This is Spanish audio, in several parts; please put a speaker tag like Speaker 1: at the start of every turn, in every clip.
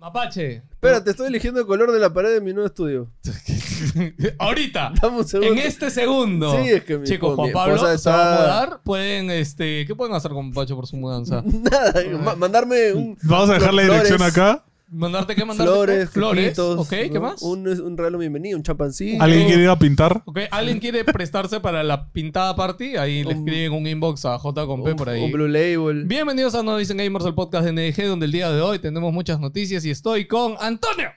Speaker 1: Mapache.
Speaker 2: Espera, te estoy eligiendo el color de la pared de mi nuevo estudio.
Speaker 1: Ahorita.
Speaker 2: Dame un segundo.
Speaker 1: En este segundo.
Speaker 2: Sí, es que mi-
Speaker 1: Chicos, Juan
Speaker 2: mi
Speaker 1: Pablo
Speaker 2: esposa
Speaker 1: se va a
Speaker 2: está-
Speaker 1: mudar. Pueden, este, ¿Qué pueden hacer con Pacho por su mudanza?
Speaker 2: Nada, ma- mandarme un.
Speaker 3: Vamos a dejar la
Speaker 2: Flores.
Speaker 3: dirección acá.
Speaker 1: ¿Mandarte qué? ¿Mandarte
Speaker 2: Flores,
Speaker 1: qué? Flores.
Speaker 2: coquitos,
Speaker 1: ok, ¿qué
Speaker 2: ¿no?
Speaker 1: más?
Speaker 2: Un, un regalo bienvenido, un chapancín.
Speaker 3: ¿Alguien quiere ir a pintar?
Speaker 1: Ok, ¿Alguien quiere prestarse para la pintada party? Ahí le
Speaker 2: Un-
Speaker 1: escriben un inbox a J con P
Speaker 2: un,
Speaker 1: por ahí.
Speaker 2: un Blue Label.
Speaker 1: Bienvenidos a No Dicen Gamers, el podcast de NDG, donde el día de hoy tenemos muchas noticias y estoy con Antonio,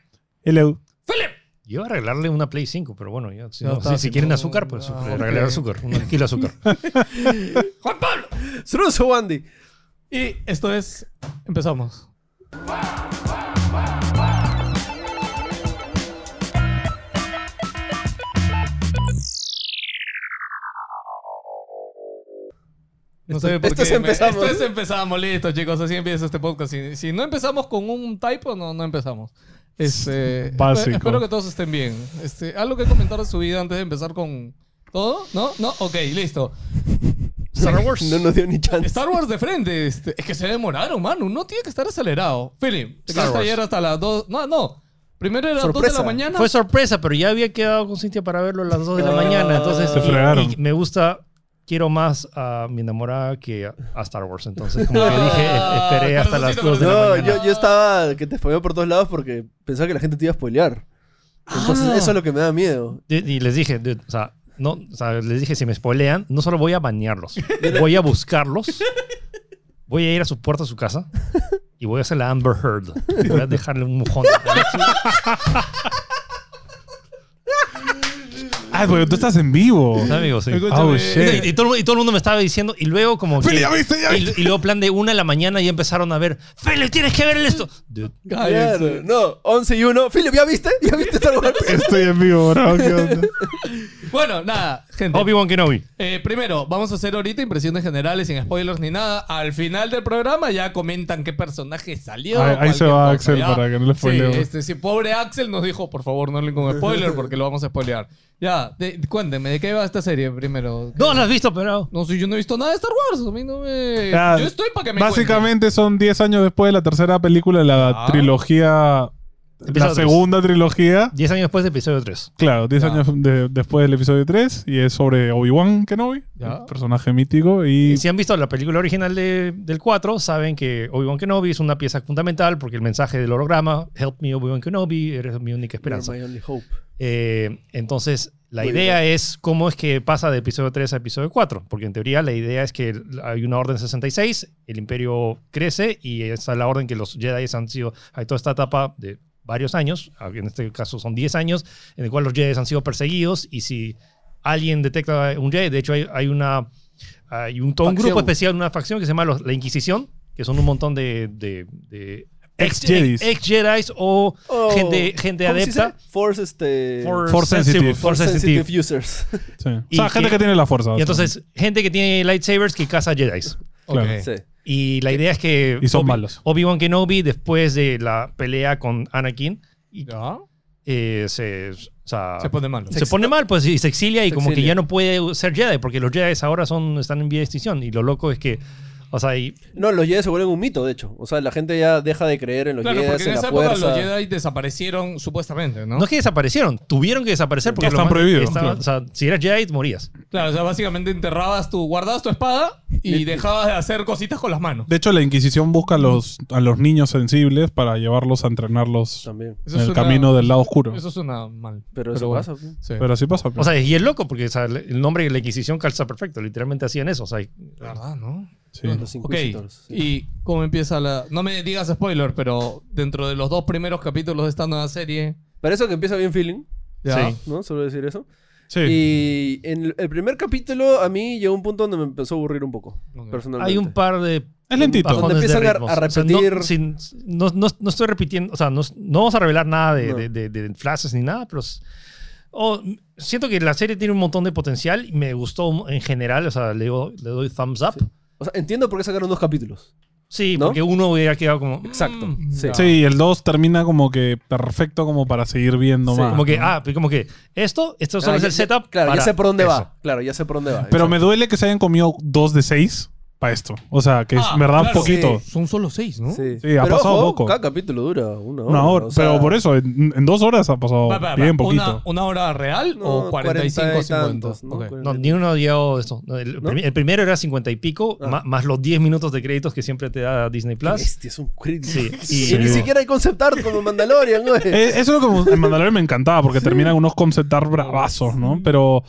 Speaker 3: Hello.
Speaker 1: Philip,
Speaker 4: Yo a regalarle una Play 5, pero bueno, ya, si,
Speaker 1: Ya
Speaker 4: no-
Speaker 1: está,
Speaker 4: si-
Speaker 1: si
Speaker 4: si quieren
Speaker 1: no-
Speaker 4: azúcar, pues
Speaker 1: ah,
Speaker 4: le
Speaker 1: ok.
Speaker 4: regalaré azúcar, un kilo de azúcar.
Speaker 1: Juan Pablo.
Speaker 2: Sruso Wandy.
Speaker 1: Y esto es... Empezamos. No sé por
Speaker 2: Esto es
Speaker 1: qué.
Speaker 2: empezamos.
Speaker 1: Esto es empezamos, listo, chicos. Así empieza este podcast. Si, si no empezamos con un typo, no, no empezamos. Este,
Speaker 3: Básico.
Speaker 1: espe- Espero que todos estén bien. Este, ¿Algo que comentar de su vida antes de empezar con todo? ¿No? ¿No? Ok, listo.
Speaker 4: Star Wars.
Speaker 2: No nos dio ni chance.
Speaker 1: Star Wars de frente. este, es que se demoraron, mano. Uno tiene que estar acelerado. Philip, te
Speaker 4: Star
Speaker 1: quedaste
Speaker 4: Wars.
Speaker 1: ayer hasta las 2. No, no. Primero era las 2 de
Speaker 2: Sorpresa.
Speaker 1: la mañana.
Speaker 4: Fue sorpresa, pero ya había quedado con Cintia para verlo a las 2 de la mañana, entonces
Speaker 3: Se
Speaker 4: y-
Speaker 3: fregaron.
Speaker 4: y me gusta, quiero más a mi enamorada que a- a Star Wars, entonces como que dije, "Eh,
Speaker 1: Ah,
Speaker 4: esperé hasta las
Speaker 1: corazoncito,
Speaker 4: 2 de la
Speaker 1: corazoncito.
Speaker 2: No,
Speaker 4: mañana.
Speaker 2: yo, yo estaba que te spoileó por todos lados porque pensaba que la gente te iba a spoilear. Entonces,
Speaker 1: Ah.
Speaker 2: eso es lo que me da miedo.
Speaker 4: Y y les dije, dude, o sea, no, o sea, les dije, si me spoilean, no solo voy a bañarlos, voy a buscarlos, voy a ir a su puerta, a su casa, y voy a hacer la Amber Heard. Voy a dejarle un mojón.
Speaker 3: Ah, porque tú estás en vivo.
Speaker 4: Sí, amigo, sí.
Speaker 3: Oh,
Speaker 1: Escúchame.
Speaker 3: shit.
Speaker 4: Y, y todo, el- y todo el mundo me estaba diciendo, y luego como que...
Speaker 3: Feli, ya viste, ya
Speaker 4: Y, y luego plan de una de la mañana ya empezaron a ver, Feli, tienes que ver esto. Dude,
Speaker 1: Cállense.
Speaker 2: Claro, no, 11 y 1. Philip, ¿ya viste? ¿Ya viste Star Wars?
Speaker 3: Estoy en vivo, bro. ¿Qué onda?
Speaker 1: Bueno, nada, gente.
Speaker 4: Obi-Wan Kenobi.
Speaker 1: Eh, primero, vamos a hacer ahorita impresiones generales, sin spoilers ni nada. Al final del programa ya comentan qué personaje salió.
Speaker 3: Ahí- ahí se va
Speaker 1: cualquier
Speaker 3: Axel para que no le
Speaker 1: Sí,
Speaker 3: spoilemos.
Speaker 1: este, sí, pobre Axel nos dijo, por favor, no le con spoiler porque lo vamos a spoilear. Ya, de- cuénteme, ¿de qué va esta serie primero?
Speaker 4: No lo has visto, pero...
Speaker 1: No sé, yo no he visto nada de Star Wars. A mí no me.
Speaker 3: Ah,
Speaker 1: yo estoy para que me.
Speaker 3: Básicamente son 10 años después de la tercera película de la
Speaker 1: Ah.
Speaker 3: trilogía.
Speaker 4: Episodio
Speaker 3: la
Speaker 4: tres.
Speaker 3: segunda trilogía.
Speaker 4: Diez años después de episodio 3.
Speaker 3: Claro, 10
Speaker 1: Ya.
Speaker 3: años de- después del episodio 3. Y es sobre Obi-Wan Kenobi.
Speaker 1: Ya.
Speaker 3: Personaje mítico. Y.
Speaker 4: Y si han visto la película original de- del 4, saben que Obi-Wan Kenobi es una pieza fundamental porque el mensaje del holograma, Help me Obi-Wan Kenobi, eres mi única esperanza.
Speaker 2: You're my only hope.
Speaker 4: Eh, entonces, la
Speaker 2: Muy
Speaker 4: idea es cómo es que pasa de episodio 3 a episodio 4, porque en teoría la idea es que hay una orden 66, el imperio crece y esa es la orden que los Jedi han sido, hay toda esta etapa de varios años, en este caso son 10 años, en el cual los Jedi han sido perseguidos y si alguien detecta un Jedi, de hecho hay, hay una, hay un, todo un
Speaker 2: Facción.
Speaker 4: grupo especial, una facción que se llama los- la Inquisición, que son un montón de... de- de-
Speaker 3: Ex-Jedis.
Speaker 4: Ex-Jedis o
Speaker 2: Oh,
Speaker 4: gente, gente
Speaker 2: ¿cómo se
Speaker 4: adepta.
Speaker 2: dice? Force, este.
Speaker 4: Force,
Speaker 3: Force sensitive.
Speaker 4: sensitive.
Speaker 2: force
Speaker 4: Force sensitive.
Speaker 2: sensitive users.
Speaker 3: sí. O
Speaker 4: y
Speaker 3: sea, gente
Speaker 4: que-
Speaker 3: que tiene la fuerza.
Speaker 4: Y
Speaker 3: o sea.
Speaker 4: entonces, gente que tiene lightsabers que caza Jedi.
Speaker 3: Claro.
Speaker 2: Sí.
Speaker 4: Y la idea es que.
Speaker 3: Y son malos.
Speaker 4: Obi-Wan Kenobi, después de la pelea con Anakin, y,
Speaker 1: Ya.
Speaker 4: eh, se, o sea,
Speaker 1: Se pone malo.
Speaker 4: se pone mal, pues, y se exilia y
Speaker 2: Se
Speaker 4: como que
Speaker 2: exilia.
Speaker 4: ya no puede ser Jedi, porque los Jedi ahora son, están en vía de extinción. Y lo loco es que. O sea, y-
Speaker 2: No, los Jedi se vuelven un mito, de hecho. O sea, la gente ya deja de creer en los
Speaker 1: Claro,
Speaker 2: Jedi,
Speaker 1: porque en
Speaker 2: en la
Speaker 1: esa época
Speaker 2: fuerza.
Speaker 1: los Jedi desaparecieron supuestamente, ¿no?
Speaker 4: no es que desaparecieron, tuvieron que desaparecer porque
Speaker 3: Ya
Speaker 4: lo
Speaker 3: están
Speaker 4: más-
Speaker 3: prohibidos,
Speaker 4: estaban- o sea, si eras Jedi, morías.
Speaker 1: Claro, o sea, básicamente enterrabas tu. Guardabas tu espada y dejabas de hacer cositas con las manos.
Speaker 3: De hecho, la Inquisición busca a los, a los niños sensibles para llevarlos a entrenarlos
Speaker 2: También.
Speaker 1: Eso
Speaker 3: en el
Speaker 1: suena-
Speaker 3: camino del lado oscuro.
Speaker 1: Eso suena mal.
Speaker 2: Pero eso
Speaker 1: bueno.
Speaker 2: pasa. pues.
Speaker 1: Sí.
Speaker 3: Pero así pasa.
Speaker 4: O
Speaker 3: pues.
Speaker 4: sea, y es loco porque o sea, el nombre de la Inquisición calza perfecto. Literalmente hacían eso. O sea, y-
Speaker 1: La verdad, ¿no?
Speaker 3: Sí.
Speaker 2: Los
Speaker 1: Ok.
Speaker 2: Inquisitors. sí.
Speaker 1: ¿Y cómo empieza la.? No me digas spoiler, pero dentro de los dos primeros capítulos de esta nueva serie.
Speaker 2: Para eso que empieza bien feeling,
Speaker 1: Ya.
Speaker 4: Sí.
Speaker 2: ¿no? Solo decir eso.
Speaker 3: Sí.
Speaker 2: Y en el primer capítulo a mí llegó un punto donde me empezó a aburrir un poco,
Speaker 1: Ok.
Speaker 2: personalmente.
Speaker 4: Hay un par de.
Speaker 3: Es lentito.
Speaker 4: bajones
Speaker 2: Donde
Speaker 4: de
Speaker 2: empiezan a-
Speaker 4: ritmos.
Speaker 2: a
Speaker 4: O sea,
Speaker 2: repetir-
Speaker 4: no, sin- no, no- no estoy repitiendo, o sea, no, no vamos a revelar nada de,
Speaker 2: No.
Speaker 4: de- de- de frases ni nada, pero. s- o- siento que la serie tiene un montón de potencial y me gustó en general, o sea, le, digo- le doy thumbs up. Sí,
Speaker 2: O sea, entiendo por qué sacaron dos capítulos. ¿No?
Speaker 4: porque uno hubiera quedado como.
Speaker 2: Exacto.
Speaker 1: Mm,
Speaker 2: Sí.
Speaker 1: ya.
Speaker 3: Sí, y el 2 termina como que perfecto como para seguir viendo
Speaker 2: Sí,
Speaker 3: más.
Speaker 4: Como que,
Speaker 3: ¿no?
Speaker 4: ah, como que esto, esto solo
Speaker 2: Ah,
Speaker 4: es
Speaker 2: ya-
Speaker 4: el
Speaker 2: ya-
Speaker 4: setup.
Speaker 2: Claro, ya
Speaker 4: para
Speaker 2: sé por dónde
Speaker 4: eso.
Speaker 2: va. Claro, ya sé por dónde va.
Speaker 3: Pero me
Speaker 2: exacto.
Speaker 3: duele que se hayan comido 2 de 6. para esto. O sea, que es
Speaker 1: Ah,
Speaker 3: verdad
Speaker 1: claro.
Speaker 3: poquito.
Speaker 1: Son solo seis, ¿no?
Speaker 2: Sí,
Speaker 3: Sí, ha
Speaker 2: Pero
Speaker 3: pasado
Speaker 2: ojo,
Speaker 3: poco.
Speaker 2: Cada capítulo dura una hora.
Speaker 3: Una hora.
Speaker 2: o sea,
Speaker 3: pero por eso, en, en dos horas ha pasado
Speaker 1: Va, va, va.
Speaker 3: bien
Speaker 1: ¿Una-
Speaker 3: poquito.
Speaker 1: ¿Una, hora real
Speaker 2: No,
Speaker 1: o 45
Speaker 2: cuarenta y
Speaker 1: 50?
Speaker 2: tantos, ¿no?
Speaker 1: Ok.
Speaker 2: Cuarenta-
Speaker 4: No, ni uno dio esto. No, El,
Speaker 2: ¿No?
Speaker 4: prim- el primero era 50 y pico,
Speaker 2: Ah.
Speaker 4: ma- más, los 10 minutos de créditos que siempre te da Disney Plus.
Speaker 2: Este es un crítico.
Speaker 4: Sí,
Speaker 2: Y
Speaker 4: y-
Speaker 2: ni siquiera hay concept art como Mandalorian, güey.
Speaker 3: Eh, eso es lo que en Mandalorian me encantaba, porque terminan unos concept art bravazos, ¿no? Pero,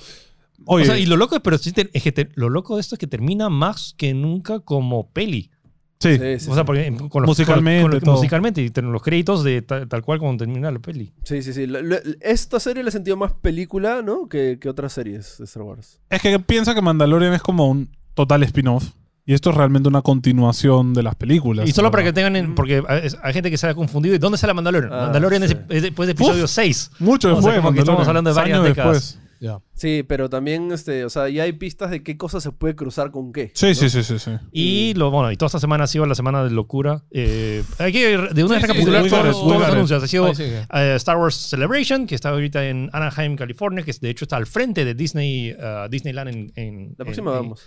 Speaker 3: oye,
Speaker 4: O sea, y lo loco, pero sí te- es que te- lo loco de esto es que termina más que nunca como peli.
Speaker 3: sí.
Speaker 2: Sí, sí,
Speaker 4: O sea, porque en- con los,
Speaker 3: Musicalmente,
Speaker 4: con los-
Speaker 3: todo.
Speaker 4: musicalmente y ten- los créditos de ta- tal cual como termina la peli.
Speaker 2: sí, sí, sí. Lo- lo- Esta serie le he sentido más película, ¿no? Que, que otras series de Star Wars.
Speaker 3: Es que piensa que Mandalorian es como un total spin-off. Y esto es realmente una continuación de las películas.
Speaker 4: Y solo para que
Speaker 3: ¿verdad?
Speaker 4: tengan, en- porque hay, hay gente que se ha confundido. ¿Y dónde sale Mandalorian?
Speaker 2: Ah,
Speaker 4: Mandalorian es
Speaker 2: sí.
Speaker 4: de- es después de episodio
Speaker 3: Uf.
Speaker 4: 6.
Speaker 3: Mucho
Speaker 4: O sea,
Speaker 3: después.
Speaker 4: como que estamos
Speaker 3: Mandalorian.
Speaker 4: hablando de varias
Speaker 3: Años
Speaker 4: décadas.
Speaker 3: después.
Speaker 1: Ya.
Speaker 2: Sí, pero también, este, o sea, ya hay pistas de qué cosas se puede cruzar con qué.
Speaker 3: Sí,
Speaker 2: ¿no?
Speaker 3: sí, sí, sí, sí.
Speaker 4: Y lo bueno, y toda esta semana ha sido la semana de locura. Eh, hay que re- de una
Speaker 1: Sí,
Speaker 4: vez
Speaker 1: sí,
Speaker 4: recapitular
Speaker 1: sí,
Speaker 4: todos,
Speaker 1: sí,
Speaker 4: los-
Speaker 1: sí,
Speaker 4: todos
Speaker 1: sí,
Speaker 4: los
Speaker 1: sí.
Speaker 4: anuncios. Ha sido
Speaker 1: Ahí sigue.
Speaker 4: eh, Star Wars Celebration, que está ahorita en Anaheim, California, que de hecho está al frente de Disney, eh, Disneyland en, en-
Speaker 2: La próxima
Speaker 4: en- en
Speaker 2: vamos.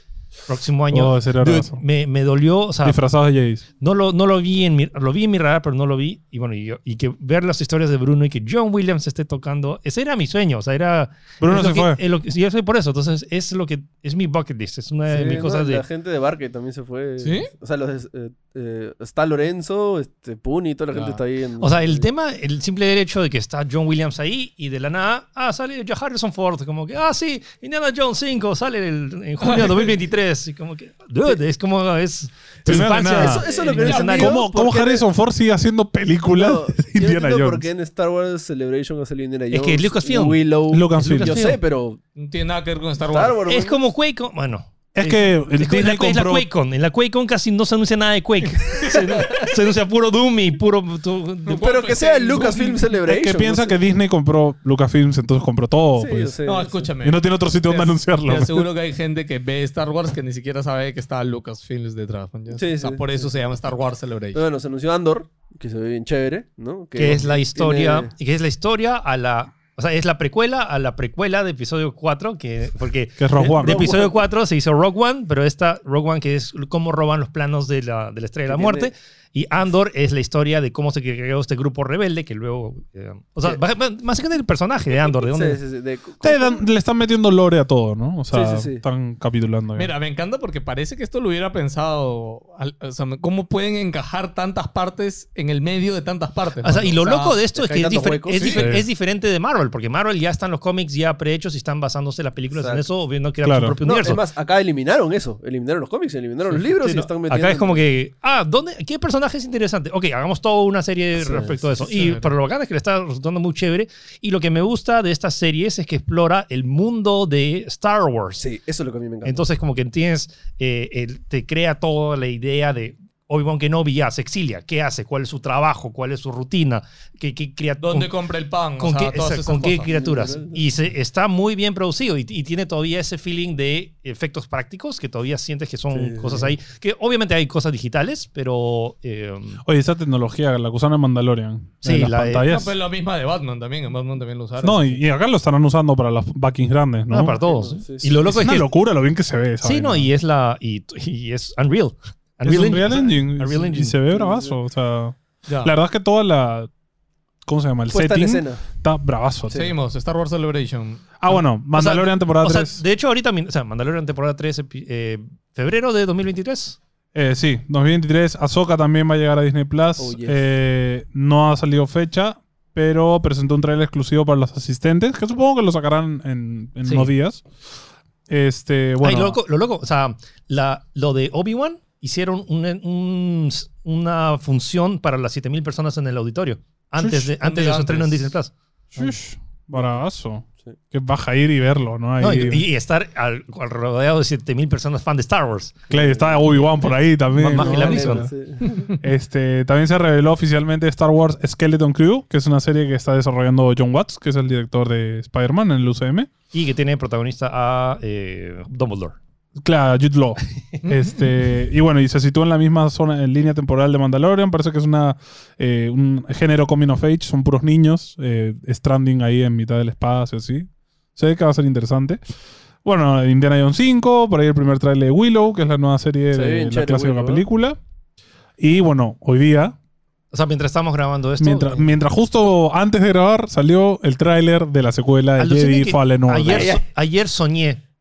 Speaker 4: próximo año.
Speaker 3: Oh, ese era
Speaker 4: Dude,
Speaker 3: brazo.
Speaker 4: me, me dolió, o sea,
Speaker 3: Disfrazados de Jace.
Speaker 4: no lo, no lo vi en mi, lo vi en mi radar, pero no lo vi. Y bueno, y, yo- y que ver las historias de Bruno y que John Williams esté tocando, ese era mi sueño, o sea, era...
Speaker 3: Bruno
Speaker 4: es lo
Speaker 3: se
Speaker 4: que-
Speaker 3: fue.
Speaker 4: es lo que- sí, yo soy por eso, entonces es lo que es Eh, mi bucket list, es una de
Speaker 2: Sí,
Speaker 4: mis
Speaker 2: no,
Speaker 4: cosas de...
Speaker 2: La gente de Barca también se fue.
Speaker 1: ¿Sí?
Speaker 2: O sea, los, eh, eh, está Lorenzo, este, Puni, toda la gente
Speaker 1: Ah.
Speaker 2: está ahí. en-
Speaker 4: O sea, el tema, el simple hecho de que está John Williams ahí y de la nada, ah, sale John Harrison Ford, como que, ah, sí, Indiana Jones 5 sale el- en junio de 2023, y como que, dude, es como, es tu
Speaker 3: Primero de
Speaker 4: infancia.
Speaker 3: nada.
Speaker 2: Eso- eso es lo
Speaker 4: en
Speaker 2: que
Speaker 4: el
Speaker 2: no
Speaker 4: escenario.
Speaker 2: entendido.
Speaker 3: ¿Cómo,
Speaker 2: ¿por
Speaker 3: cómo
Speaker 2: qué-
Speaker 3: Harrison Ford sigue haciendo películas
Speaker 2: No, yo
Speaker 3: de
Speaker 2: no
Speaker 3: Indiana
Speaker 2: entiendo
Speaker 3: Jones?
Speaker 2: por qué en Star Wars Celebration ha salido Indiana
Speaker 4: que
Speaker 2: Jones.
Speaker 4: es Lucasfilm.
Speaker 2: Willow.
Speaker 3: Lucasfilm.
Speaker 2: Yo
Speaker 4: Lucasfilm.
Speaker 2: sé, pero
Speaker 1: No tiene nada que ver con Star Wars.
Speaker 2: Star Wars.
Speaker 4: Es como Quake, bueno.
Speaker 3: Es que el
Speaker 4: es como
Speaker 3: Disney
Speaker 4: la, es la
Speaker 3: compró-
Speaker 4: QuakeCon. En la QuakeCon casi no se anuncia nada de Quake. se, se anuncia puro Doom y puro. tu-
Speaker 2: Pero que sea el Lucasfilm Celebration.
Speaker 3: Es que piensa
Speaker 2: no
Speaker 3: que
Speaker 2: sé.
Speaker 3: Disney compró Lucasfilms, entonces compró todo.
Speaker 2: Sí, yo
Speaker 3: pues.
Speaker 2: sé,
Speaker 1: No,
Speaker 2: yo sé.
Speaker 1: escúchame.
Speaker 3: Y no tiene otro sitio donde anunciarlo. pues.
Speaker 1: Te aseguro que hay gente que ve Star Wars que ni siquiera sabe que está Lucasfilms detrás. ¿no?
Speaker 2: Sí,
Speaker 1: o sea,
Speaker 2: sí,
Speaker 1: por eso se llama Star Wars
Speaker 2: Pero
Speaker 1: Celebration.
Speaker 2: bueno, se anunció Andor, que se ve bien chévere, ¿no?
Speaker 4: que es la
Speaker 2: tiene-
Speaker 4: historia que es la historia a la o sea, es la precuela a la precuela de episodio 4, que, porque
Speaker 3: Que es Rogue
Speaker 4: de,
Speaker 3: One.
Speaker 4: de
Speaker 3: Rogue
Speaker 4: episodio
Speaker 2: One.
Speaker 4: 4 se hizo Rogue One, pero esta Rogue One que es cómo roban los planos de la, de la Estrella de la
Speaker 2: Que
Speaker 4: Muerte,
Speaker 2: tiene-
Speaker 4: y Andor es la historia de cómo se creó este grupo rebelde, que luego... eh, o sea,
Speaker 2: Sí.
Speaker 4: ba- ba- más que nada el personaje de Andor, de dónde...
Speaker 2: Sí, sí, sí, de-
Speaker 3: Te dan- le están metiendo lore a todo, ¿no? O
Speaker 2: Sí,
Speaker 3: sea,
Speaker 2: sí, sí.
Speaker 3: están capitulando. ya.
Speaker 1: Mira, me encanta porque parece que esto lo hubiera pensado. al- o sea, ¿cómo pueden encajar tantas partes en el medio de tantas partes?
Speaker 4: O sea, y lo
Speaker 1: mano? O sea,
Speaker 4: loco de esto es
Speaker 2: que
Speaker 4: que
Speaker 2: hay
Speaker 4: es,
Speaker 2: tantos
Speaker 4: difer-
Speaker 2: huecos,
Speaker 4: es
Speaker 1: sí.
Speaker 4: difer-
Speaker 3: Sí.
Speaker 4: es diferente de Marvel, porque Marvel ya están los cómics ya prehechos y están basándose en las películas en
Speaker 2: Exacto.
Speaker 4: eso, o viendo crear
Speaker 3: Claro.
Speaker 4: su propio
Speaker 2: No,
Speaker 4: universo.
Speaker 2: es más, acá eliminaron eso. Eliminaron los cómics, eliminaron los libros
Speaker 4: Sí,
Speaker 2: y
Speaker 4: no.
Speaker 2: están metiendo.
Speaker 4: Acá es como que, ah, ¿dónde, ¿qué personaje es interesante? Ok, hagamos toda una serie
Speaker 2: Sí,
Speaker 4: respecto a eso.
Speaker 1: sí,
Speaker 4: y
Speaker 1: sí.
Speaker 4: pero lo bacán es que le está resultando muy chévere. Y lo que me gusta de estas series es que explora el mundo de Star Wars.
Speaker 2: Sí, eso es lo que a mí me encanta.
Speaker 4: Entonces, como que tienes, eh, el- te crea toda la idea de Obi-Wan Kenobi ya se exilia. ¿Qué hace? ¿Cuál es su trabajo? ¿cuál es su rutina? ¿Qué, qué crea-
Speaker 1: ¿Dónde
Speaker 4: con-
Speaker 1: compra el pan? O
Speaker 4: con,
Speaker 1: sea,
Speaker 4: qué,
Speaker 1: todas
Speaker 4: exacto,
Speaker 1: esas
Speaker 4: con qué
Speaker 1: cosas.
Speaker 4: criaturas.
Speaker 2: Mm,
Speaker 4: Y se, está muy bien producido y, y tiene todavía ese feeling de efectos prácticos que todavía sientes que son
Speaker 2: Sí.
Speaker 4: cosas ahí. Que obviamente hay cosas digitales, pero. eh,
Speaker 3: Oye, esa tecnología, la que usan en Mandalorian.
Speaker 4: Sí,
Speaker 3: en las
Speaker 4: la de-
Speaker 1: No,
Speaker 3: pantallas.
Speaker 1: pues la misma de Batman también. En Batman también lo usaron.
Speaker 3: No, y, y acá lo estarán usando para las backings grandes, ¿no?
Speaker 4: nada para todos. ¿eh?
Speaker 2: Sí, sí,
Speaker 4: Ah, Y lo
Speaker 3: es
Speaker 4: loco es,
Speaker 3: una
Speaker 4: que.
Speaker 3: locura lo bien que se ve. esa
Speaker 4: sí,
Speaker 3: vaina.
Speaker 4: no, y es la. Y, y es Unreal.
Speaker 3: Es un Unreal Engine.
Speaker 4: Unreal
Speaker 3: y-
Speaker 4: Engine. Ah.
Speaker 3: Y se ve bravazo. O sea,
Speaker 1: Ya.
Speaker 3: la verdad es que toda la. ¿Cómo se llama? El
Speaker 2: Puesta en
Speaker 3: setting
Speaker 2: escena.
Speaker 3: está bravazo.
Speaker 1: Seguimos. Star Wars Celebration.
Speaker 3: Ah, bueno, Mandalorian temporada
Speaker 4: O sea,
Speaker 3: 3.
Speaker 4: de hecho, ahorita. mi- O sea, Mandalorian temporada 3, epi- eh, febrero de 2023.
Speaker 3: Eh, sí, 2023. Ahsoka también va a llegar a Disney Plus.
Speaker 2: Oh, yes.
Speaker 3: Eh, no ha salido fecha, pero presentó un trailer exclusivo para los asistentes, que supongo que lo sacarán en, en
Speaker 4: Sí.
Speaker 3: unos días. Este, bueno.
Speaker 4: Ay, lo, loco, lo loco, o sea, la, lo de Obi-Wan hicieron un- un- una función para las 7000 personas en el auditorio antes
Speaker 3: Shush,
Speaker 4: de, antes de
Speaker 1: antes.
Speaker 4: su estreno en Disney Plus.
Speaker 3: shush, bravazo.
Speaker 2: Sí.
Speaker 3: Que vas a ir y verlo, ¿no? Ahí,
Speaker 4: No, y, y estar al, al rodeado de 7000 personas fan de Star Wars.
Speaker 3: Claro, y está Obi-Wan por ahí también.
Speaker 4: Más- más
Speaker 3: ¿no?
Speaker 4: que la
Speaker 2: No,
Speaker 4: misma.
Speaker 2: no, sí.
Speaker 3: Este, también se reveló oficialmente Star Wars Skeleton Crew, que es una serie que está desarrollando John Watts, que es el director de Spider-Man en el UCM.
Speaker 4: Y que tiene protagonista a eh, Dumbledore.
Speaker 3: Claro, Jude Law. Este, y bueno, y se sitúa en la misma zona, en línea temporal de Mandalorian. Parece que es una, eh, un género coming of age. Son puros niños eh, stranding ahí en mitad del espacio, así. Se ve que va a ser interesante. Bueno, Indiana Jones 5, por ahí el primer trailer de Willow, que es la nueva serie
Speaker 2: Se ve
Speaker 3: de
Speaker 2: bien
Speaker 3: la
Speaker 2: chévere
Speaker 3: clase de la
Speaker 2: Willow, ¿eh?
Speaker 3: película. Y bueno, hoy día,
Speaker 4: O sea, mientras estamos grabando esto. eh,
Speaker 3: mientras, mientras justo antes de grabar, salió el tráiler de la secuela de
Speaker 4: aluciné
Speaker 3: Jedi
Speaker 4: Ah, que
Speaker 3: Fallen Order.
Speaker 4: ayer, so- ayer soñé.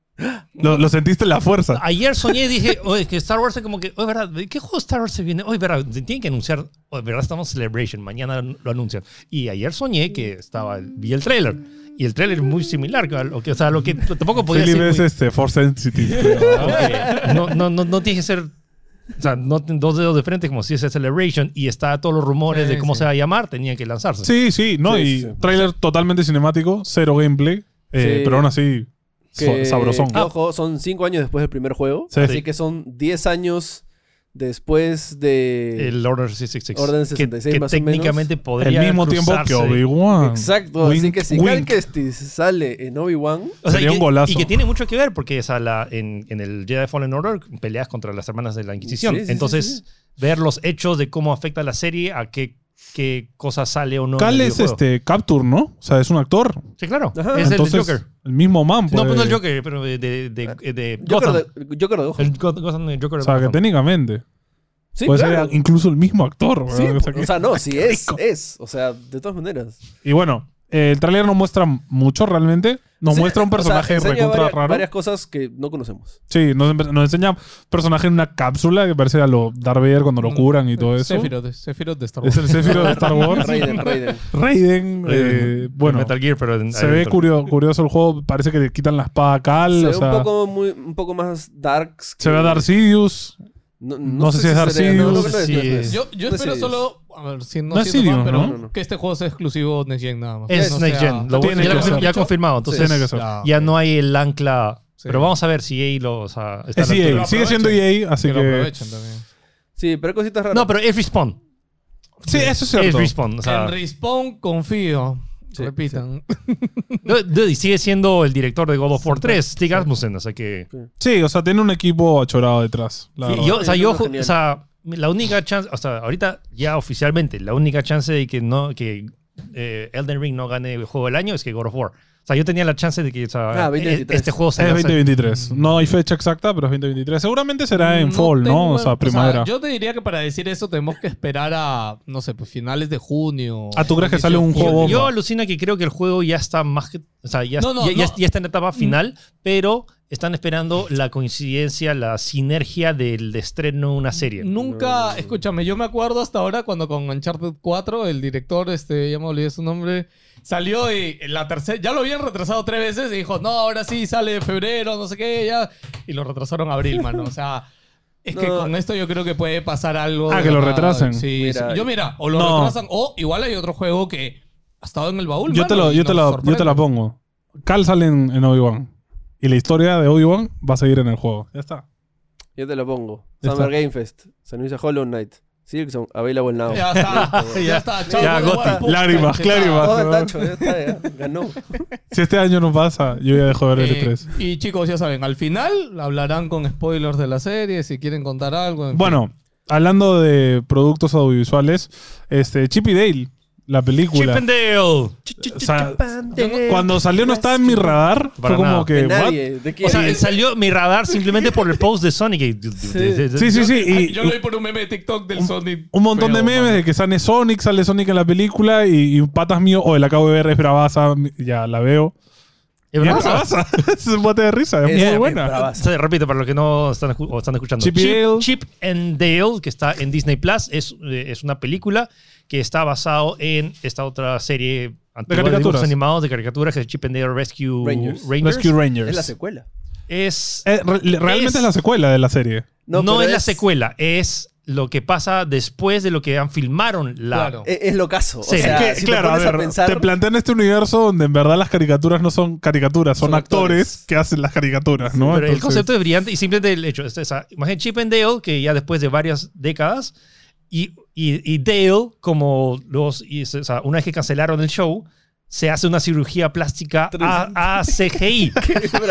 Speaker 3: Lo, lo sentiste en la fuerza.
Speaker 4: Ayer soñé y dije, oye, que Star Wars es como que, oye, ¿verdad? ¿Qué juego Star Wars se viene? Oye, ¿verdad? Tienen que anunciar, oye, ¿verdad? Estamos en Celebration, mañana lo anuncian. Y ayer soñé que estaba, el- vi el trailer. Y el trailer es muy similar, a lo que, o sea, lo que tampoco podía
Speaker 3: Felipe
Speaker 4: decir
Speaker 3: es
Speaker 4: muy-
Speaker 3: este, Force Sensitive. creo.
Speaker 4: Ok. no, no, no, no tiene que ser. O sea, no ten- dos dedos de frente, como si es Celebration y está todos los rumores
Speaker 1: Sí,
Speaker 4: de cómo
Speaker 1: sí.
Speaker 4: se va a llamar, tenían que lanzarse.
Speaker 3: Sí, sí, no,
Speaker 2: Sí,
Speaker 3: y
Speaker 2: sí.
Speaker 3: tráiler totalmente cinemático, cero gameplay, eh,
Speaker 2: Sí.
Speaker 3: pero aún así so-
Speaker 2: Que,
Speaker 3: sabrosón.
Speaker 2: que,
Speaker 4: Ah,
Speaker 2: ojo, son 5 años después del primer juego.
Speaker 3: Sí.
Speaker 2: Así que son 10 años después de.
Speaker 4: El Order 66.
Speaker 2: Order
Speaker 4: que-
Speaker 2: 66
Speaker 4: que,
Speaker 2: más o menos.
Speaker 4: técnicamente podría.
Speaker 3: Al mismo tiempo
Speaker 4: cruzarse.
Speaker 3: que Obi-Wan.
Speaker 2: Exacto. así
Speaker 3: Wink,
Speaker 2: que si Cal
Speaker 3: wink.
Speaker 2: Kestis sale en Obi-Wan.
Speaker 4: O sea,
Speaker 3: Sería
Speaker 4: y
Speaker 3: un
Speaker 4: que-
Speaker 3: golazo.
Speaker 4: Y que tiene mucho que ver, porque o sea, la- en, en el Jedi Fallen Order peleas contra las hermanas de la Inquisición.
Speaker 2: Sí, sí, sí,
Speaker 4: Entonces, ver los hechos de cómo afecta la serie, a qué, qué cosa sale o no. en el
Speaker 3: Cal es
Speaker 4: videojuego.
Speaker 3: este Capture, ¿no? O sea, es un actor.
Speaker 4: Sí, claro.
Speaker 2: Ajá.
Speaker 4: Es
Speaker 3: Entonces,
Speaker 4: el Joker.
Speaker 3: el mismo man.
Speaker 4: No,
Speaker 3: pues,
Speaker 4: pues no el Joker, pero de, de, de, de
Speaker 2: Ah, Joker
Speaker 4: Gotham.
Speaker 2: de, Joker de ojo.
Speaker 4: El Go- Gotham de Joker.
Speaker 3: O sea, que
Speaker 4: Gotham.
Speaker 3: técnicamente.
Speaker 2: Sí,
Speaker 3: puede
Speaker 2: claro.
Speaker 3: ser incluso el mismo actor.
Speaker 2: Sí,
Speaker 3: ¿verdad? O
Speaker 4: pues,
Speaker 3: sea, que-
Speaker 2: o sea, no, sí es,
Speaker 3: rico.
Speaker 2: es. O sea, de todas maneras.
Speaker 3: y bueno, eh, el tráiler no muestra mucho realmente. Nos
Speaker 2: Sí,
Speaker 3: muestra un
Speaker 2: o sea,
Speaker 3: personaje
Speaker 2: enseña
Speaker 3: recontra
Speaker 2: varias,
Speaker 3: raro.
Speaker 2: varias cosas que no conocemos.
Speaker 3: Sí, nos, empe- nos enseña un personaje en una cápsula que parece a lo Darth Vader cuando
Speaker 2: Mm,
Speaker 3: lo curan y todo eso.
Speaker 1: Eh, Sephiroth, Sephiroth de Star Wars.
Speaker 3: Es el Sephiroth de Star Wars.
Speaker 2: Raiden, Raiden.
Speaker 3: Raiden, eh, bueno,
Speaker 4: Metal Gear, pero en-
Speaker 3: se
Speaker 4: ahí
Speaker 3: ve
Speaker 4: dentro.
Speaker 3: curio- curioso el juego. Parece que le quitan la espada a Cal.
Speaker 2: Se
Speaker 3: o
Speaker 2: ve un
Speaker 3: sea,
Speaker 2: poco, muy, un poco más darks.
Speaker 3: se
Speaker 2: que-
Speaker 3: ve a Darth Sidious.
Speaker 2: No,
Speaker 3: no sé si es Dark
Speaker 2: sería-
Speaker 3: Sidious,
Speaker 2: no, creo que
Speaker 4: si
Speaker 2: no es- no
Speaker 4: es-
Speaker 2: es.
Speaker 1: Yo, yo
Speaker 2: No
Speaker 1: espero
Speaker 2: sé.
Speaker 1: solo, a ver, si no,
Speaker 3: No es
Speaker 1: siendo fan,
Speaker 3: Sirius,
Speaker 1: pero
Speaker 2: ¿no?
Speaker 1: que este juego sea exclusivo Next Gen nada más.
Speaker 4: Es
Speaker 1: No
Speaker 4: Next
Speaker 1: sea-
Speaker 4: Gen. Lo-
Speaker 3: Tiene
Speaker 4: ya,
Speaker 3: que ser.
Speaker 4: ya confirmado. Entonces,
Speaker 3: Tiene que ser.
Speaker 1: Ya,
Speaker 4: ya
Speaker 1: ok.
Speaker 4: no hay el ancla.
Speaker 1: Sí.
Speaker 4: Pero vamos a ver si EA lo. O sea, está
Speaker 3: Es
Speaker 4: a la
Speaker 3: EA.
Speaker 4: altura.
Speaker 3: Sigue
Speaker 1: aprovechen.
Speaker 3: siendo EA, así
Speaker 1: que lo
Speaker 3: que.
Speaker 1: aprovechan también.
Speaker 2: Sí, pero hay cositas raras.
Speaker 4: No, pero es Respawn.
Speaker 3: Sí, eso es
Speaker 4: Es
Speaker 3: cierto.
Speaker 4: Respawn. O sea,
Speaker 1: en Respawn confío.
Speaker 2: Sí,
Speaker 1: Repitan.
Speaker 4: no, dude, y sigue siendo el director de God of War 3, Stig Asmussen. O sea que.
Speaker 3: Sí, o sea, tiene un equipo achorado detrás. la
Speaker 4: Sí,
Speaker 3: verdad.
Speaker 4: yo, o sea,
Speaker 2: Yo
Speaker 4: yo,
Speaker 2: creo que
Speaker 4: ju-
Speaker 2: genial.
Speaker 4: o sea, la única chance, o sea, ahorita ya oficialmente, la única chance de que no, que eh, Elden Ring no gane el juego del año es que God of War. O sea, yo tenía la chance de que o sea,
Speaker 2: Ah, 2023.
Speaker 4: este juego
Speaker 3: es
Speaker 4: se lance.
Speaker 3: 2023.
Speaker 2: Mm.
Speaker 3: No hay fecha exacta, pero es 2023. Seguramente será en fall, ¿no?
Speaker 1: tengo-
Speaker 3: O sea, primavera.
Speaker 1: yo te diría que para decir eso tenemos que esperar a, no sé, pues finales de junio.
Speaker 3: Ah, ¿tú crees que
Speaker 1: Inicio
Speaker 3: sale
Speaker 1: de
Speaker 3: un
Speaker 1: julio.
Speaker 3: juego
Speaker 4: Yo, yo
Speaker 3: bomba?
Speaker 4: alucina que creo que el juego ya está más que, o sea, ya,
Speaker 1: No, no,
Speaker 4: ya- ya-
Speaker 1: no.
Speaker 4: ya está en
Speaker 3: Mm.
Speaker 4: etapa final, pero están esperando la coincidencia, la sinergia del estreno de una serie.
Speaker 1: Nunca, escúchame, yo me acuerdo hasta ahora cuando con Uncharted 4 el director, este, ya me olvidé su nombre, salió y en la tercera, ya lo habían retrasado tres veces y dijo, no, ahora sí sale en febrero, no sé qué, ya. Y lo retrasaron a abril, mano. O sea, es que
Speaker 2: No.
Speaker 1: con esto yo creo que puede pasar algo.
Speaker 3: Ah,
Speaker 1: de
Speaker 3: que lo
Speaker 1: verdad.
Speaker 3: retrasen.
Speaker 1: Sí,
Speaker 2: Mira,
Speaker 1: sí. Yo mira, o lo
Speaker 3: No.
Speaker 1: retrasan o igual hay otro juego que ha estado en el baúl.
Speaker 3: Yo te,
Speaker 1: mano,
Speaker 3: lo,
Speaker 1: y
Speaker 3: yo, te
Speaker 1: nos
Speaker 3: la- yo te la
Speaker 1: sorprende.
Speaker 3: pongo. Cal sale en, en Obi-Wan. Y la historia de Obi-Wan va a seguir en el juego. Ya está.
Speaker 2: Yo te lo pongo.
Speaker 3: Ya
Speaker 2: Summer
Speaker 3: está.
Speaker 2: Game Fest. Se anuncia Hollow Knight. Silksong, available now.
Speaker 1: Ya está, ya está. Chao,
Speaker 4: Ya,
Speaker 1: Golden
Speaker 4: gota.
Speaker 1: Boy, puta,
Speaker 3: Lágrimas,
Speaker 1: chingada.
Speaker 3: lágrimas.
Speaker 2: Todo Oh, el tacho, ya está, ya. Ganó.
Speaker 3: Si este año no pasa, yo ya dejo de ver
Speaker 1: Eh,
Speaker 3: el E E3.
Speaker 1: y chicos, ya saben, al final hablarán con spoilers de la serie, si quieren contar algo. en fin.
Speaker 3: Bueno, hablando de productos audiovisuales, este, Chip y Dale, la
Speaker 4: Chip
Speaker 3: película.
Speaker 4: and Dale.
Speaker 3: O sea, Ah, cuando salió no estaba en mi radar.
Speaker 4: Para
Speaker 3: fue como
Speaker 4: nada.
Speaker 3: que.
Speaker 2: De
Speaker 3: ¿what?
Speaker 2: nadie. ¿De quién?
Speaker 4: O sea, salió mi radar simplemente por el post de Sonic.
Speaker 3: Sí, sí, sí.
Speaker 1: Ay,
Speaker 3: y-
Speaker 1: yo lo vi por un meme de TikTok del Sonic.
Speaker 3: Un montón de
Speaker 1: feo,
Speaker 3: memes
Speaker 1: mano.
Speaker 3: de que sale Sonic, sale Sonic en la película y, y patas mío, o el acabo de ver es bravaza, ya la veo. Y
Speaker 4: ¿Es
Speaker 3: es
Speaker 4: bravaza?
Speaker 3: bravaza. es un bote de risa, es,
Speaker 2: Es-
Speaker 3: muy
Speaker 2: es
Speaker 3: buena.
Speaker 2: bravaza.
Speaker 4: Sí, repito, para los que no están, escu- o están escuchando.
Speaker 3: Chip y Dale.
Speaker 4: Chip and Dale, que está en Disney Plus, es, eh, es una película que está basado en esta otra serie antigua de
Speaker 3: caricaturas.
Speaker 4: dibujos animados de caricaturas, que es Chip and Dale Rescue
Speaker 2: Rangers.
Speaker 4: Rangers.
Speaker 3: Rescue
Speaker 2: Es la
Speaker 3: Rangers.
Speaker 2: secuela.
Speaker 4: Es,
Speaker 3: Eh, re- le- realmente
Speaker 4: Es-
Speaker 3: es la secuela de la serie.
Speaker 4: no
Speaker 2: pero
Speaker 4: es, la secuela, es lo que pasa después de lo que han filmaron la...
Speaker 1: Claro.
Speaker 2: Es, es lo caso. O
Speaker 4: Sí.
Speaker 2: sea,
Speaker 3: Es que,
Speaker 2: si
Speaker 3: claro,
Speaker 2: te pones
Speaker 3: a ver,
Speaker 2: a pensar.
Speaker 3: te plantean este universo donde en verdad las caricaturas no son caricaturas, son,
Speaker 2: Son
Speaker 3: actores.
Speaker 2: actores.
Speaker 3: que hacen las caricaturas, ¿no?
Speaker 4: Pero el
Speaker 3: Entonces-
Speaker 4: concepto es brillante y simplemente el hecho. es esa imagen Chip and Dale, que ya después de varias décadas, y, y, y Dale, como los. y es- o sea, una vez que cancelaron el show, se hace una cirugía plástica a, a CGI.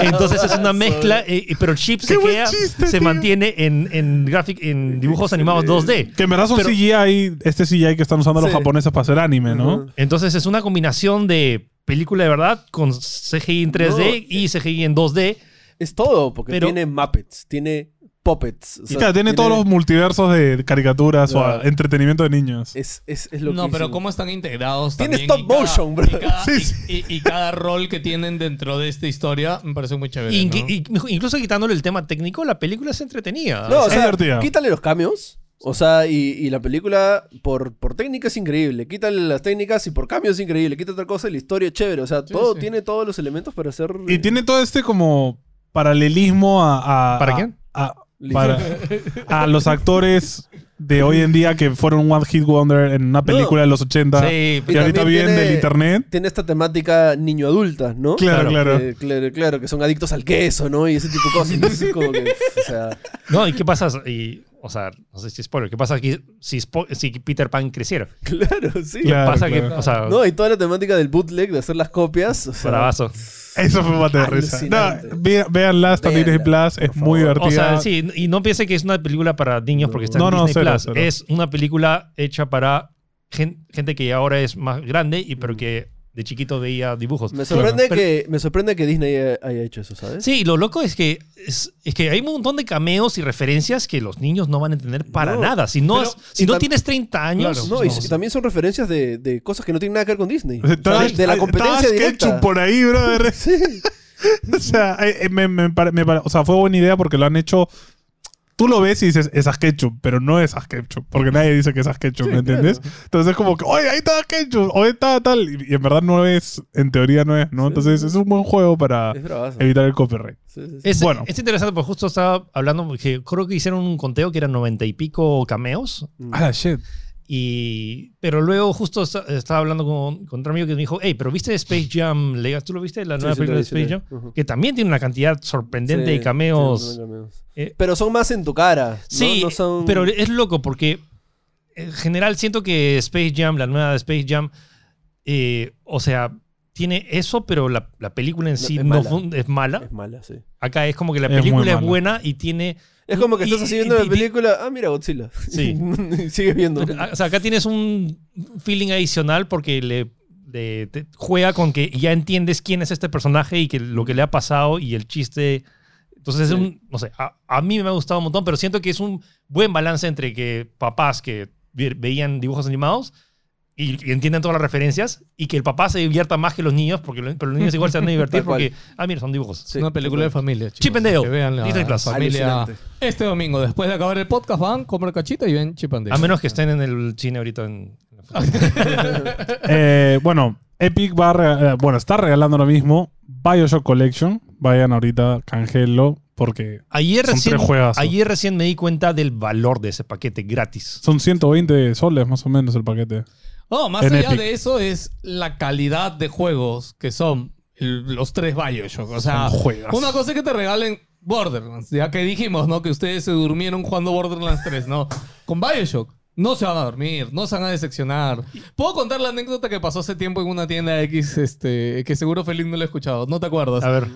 Speaker 4: Entonces es una mezcla, eh, eh, pero Chip se
Speaker 3: buen
Speaker 4: queda,
Speaker 3: chiste,
Speaker 4: se
Speaker 3: tío.
Speaker 4: mantiene en, en, graphic, en dibujos animados 2D.
Speaker 3: Que en verdad son
Speaker 4: Pero-
Speaker 3: CGI, este CGI que están usando los
Speaker 2: Sí.
Speaker 3: japoneses para hacer anime, ¿no?
Speaker 2: Ujú.
Speaker 4: Entonces es
Speaker 3: eh.
Speaker 4: una combinación de película de verdad con CGI en 3D y CGI en 2D.
Speaker 2: Es todo, porque
Speaker 4: Pero-
Speaker 2: tiene Muppets, tiene Puppets. o
Speaker 3: Y
Speaker 2: sea,
Speaker 3: claro, tiene todos los multiversos de caricaturas o
Speaker 2: Claro.
Speaker 3: a- entretenimiento de niños.
Speaker 2: Es, es, es
Speaker 1: No, pero
Speaker 2: loquísimo.
Speaker 1: cómo están integrados
Speaker 2: Tiene
Speaker 1: también.
Speaker 2: stop
Speaker 1: y cada-
Speaker 2: motion, bro.
Speaker 1: Y cada,
Speaker 3: Sí,
Speaker 1: y-
Speaker 3: sí.
Speaker 1: y- y cada rol que tienen dentro de esta historia me parece muy chévere.
Speaker 4: Inqui-
Speaker 1: ¿no?
Speaker 4: y- Incluso quitándole el tema técnico, la película se entretenía.
Speaker 2: No, o
Speaker 3: Ah, Es
Speaker 2: sea,
Speaker 3: divertida.
Speaker 2: quítale los cambios. O sea, y, y la película por, por técnica es increíble. Quítale las técnicas y por cambios es increíble. Quita otra cosa y la historia es chévere. O sea,
Speaker 1: Sí,
Speaker 2: todo
Speaker 1: sí.
Speaker 2: tiene todos los elementos para hacer.
Speaker 3: Y tiene todo este como paralelismo a... a-
Speaker 4: ¿Para
Speaker 3: a-
Speaker 4: quién?
Speaker 3: a- para- a los actores de hoy en día que fueron One Hit Wonder en una película de los 80
Speaker 4: Sí,
Speaker 3: y
Speaker 2: Y
Speaker 3: ahorita
Speaker 2: también
Speaker 3: vienen
Speaker 2: tiene-
Speaker 3: del internet.
Speaker 2: Tiene esta temática niño-adulta, ¿no?
Speaker 3: Claro, claro.
Speaker 2: Que- claro, claro, que son adictos al queso, ¿no? Y ese tipo de cosas. Entonces, como que, o sea,
Speaker 4: No, ¿y qué pasa? Y, o sea, no sé si spoiler, ¿qué pasa aquí si, spo- si Peter Pan creciera? ¿Qué
Speaker 2: claro, sí.
Speaker 3: Claro.
Speaker 4: pasa que,
Speaker 3: claro.
Speaker 4: o sea,
Speaker 2: No, y toda la temática del bootleg, de hacer las copias. O sea,
Speaker 4: bravazo.
Speaker 3: Eso fue mate de risa.
Speaker 2: Alucinante.
Speaker 3: No, ve- véanlas también en
Speaker 2: Véanlas,
Speaker 3: Plus, es muy divertida.
Speaker 4: O sea, sí, y no piense que es una película para niños porque está
Speaker 3: No,
Speaker 4: en
Speaker 3: no,
Speaker 4: Disney
Speaker 3: cero,
Speaker 4: Plus.
Speaker 3: cero.
Speaker 4: Es una película hecha para gen- gente que ya ahora es más grande y pero que de chiquito veía dibujos.
Speaker 2: Me sorprende,
Speaker 4: Pero-
Speaker 2: que, me sorprende que Disney haya, haya hecho eso, ¿sabes?
Speaker 4: Sí, y lo loco es que es, es que hay un montón de cameos y referencias que los niños no van a entender para
Speaker 2: No,
Speaker 4: nada. Si no,
Speaker 2: pero-
Speaker 4: si
Speaker 2: y
Speaker 4: no
Speaker 2: tam-
Speaker 4: tienes 30 años,
Speaker 2: No, y
Speaker 4: pues no,
Speaker 2: s- también son referencias de, de cosas que no tienen nada que ver con Disney.
Speaker 3: Estaba-
Speaker 2: O sea, de la competencia
Speaker 3: estaba
Speaker 2: directa.
Speaker 3: Sketchup por ahí, brother.
Speaker 2: Sí.
Speaker 3: o, sea, eh, eh, me- me pare- me pare- o sea, fue buena idea porque lo han hecho. Tú lo ves y dices, es Sketchup, pero no es Sketchup, porque nadie dice que es Sketchup, ¿me entiendes? Entonces es como que, oye, ahí está Sketchup, oye, está tal. Y, y en verdad no es, en teoría no es, ¿no? Entonces es un buen juego para
Speaker 2: Es bravazo.
Speaker 3: evitar el copyright.
Speaker 2: Sí, sí, sí.
Speaker 4: Eh, Es,
Speaker 3: Bueno.
Speaker 4: es interesante porque justo estaba hablando porque creo que hicieron un conteo que eran 90 y pico cameos
Speaker 2: Mm.
Speaker 3: Ah, la shit.
Speaker 4: y pero luego justo esta- estaba hablando con, con otro amigo que me dijo, hey, pero viste Space Jam Legacy, ¿tú lo viste? La
Speaker 2: Sí,
Speaker 4: nueva
Speaker 2: sí, lo
Speaker 4: película de
Speaker 2: vi, sí, lo
Speaker 4: Space Jam,
Speaker 2: vi. Ujú.
Speaker 4: que también tiene una cantidad sorprendente
Speaker 2: Sí,
Speaker 4: de cameos.
Speaker 2: sí, son cameos.
Speaker 4: Eh,
Speaker 2: Pero son más en tu cara. ¿no?
Speaker 4: Sí,
Speaker 2: No son-
Speaker 4: pero es loco porque en general siento que Space Jam, la nueva de Space Jam, eh, o sea, tiene eso, pero la, la película en sí
Speaker 2: es
Speaker 4: no
Speaker 2: mala.
Speaker 4: fun- es mala.
Speaker 2: Es mala, sí.
Speaker 4: Acá es como que la
Speaker 3: Es muy
Speaker 4: película es
Speaker 3: mala.
Speaker 4: buena y tiene
Speaker 2: Es como que
Speaker 4: Y-
Speaker 2: estás así
Speaker 4: y-
Speaker 2: viendo
Speaker 4: y-
Speaker 2: la película. Ah, mira, Godzilla.
Speaker 4: Sí. Ah,
Speaker 2: Y Sigues viendo.
Speaker 4: O sea, acá tienes un feeling adicional porque le, le- te juega con que ya entiendes quién es este personaje y que lo que le ha pasado y el chiste. Entonces, es
Speaker 2: Sí.
Speaker 4: un, no sé, a, a mí me ha gustado un montón, pero siento que es un buen balance entre que papás que ve- veían dibujos animados y, y entiendan todas las referencias y que el papá se divierta más que los niños, porque lo- pero los niños igual se van a divertir
Speaker 2: Tal cual.
Speaker 4: porque, ah, mira, son dibujos.
Speaker 1: Es una película de familia. chicos.
Speaker 4: Chip and Dale,
Speaker 1: Que vean la
Speaker 4: Disney Plus.
Speaker 1: familia.
Speaker 2: Alucinante.
Speaker 1: Este domingo, después de acabar el podcast, van, compran cachita y ven Chip and Dale.
Speaker 4: A menos que estén en el cine ahorita en...
Speaker 3: Eh, bueno, Epic va a rega- eh, bueno, está regalando ahora mismo Bioshock Collection. Vayan ahorita, canjelo, porque
Speaker 4: Ayer
Speaker 3: Son
Speaker 4: recién,
Speaker 3: tres juegazos.
Speaker 4: ayer recién me di cuenta del valor de ese paquete gratis.
Speaker 3: son 120 soles más o menos el paquete.
Speaker 1: No, Oh, más
Speaker 3: En
Speaker 1: allá
Speaker 3: Epic.
Speaker 1: de eso es la calidad de juegos que son el- los tres Bioshock. O sea,
Speaker 3: Son juegazos.
Speaker 1: una cosa es que te regalen Borderlands, ya que dijimos, ¿no? Que ustedes se durmieron jugando Borderlands 3, ¿no? Con Bioshock. No se van a dormir, no se van a decepcionar. Puedo contar la anécdota que pasó hace tiempo en una tienda X, este, que seguro Feliz no lo he escuchado, no te acuerdas.
Speaker 4: A ver,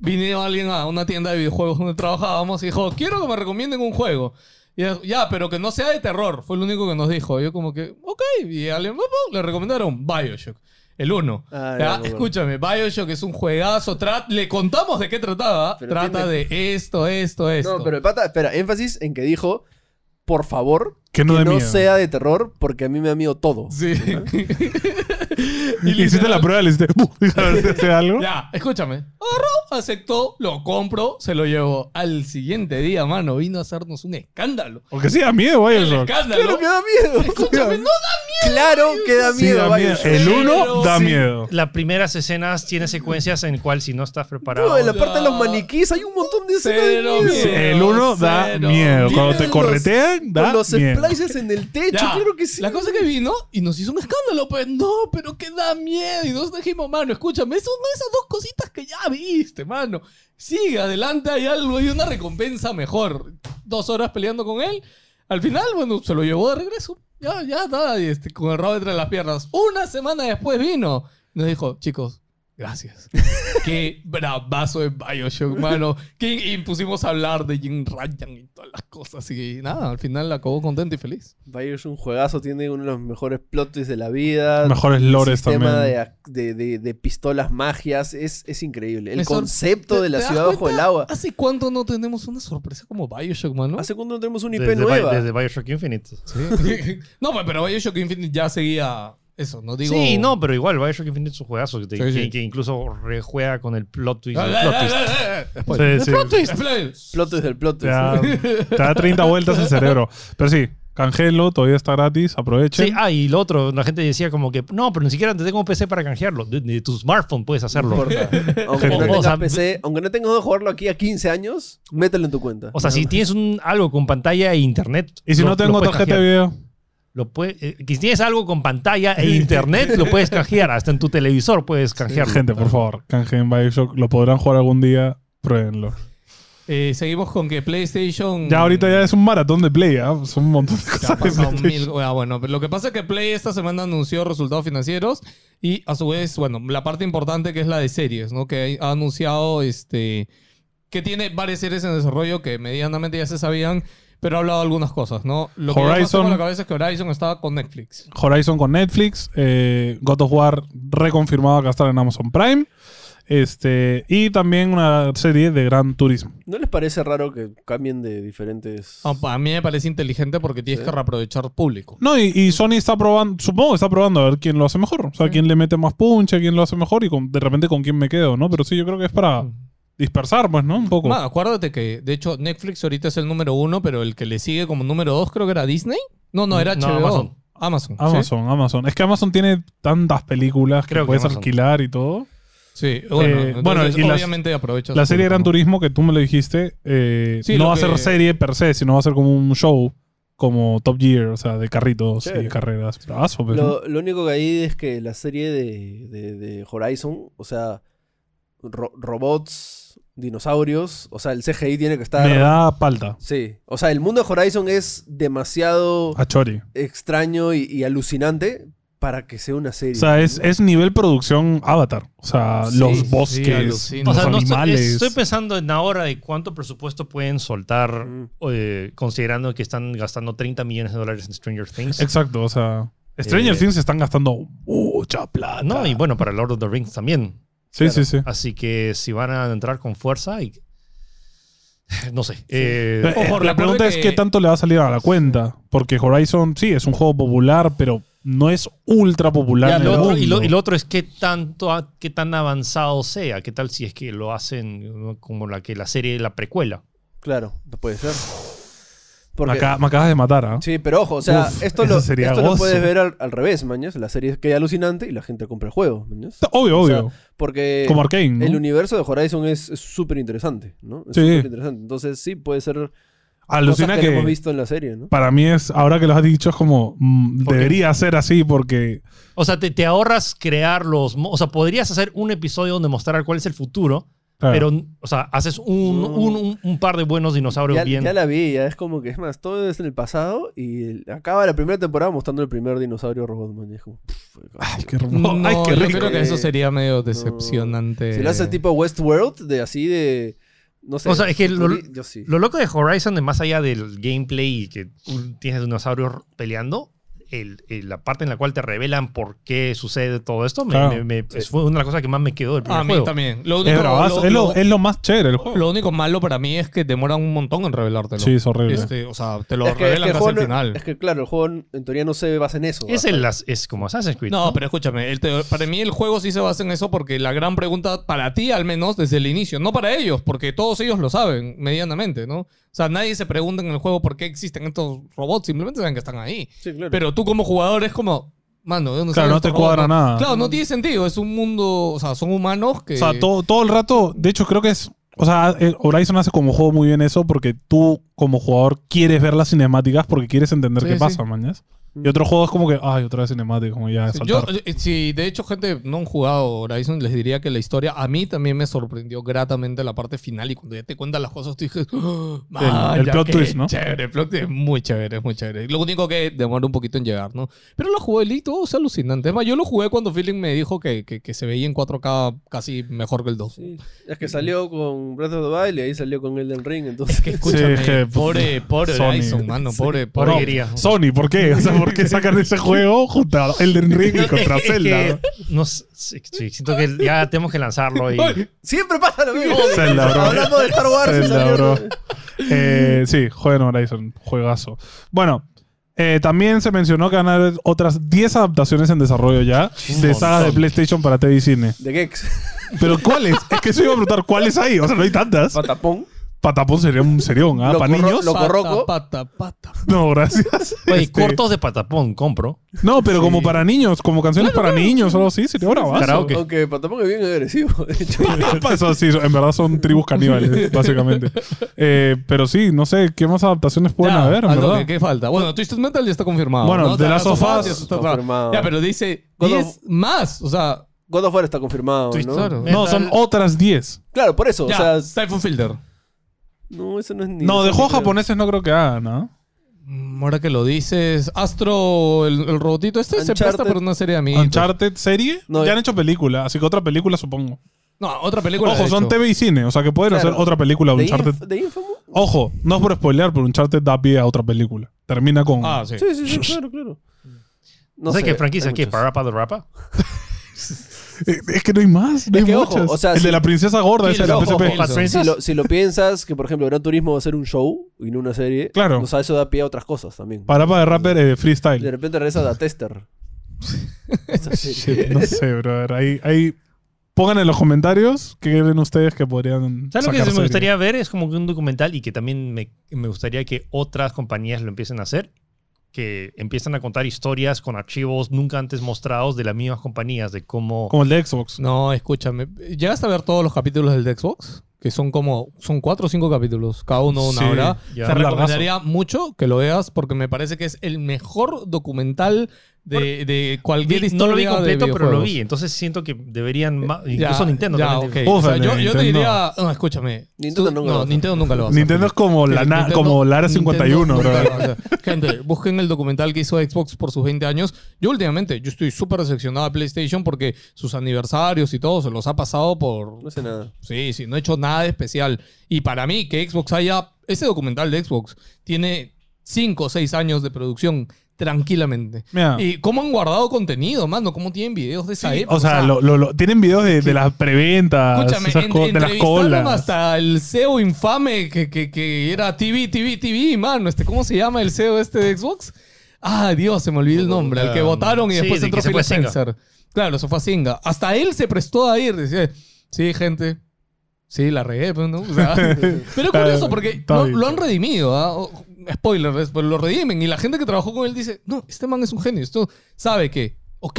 Speaker 1: Vino alguien a una tienda de videojuegos donde trabajábamos y dijo, quiero que me recomienden un juego. Y ella, ya, pero que no sea de terror. Fue lo único que nos dijo. Yo como que, ok. Y alguien, "Pum, pum", le recomendaron Bioshock. El 1.
Speaker 2: Ah,
Speaker 1: Ya,
Speaker 2: ya, bueno.
Speaker 1: escúchame, Bioshock es un juegazo. Tra- le contamos de qué trataba.
Speaker 2: Pero
Speaker 1: Trata
Speaker 2: tiene-
Speaker 1: de esto, esto, esto.
Speaker 2: No, pero el pata, espera, énfasis en que dijo, por favor,
Speaker 3: Que no
Speaker 2: que
Speaker 3: dé
Speaker 2: no
Speaker 3: miedo.
Speaker 2: sea de terror, porque a mí me da miedo todo.
Speaker 1: Sí.
Speaker 3: Y le hiciste la prueba, le hiciste, "Bu", ¿hiciste algo?
Speaker 1: Ya, escúchame. Agarró, aceptó, lo compró, se lo llevó. Al siguiente día, mano, vino a hacernos un escándalo.
Speaker 3: Porque sí da miedo
Speaker 1: El
Speaker 3: Bioshock.
Speaker 1: escándalo.
Speaker 2: Claro que da miedo.
Speaker 1: Escúchame, no
Speaker 2: Claro que da
Speaker 3: Sí
Speaker 2: miedo.
Speaker 3: da
Speaker 2: vaya.
Speaker 3: miedo. El
Speaker 1: Pero
Speaker 3: 1 da
Speaker 1: sí.
Speaker 3: miedo.
Speaker 4: las primeras escenas tienen secuencias en cual si no estás preparado...
Speaker 2: No, en la parte de los
Speaker 1: Ya.
Speaker 2: maniquís hay un montón de escenas de
Speaker 1: Cero
Speaker 2: miedo.
Speaker 1: miedo.
Speaker 3: El 1 da
Speaker 1: Cero.
Speaker 3: miedo. Cuando
Speaker 2: Tiene
Speaker 3: te
Speaker 2: los-
Speaker 3: corretean, da
Speaker 2: Con los
Speaker 3: miedo.
Speaker 2: splices en el techo,
Speaker 1: Ya,
Speaker 2: claro que sí.
Speaker 1: La cosa que vino y nos hizo un escándalo, pues no, pero que da miedo. Y nos dijimos, mano, escúchame, son esas dos cositas que ya viste, mano. Sigue adelante, hay algo, hay una recompensa mejor. Dos horas peleando con él. Al final, bueno, se lo llevó de regreso. Ya, ya, nada, y este, con el rabo entre las piernas. Una semana después vino y nos dijo, chicos, Gracias. Qué bravazo de Bioshock, mano. Que impusimos a hablar de Jim Ryan y todas las cosas. Y nada, al final acabó contento y feliz.
Speaker 2: Bioshock es un juegazo, tiene uno de los mejores plot twists de la vida.
Speaker 3: Mejores lores
Speaker 2: sistema
Speaker 3: también.
Speaker 2: De, de- de- de pistolas magias, es, es increíble. El
Speaker 1: Me sor-
Speaker 2: concepto
Speaker 1: ¿Te-
Speaker 2: de la
Speaker 1: te das
Speaker 2: ciudad bajo el
Speaker 1: cuenta?
Speaker 2: agua.
Speaker 1: ¿Hace cuánto no tenemos una sorpresa como Bioshock, mano?
Speaker 2: ¿Hace cuándo no tenemos una IP
Speaker 4: Desde, Bi-
Speaker 2: nueva?
Speaker 4: desde Bioshock Infinite.
Speaker 1: Sí. no, pues, pero Bioshock Infinite ya seguía eso, no digo...
Speaker 4: Sí, no, pero igual Bioshock Infinite es un juegazo que, te-
Speaker 1: Sí,
Speaker 4: que-
Speaker 1: sí.
Speaker 4: que incluso rejuega con el plot twist.
Speaker 1: Ah,
Speaker 4: del
Speaker 1: ah,
Speaker 4: plot
Speaker 1: ah,
Speaker 4: twist.
Speaker 1: ah, ah, ah. Spoiler.
Speaker 3: Sí, sí.
Speaker 1: Spoiler.
Speaker 2: Plot twist del plot
Speaker 3: Te
Speaker 2: twist.
Speaker 3: da, te da 30 vueltas el cerebro. Pero sí, canjelo, todavía está gratis, aprovechen.
Speaker 4: Sí, ah, y lo otro, la gente decía como que, no, pero ni siquiera te tengo un PC para canjearlo. De, de tu smartphone puedes
Speaker 2: No
Speaker 4: hacerlo.
Speaker 2: importa. Aunque no
Speaker 4: Gente.
Speaker 2: tengas
Speaker 4: O sea,
Speaker 2: PC, aunque no tengas de jugarlo aquí a 15 años, mételo en tu cuenta.
Speaker 4: O sea, si tienes un, algo con pantalla e internet.
Speaker 3: y si
Speaker 4: lo-
Speaker 3: no
Speaker 4: lo
Speaker 3: tengo
Speaker 4: puedes
Speaker 3: tarjeta de
Speaker 4: canjear.
Speaker 3: video,
Speaker 4: Lo puede- eh, que si tienes algo con pantalla e internet, lo puedes canjear. Hasta en tu televisor puedes canjearlo.
Speaker 3: gente, por favor, canjeen Bioshock. Lo podrán jugar algún día, pruébenlo.
Speaker 1: Eh, seguimos con que PlayStation...
Speaker 3: Ya ahorita ya es un maratón de play, ¿ah? son un montón de
Speaker 1: Se Mm. ha
Speaker 3: cosas.
Speaker 1: pasado
Speaker 3: de
Speaker 1: mil- Ah, bueno, pero lo que pasa es que Play esta semana anunció resultados financieros y a su vez, bueno, la parte importante que es la de series, ¿no? Que ha anunciado este que tiene varias series en desarrollo que medianamente ya se sabían, pero ha hablado algunas cosas, ¿no? Lo que yo más
Speaker 3: Horizon.
Speaker 1: tengo en la cabeza es que Horizon estaba con Netflix.
Speaker 3: Horizon con Netflix, eh, God of War reconfirmado que va a estar en Amazon Prime, este, y también una serie de Gran Turismo.
Speaker 2: ¿No les parece raro que cambien de diferentes.
Speaker 1: Ah, pa- A mí me parece inteligente porque tienes
Speaker 2: Sí.
Speaker 1: que reaprovechar público.
Speaker 3: No, y, y Sony está probando, supongo que está probando a ver quién lo hace mejor, o sea, quién le mete más punch, a quién lo hace mejor y con- de repente con quién me quedo, ¿no? Pero sí, yo creo que es para dispersar, pues, ¿no? Un poco.
Speaker 1: Mm. Ma, acuérdate que, de hecho, Netflix ahorita es el número uno, pero el que le sigue como número dos creo que era Disney. No, no, era
Speaker 4: No,
Speaker 1: HBO.
Speaker 4: Amazon.
Speaker 1: Amazon. ¿sí?
Speaker 3: Amazon, Amazon. Es que Amazon tiene tantas películas que
Speaker 4: Creo que
Speaker 3: puedes
Speaker 4: Amazon.
Speaker 3: alquilar y todo.
Speaker 1: Sí, bueno,
Speaker 3: Eh,
Speaker 1: entonces,
Speaker 3: bueno, y las-
Speaker 1: obviamente aprovechas.
Speaker 3: La serie de Gran
Speaker 1: público,
Speaker 3: Turismo, que tú me lo dijiste, eh,
Speaker 1: Sí,
Speaker 3: no
Speaker 1: lo
Speaker 3: va a ser
Speaker 1: que-
Speaker 3: serie per se, sino va a ser como un show como Top Gear, o sea, de carritos y
Speaker 2: Chévere.
Speaker 3: carreras. Bravazo, pues, ¿no?
Speaker 2: Lo, lo único que hay es que la serie de, de- de Horizon, o sea, ro- robots, dinosaurios, o sea, el CGI tiene que estar.
Speaker 3: Me da palta.
Speaker 2: Sí, o sea, el mundo de Horizon es demasiado
Speaker 3: A Chori.
Speaker 2: extraño y, y alucinante para que sea una serie.
Speaker 3: O sea, es, es nivel producción Avatar. O sea,
Speaker 2: Sí,
Speaker 3: los
Speaker 1: sí,
Speaker 3: bosques,
Speaker 1: alucina.
Speaker 4: O
Speaker 3: los
Speaker 4: sea, no estoy-
Speaker 3: animales.
Speaker 4: estoy, pensando en ahora de cuánto presupuesto pueden soltar,
Speaker 2: Mm.
Speaker 4: eh, considerando que están gastando 30 millones de dólares en Stranger Things.
Speaker 3: Exacto, o sea. Stranger
Speaker 4: Eh,
Speaker 3: Things están gastando mucha plata.
Speaker 4: Ah, no, y bueno, para Lord of the Rings también.
Speaker 3: sí,
Speaker 2: claro.
Speaker 3: sí, sí.
Speaker 4: Así que si van a entrar con fuerza y... No sé. eh,
Speaker 3: Eh, eh,
Speaker 1: Ojo,
Speaker 3: la
Speaker 1: recuerda
Speaker 3: pregunta es
Speaker 1: que-
Speaker 3: qué tanto le va a salir a la cuenta. Porque Horizon, sí, es un juego popular, pero no es ultra popular.
Speaker 4: Ya,
Speaker 3: en
Speaker 4: lo
Speaker 3: el
Speaker 4: otro- y, lo,
Speaker 3: mundo.
Speaker 4: y lo otro es qué tanto a- qué tan avanzado sea, qué tal si es que lo hacen ¿no? como la que la serie la precuela.
Speaker 2: Claro, no puede ser.
Speaker 3: Me
Speaker 2: Porque,
Speaker 3: acá- me acabas de matar, ¿ah?
Speaker 2: Sí, pero ojo, o sea,
Speaker 3: Uf,
Speaker 2: esto,
Speaker 3: eso
Speaker 2: lo,
Speaker 3: sería
Speaker 2: esto lo
Speaker 3: gozo.
Speaker 2: puedes ver al, al revés, mañas. La serie que es alucinante y la gente compra el juego, mañas.
Speaker 3: Está- Obvio,
Speaker 2: O sea,
Speaker 3: obvio.
Speaker 2: Porque
Speaker 3: Como Arkane. ¿no?
Speaker 2: el universo de Horizon es súper interesante, ¿no? Es
Speaker 3: Sí.
Speaker 2: súper interesante. Entonces sí, puede ser
Speaker 3: Alucina
Speaker 2: cosas que,
Speaker 3: que,
Speaker 2: no hemos visto en la serie, ¿no?
Speaker 3: para mí es, ahora que lo has dicho, es como mm,
Speaker 4: ¿Por qué?
Speaker 3: debería ser así porque
Speaker 4: O sea, te, te ahorras crear los... mo- O sea, podrías hacer un episodio donde mostrar cuál es el futuro,
Speaker 3: claro,
Speaker 4: pero, o sea, haces un,
Speaker 2: No.
Speaker 4: un- un- un par de buenos dinosaurios
Speaker 2: Ya,
Speaker 4: bien...
Speaker 2: ya la vi, ya es como que es más, todo es en el pasado y el- acaba la primera temporada mostrando el primer dinosaurio robot, man. y es como, pff,
Speaker 3: ay, qué hermoso.
Speaker 1: No,
Speaker 3: ay, qué
Speaker 1: yo
Speaker 3: rico.
Speaker 1: creo que eso sería medio
Speaker 2: no.
Speaker 1: decepcionante.
Speaker 2: Si lo haces tipo Westworld, de así de. No sé.
Speaker 4: O sea, es que lo-
Speaker 2: yo sí.
Speaker 4: Lo loco de Horizon, de más allá del gameplay y que tú tienes dinosaurios peleando, el- el- la parte en la cual te revelan por qué sucede todo esto, me-
Speaker 3: Claro.
Speaker 4: me- me- es- fue una de las cosas que más me quedó del primer
Speaker 1: A mí
Speaker 4: juego.
Speaker 1: también. Lo único,
Speaker 3: Es, bravazo.
Speaker 1: lo,
Speaker 3: es, lo,
Speaker 1: lo-
Speaker 3: es lo más chévere el juego.
Speaker 1: lo único malo para mí es que demoran un montón en revelártelo.
Speaker 3: sí, es horrible.
Speaker 1: Este, o sea, te lo
Speaker 2: es que, es que
Speaker 1: revelan
Speaker 2: el
Speaker 1: casi
Speaker 2: juego
Speaker 1: al
Speaker 2: no-
Speaker 1: final.
Speaker 2: es que claro, el juego en teoría no se basa en eso.
Speaker 4: Es, el, as- es como Assassin's Creed.
Speaker 1: No, pero escúchame, el teo- para mí el juego sí se basa en eso porque la gran pregunta para ti al menos desde el inicio, no para ellos, porque todos ellos lo saben medianamente, ¿no? O sea, nadie se pregunta en el juego por qué existen estos robots, simplemente saben que están ahí.
Speaker 2: Sí, claro.
Speaker 1: Pero tú como jugador es como, mano, ¿de dónde
Speaker 3: Claro,
Speaker 1: salen
Speaker 3: no
Speaker 1: estos
Speaker 3: te cuadra
Speaker 1: robots?
Speaker 3: nada.
Speaker 1: Claro, no tiene sentido, es un mundo, o sea, son humanos que...
Speaker 3: O sea, todo, todo el rato, de hecho creo que es... O sea, el Horizon hace como juego muy bien eso porque tú como jugador quieres ver las cinemáticas porque quieres entender
Speaker 1: Sí,
Speaker 3: qué
Speaker 1: sí.
Speaker 3: pasa, mañas. Y otro juego es como que, ay, otra vez cinemática, como ya
Speaker 1: Sí,
Speaker 3: saltar.
Speaker 1: Yo, eh, si de hecho gente no han jugado Horizon, les diría que la historia a mí también me sorprendió gratamente la parte final y cuando ya te cuentan las cosas, tú dices, "Oh,
Speaker 3: El- el
Speaker 1: ya,
Speaker 3: plot
Speaker 1: qué
Speaker 3: twist, ¿no?
Speaker 1: Chévere, el plot twist es muy chévere, es muy chévere. Lo único que demora un poquito en llegar, ¿no? Pero lo jugué y todo es alucinante. Además, yo lo jugué cuando Feeling me dijo que, que, que se veía en 4K casi mejor que el 2.
Speaker 2: Sí, es que salió con Breath of the Wild y ahí salió con Elden Ring, entonces...
Speaker 1: Que escúchame,
Speaker 3: Sí, que-
Speaker 1: pobre, pobre
Speaker 3: Sony.
Speaker 1: Horizon, mano, pobre, pobre.
Speaker 3: No,
Speaker 4: porquería.
Speaker 3: Sony, ¿por qué? O sea, ¿por qué sacan ese juego junto a Elden Ring y contra
Speaker 4: Es que-
Speaker 3: Zelda?
Speaker 4: no sé, sí, sí, siento que ya tenemos que lanzarlo y
Speaker 1: Ay,
Speaker 2: Siempre pasa lo mismo.
Speaker 3: Zelda, bro.
Speaker 2: Hablamos de Star Wars. y
Speaker 3: Zelda,
Speaker 2: salió-
Speaker 3: bro. Eh, sí, jueguen Horizon, juegazo. Bueno, eh, también se mencionó que van a haber otras 10 adaptaciones en desarrollo ya de sagas de PlayStation para TV y cine.
Speaker 2: De Gex.
Speaker 3: ¿Pero cuáles? es que eso iba a preguntar, ¿cuáles hay? O sea, no hay tantas.
Speaker 2: Patapón.
Speaker 3: Patapón sería un serión, ¿ah?
Speaker 2: Lo
Speaker 3: ¿Para
Speaker 2: corro-
Speaker 3: niños?
Speaker 2: lo-
Speaker 1: pata,
Speaker 2: Locorroco.
Speaker 1: Pata, pata.
Speaker 3: No, gracias.
Speaker 4: Oye,
Speaker 3: Este,
Speaker 4: cortos de patapón compro.
Speaker 3: No, pero como para niños, como canciones para niños o algo así, sería bravazo.
Speaker 4: Karaoke.
Speaker 2: Aunque Patapón es bien agresivo, de hecho.
Speaker 3: Pues Eso sí, en verdad son tribus caníbales, básicamente. Eh, pero sí, no sé qué más adaptaciones pueden
Speaker 1: Ya,
Speaker 3: haber, en
Speaker 1: a lo
Speaker 3: verdad.
Speaker 1: que, ¿qué falta? Bueno, Twisted Metal ya está confirmado.
Speaker 3: Bueno,
Speaker 1: ¿no?
Speaker 3: The
Speaker 1: The
Speaker 3: Last
Speaker 1: Last
Speaker 3: of
Speaker 1: of
Speaker 3: Us
Speaker 1: ya está
Speaker 2: confirmado.
Speaker 1: Ya, pero dice
Speaker 2: God
Speaker 1: 10 más. O sea,
Speaker 2: God of War está confirmado,
Speaker 4: Twist,
Speaker 2: ¿no?
Speaker 4: claro.
Speaker 3: No, son otras 10.
Speaker 2: Claro, por eso.
Speaker 1: ya,
Speaker 2: O sea,
Speaker 1: Siphon Filter.
Speaker 2: no, eso no es ni...
Speaker 3: No, de
Speaker 2: eso
Speaker 3: juegos
Speaker 2: creo.
Speaker 3: japoneses no creo que hagan, ¿no?
Speaker 1: Mm, Ahora que lo dices, Astro, el, el robotito este se
Speaker 2: Uncharted.
Speaker 1: presta por una serie de amigos.
Speaker 3: Uncharted serie,
Speaker 2: No,
Speaker 3: ya
Speaker 2: eh.
Speaker 3: han hecho película, así que otra película supongo.
Speaker 1: No, otra película.
Speaker 3: Ojo,
Speaker 1: de
Speaker 3: son
Speaker 1: hecho.
Speaker 3: TV y cine, o sea que pueden
Speaker 2: Claro.
Speaker 3: hacer otra película de
Speaker 2: ¿De,
Speaker 3: Uncharted.
Speaker 2: Inf- de Infamous?
Speaker 3: Ojo, no es por spoilear, pero Uncharted da pie a otra película. Termina con...
Speaker 1: Ah, sí.
Speaker 2: Sí, sí, sí, claro, claro.
Speaker 4: No sé qué franquicia
Speaker 2: hay
Speaker 4: aquí,
Speaker 2: muchos.
Speaker 4: Parapa the Rapa.
Speaker 3: Eh, Es que no hay más, no
Speaker 2: Es
Speaker 3: hay
Speaker 2: que, ojo,
Speaker 3: muchas.
Speaker 2: o sea,
Speaker 3: el
Speaker 2: si-
Speaker 3: de la princesa gorda, ese de la
Speaker 1: Ojo,
Speaker 3: PSP.
Speaker 1: ojo.
Speaker 4: Fast
Speaker 2: Si
Speaker 4: Princess.
Speaker 2: lo, si lo piensas, que por ejemplo Gran Turismo va a ser un show y no una serie,
Speaker 3: Claro.
Speaker 2: o sea, eso da pie a otras cosas también.
Speaker 3: Parapa de rapper eh, freestyle.
Speaker 2: De repente regresa Da Tester. Esa serie.
Speaker 3: Shit, no sé, brother. Ahí, ahí- pongan en los comentarios qué creen ustedes que podrían.
Speaker 4: ¿Sabes lo que
Speaker 3: sacar
Speaker 4: me
Speaker 3: serie.
Speaker 4: gustaría ver? Es como que un documental y que también me, me gustaría que otras compañías lo empiecen a hacer. Que empiezan a contar historias con archivos nunca antes mostrados de las mismas compañías, de cómo.
Speaker 3: Como el de Xbox.
Speaker 1: No, escúchame. ¿Llegaste a ver todos los capítulos del de Xbox? Que son como, son cuatro o cinco capítulos, cada uno una
Speaker 3: Sí,
Speaker 1: hora.
Speaker 4: ya.
Speaker 1: Te
Speaker 3: Un
Speaker 1: recomendaría mucho que lo veas porque me parece que es el mejor documental de, de cualquier
Speaker 4: Vi-
Speaker 1: historia.
Speaker 4: no lo vi completo,
Speaker 1: de
Speaker 4: pero lo
Speaker 1: videojuegos. Eh,
Speaker 4: vi. Entonces siento que deberían. ma-
Speaker 1: Ya,
Speaker 4: Incluso Nintendo
Speaker 1: ya,
Speaker 4: también.
Speaker 1: ok. O sea,
Speaker 3: Ufale,
Speaker 1: yo, yo
Speaker 3: Nintendo.
Speaker 1: te diría, no, escúchame.
Speaker 2: Nintendo
Speaker 1: Tú-
Speaker 2: nunca lo
Speaker 1: no,
Speaker 2: hace.
Speaker 1: Nintendo nunca lo hace.
Speaker 3: Nintendo es como la, na- como la era 51,
Speaker 1: bro.
Speaker 3: brother.
Speaker 1: Gente, busquen el documental que hizo Xbox por sus 20 años. Yo últimamente, yo estoy súper decepcionado de PlayStation porque sus aniversarios y todo se los ha pasado por...
Speaker 2: No sé nada.
Speaker 1: Sí, sí, no he hecho nada de especial. Y para mí, que Xbox haya... Ese documental de Xbox tiene 5 o 6 años de producción tranquilamente.
Speaker 3: Mira.
Speaker 1: Y cómo han guardado contenido, mano. Cómo tienen videos de esa época.
Speaker 3: O sea, lo- lo- lo- tienen videos de, de las preventas,
Speaker 1: Escúchame,
Speaker 3: esas
Speaker 1: en-
Speaker 3: co- de las
Speaker 1: entrevistaron
Speaker 3: colas.
Speaker 1: hasta el CEO infame que, que- que era TV, TV, TV, mano. Este, ¿Cómo se llama el CEO este de Xbox? Ah, Dios, se me olvidó el nombre. El que
Speaker 4: Um,
Speaker 1: votaron y
Speaker 4: sí,
Speaker 1: después
Speaker 4: de que
Speaker 1: entró
Speaker 4: se
Speaker 1: Phil
Speaker 4: fue Singa.
Speaker 1: Spencer. Claro, se fue a Singa. Hasta él se prestó a ir. Decía, sí, gente. Sí, la regué, pues, ¿no? O sea, pero es curioso porque
Speaker 3: Está
Speaker 1: lo,
Speaker 3: bien.
Speaker 1: lo han redimido. ¿ah? O- Spoilers, pero lo redimen. Y la gente que trabajó con él dice, no, este man es un genio. Esto sabe que, ok,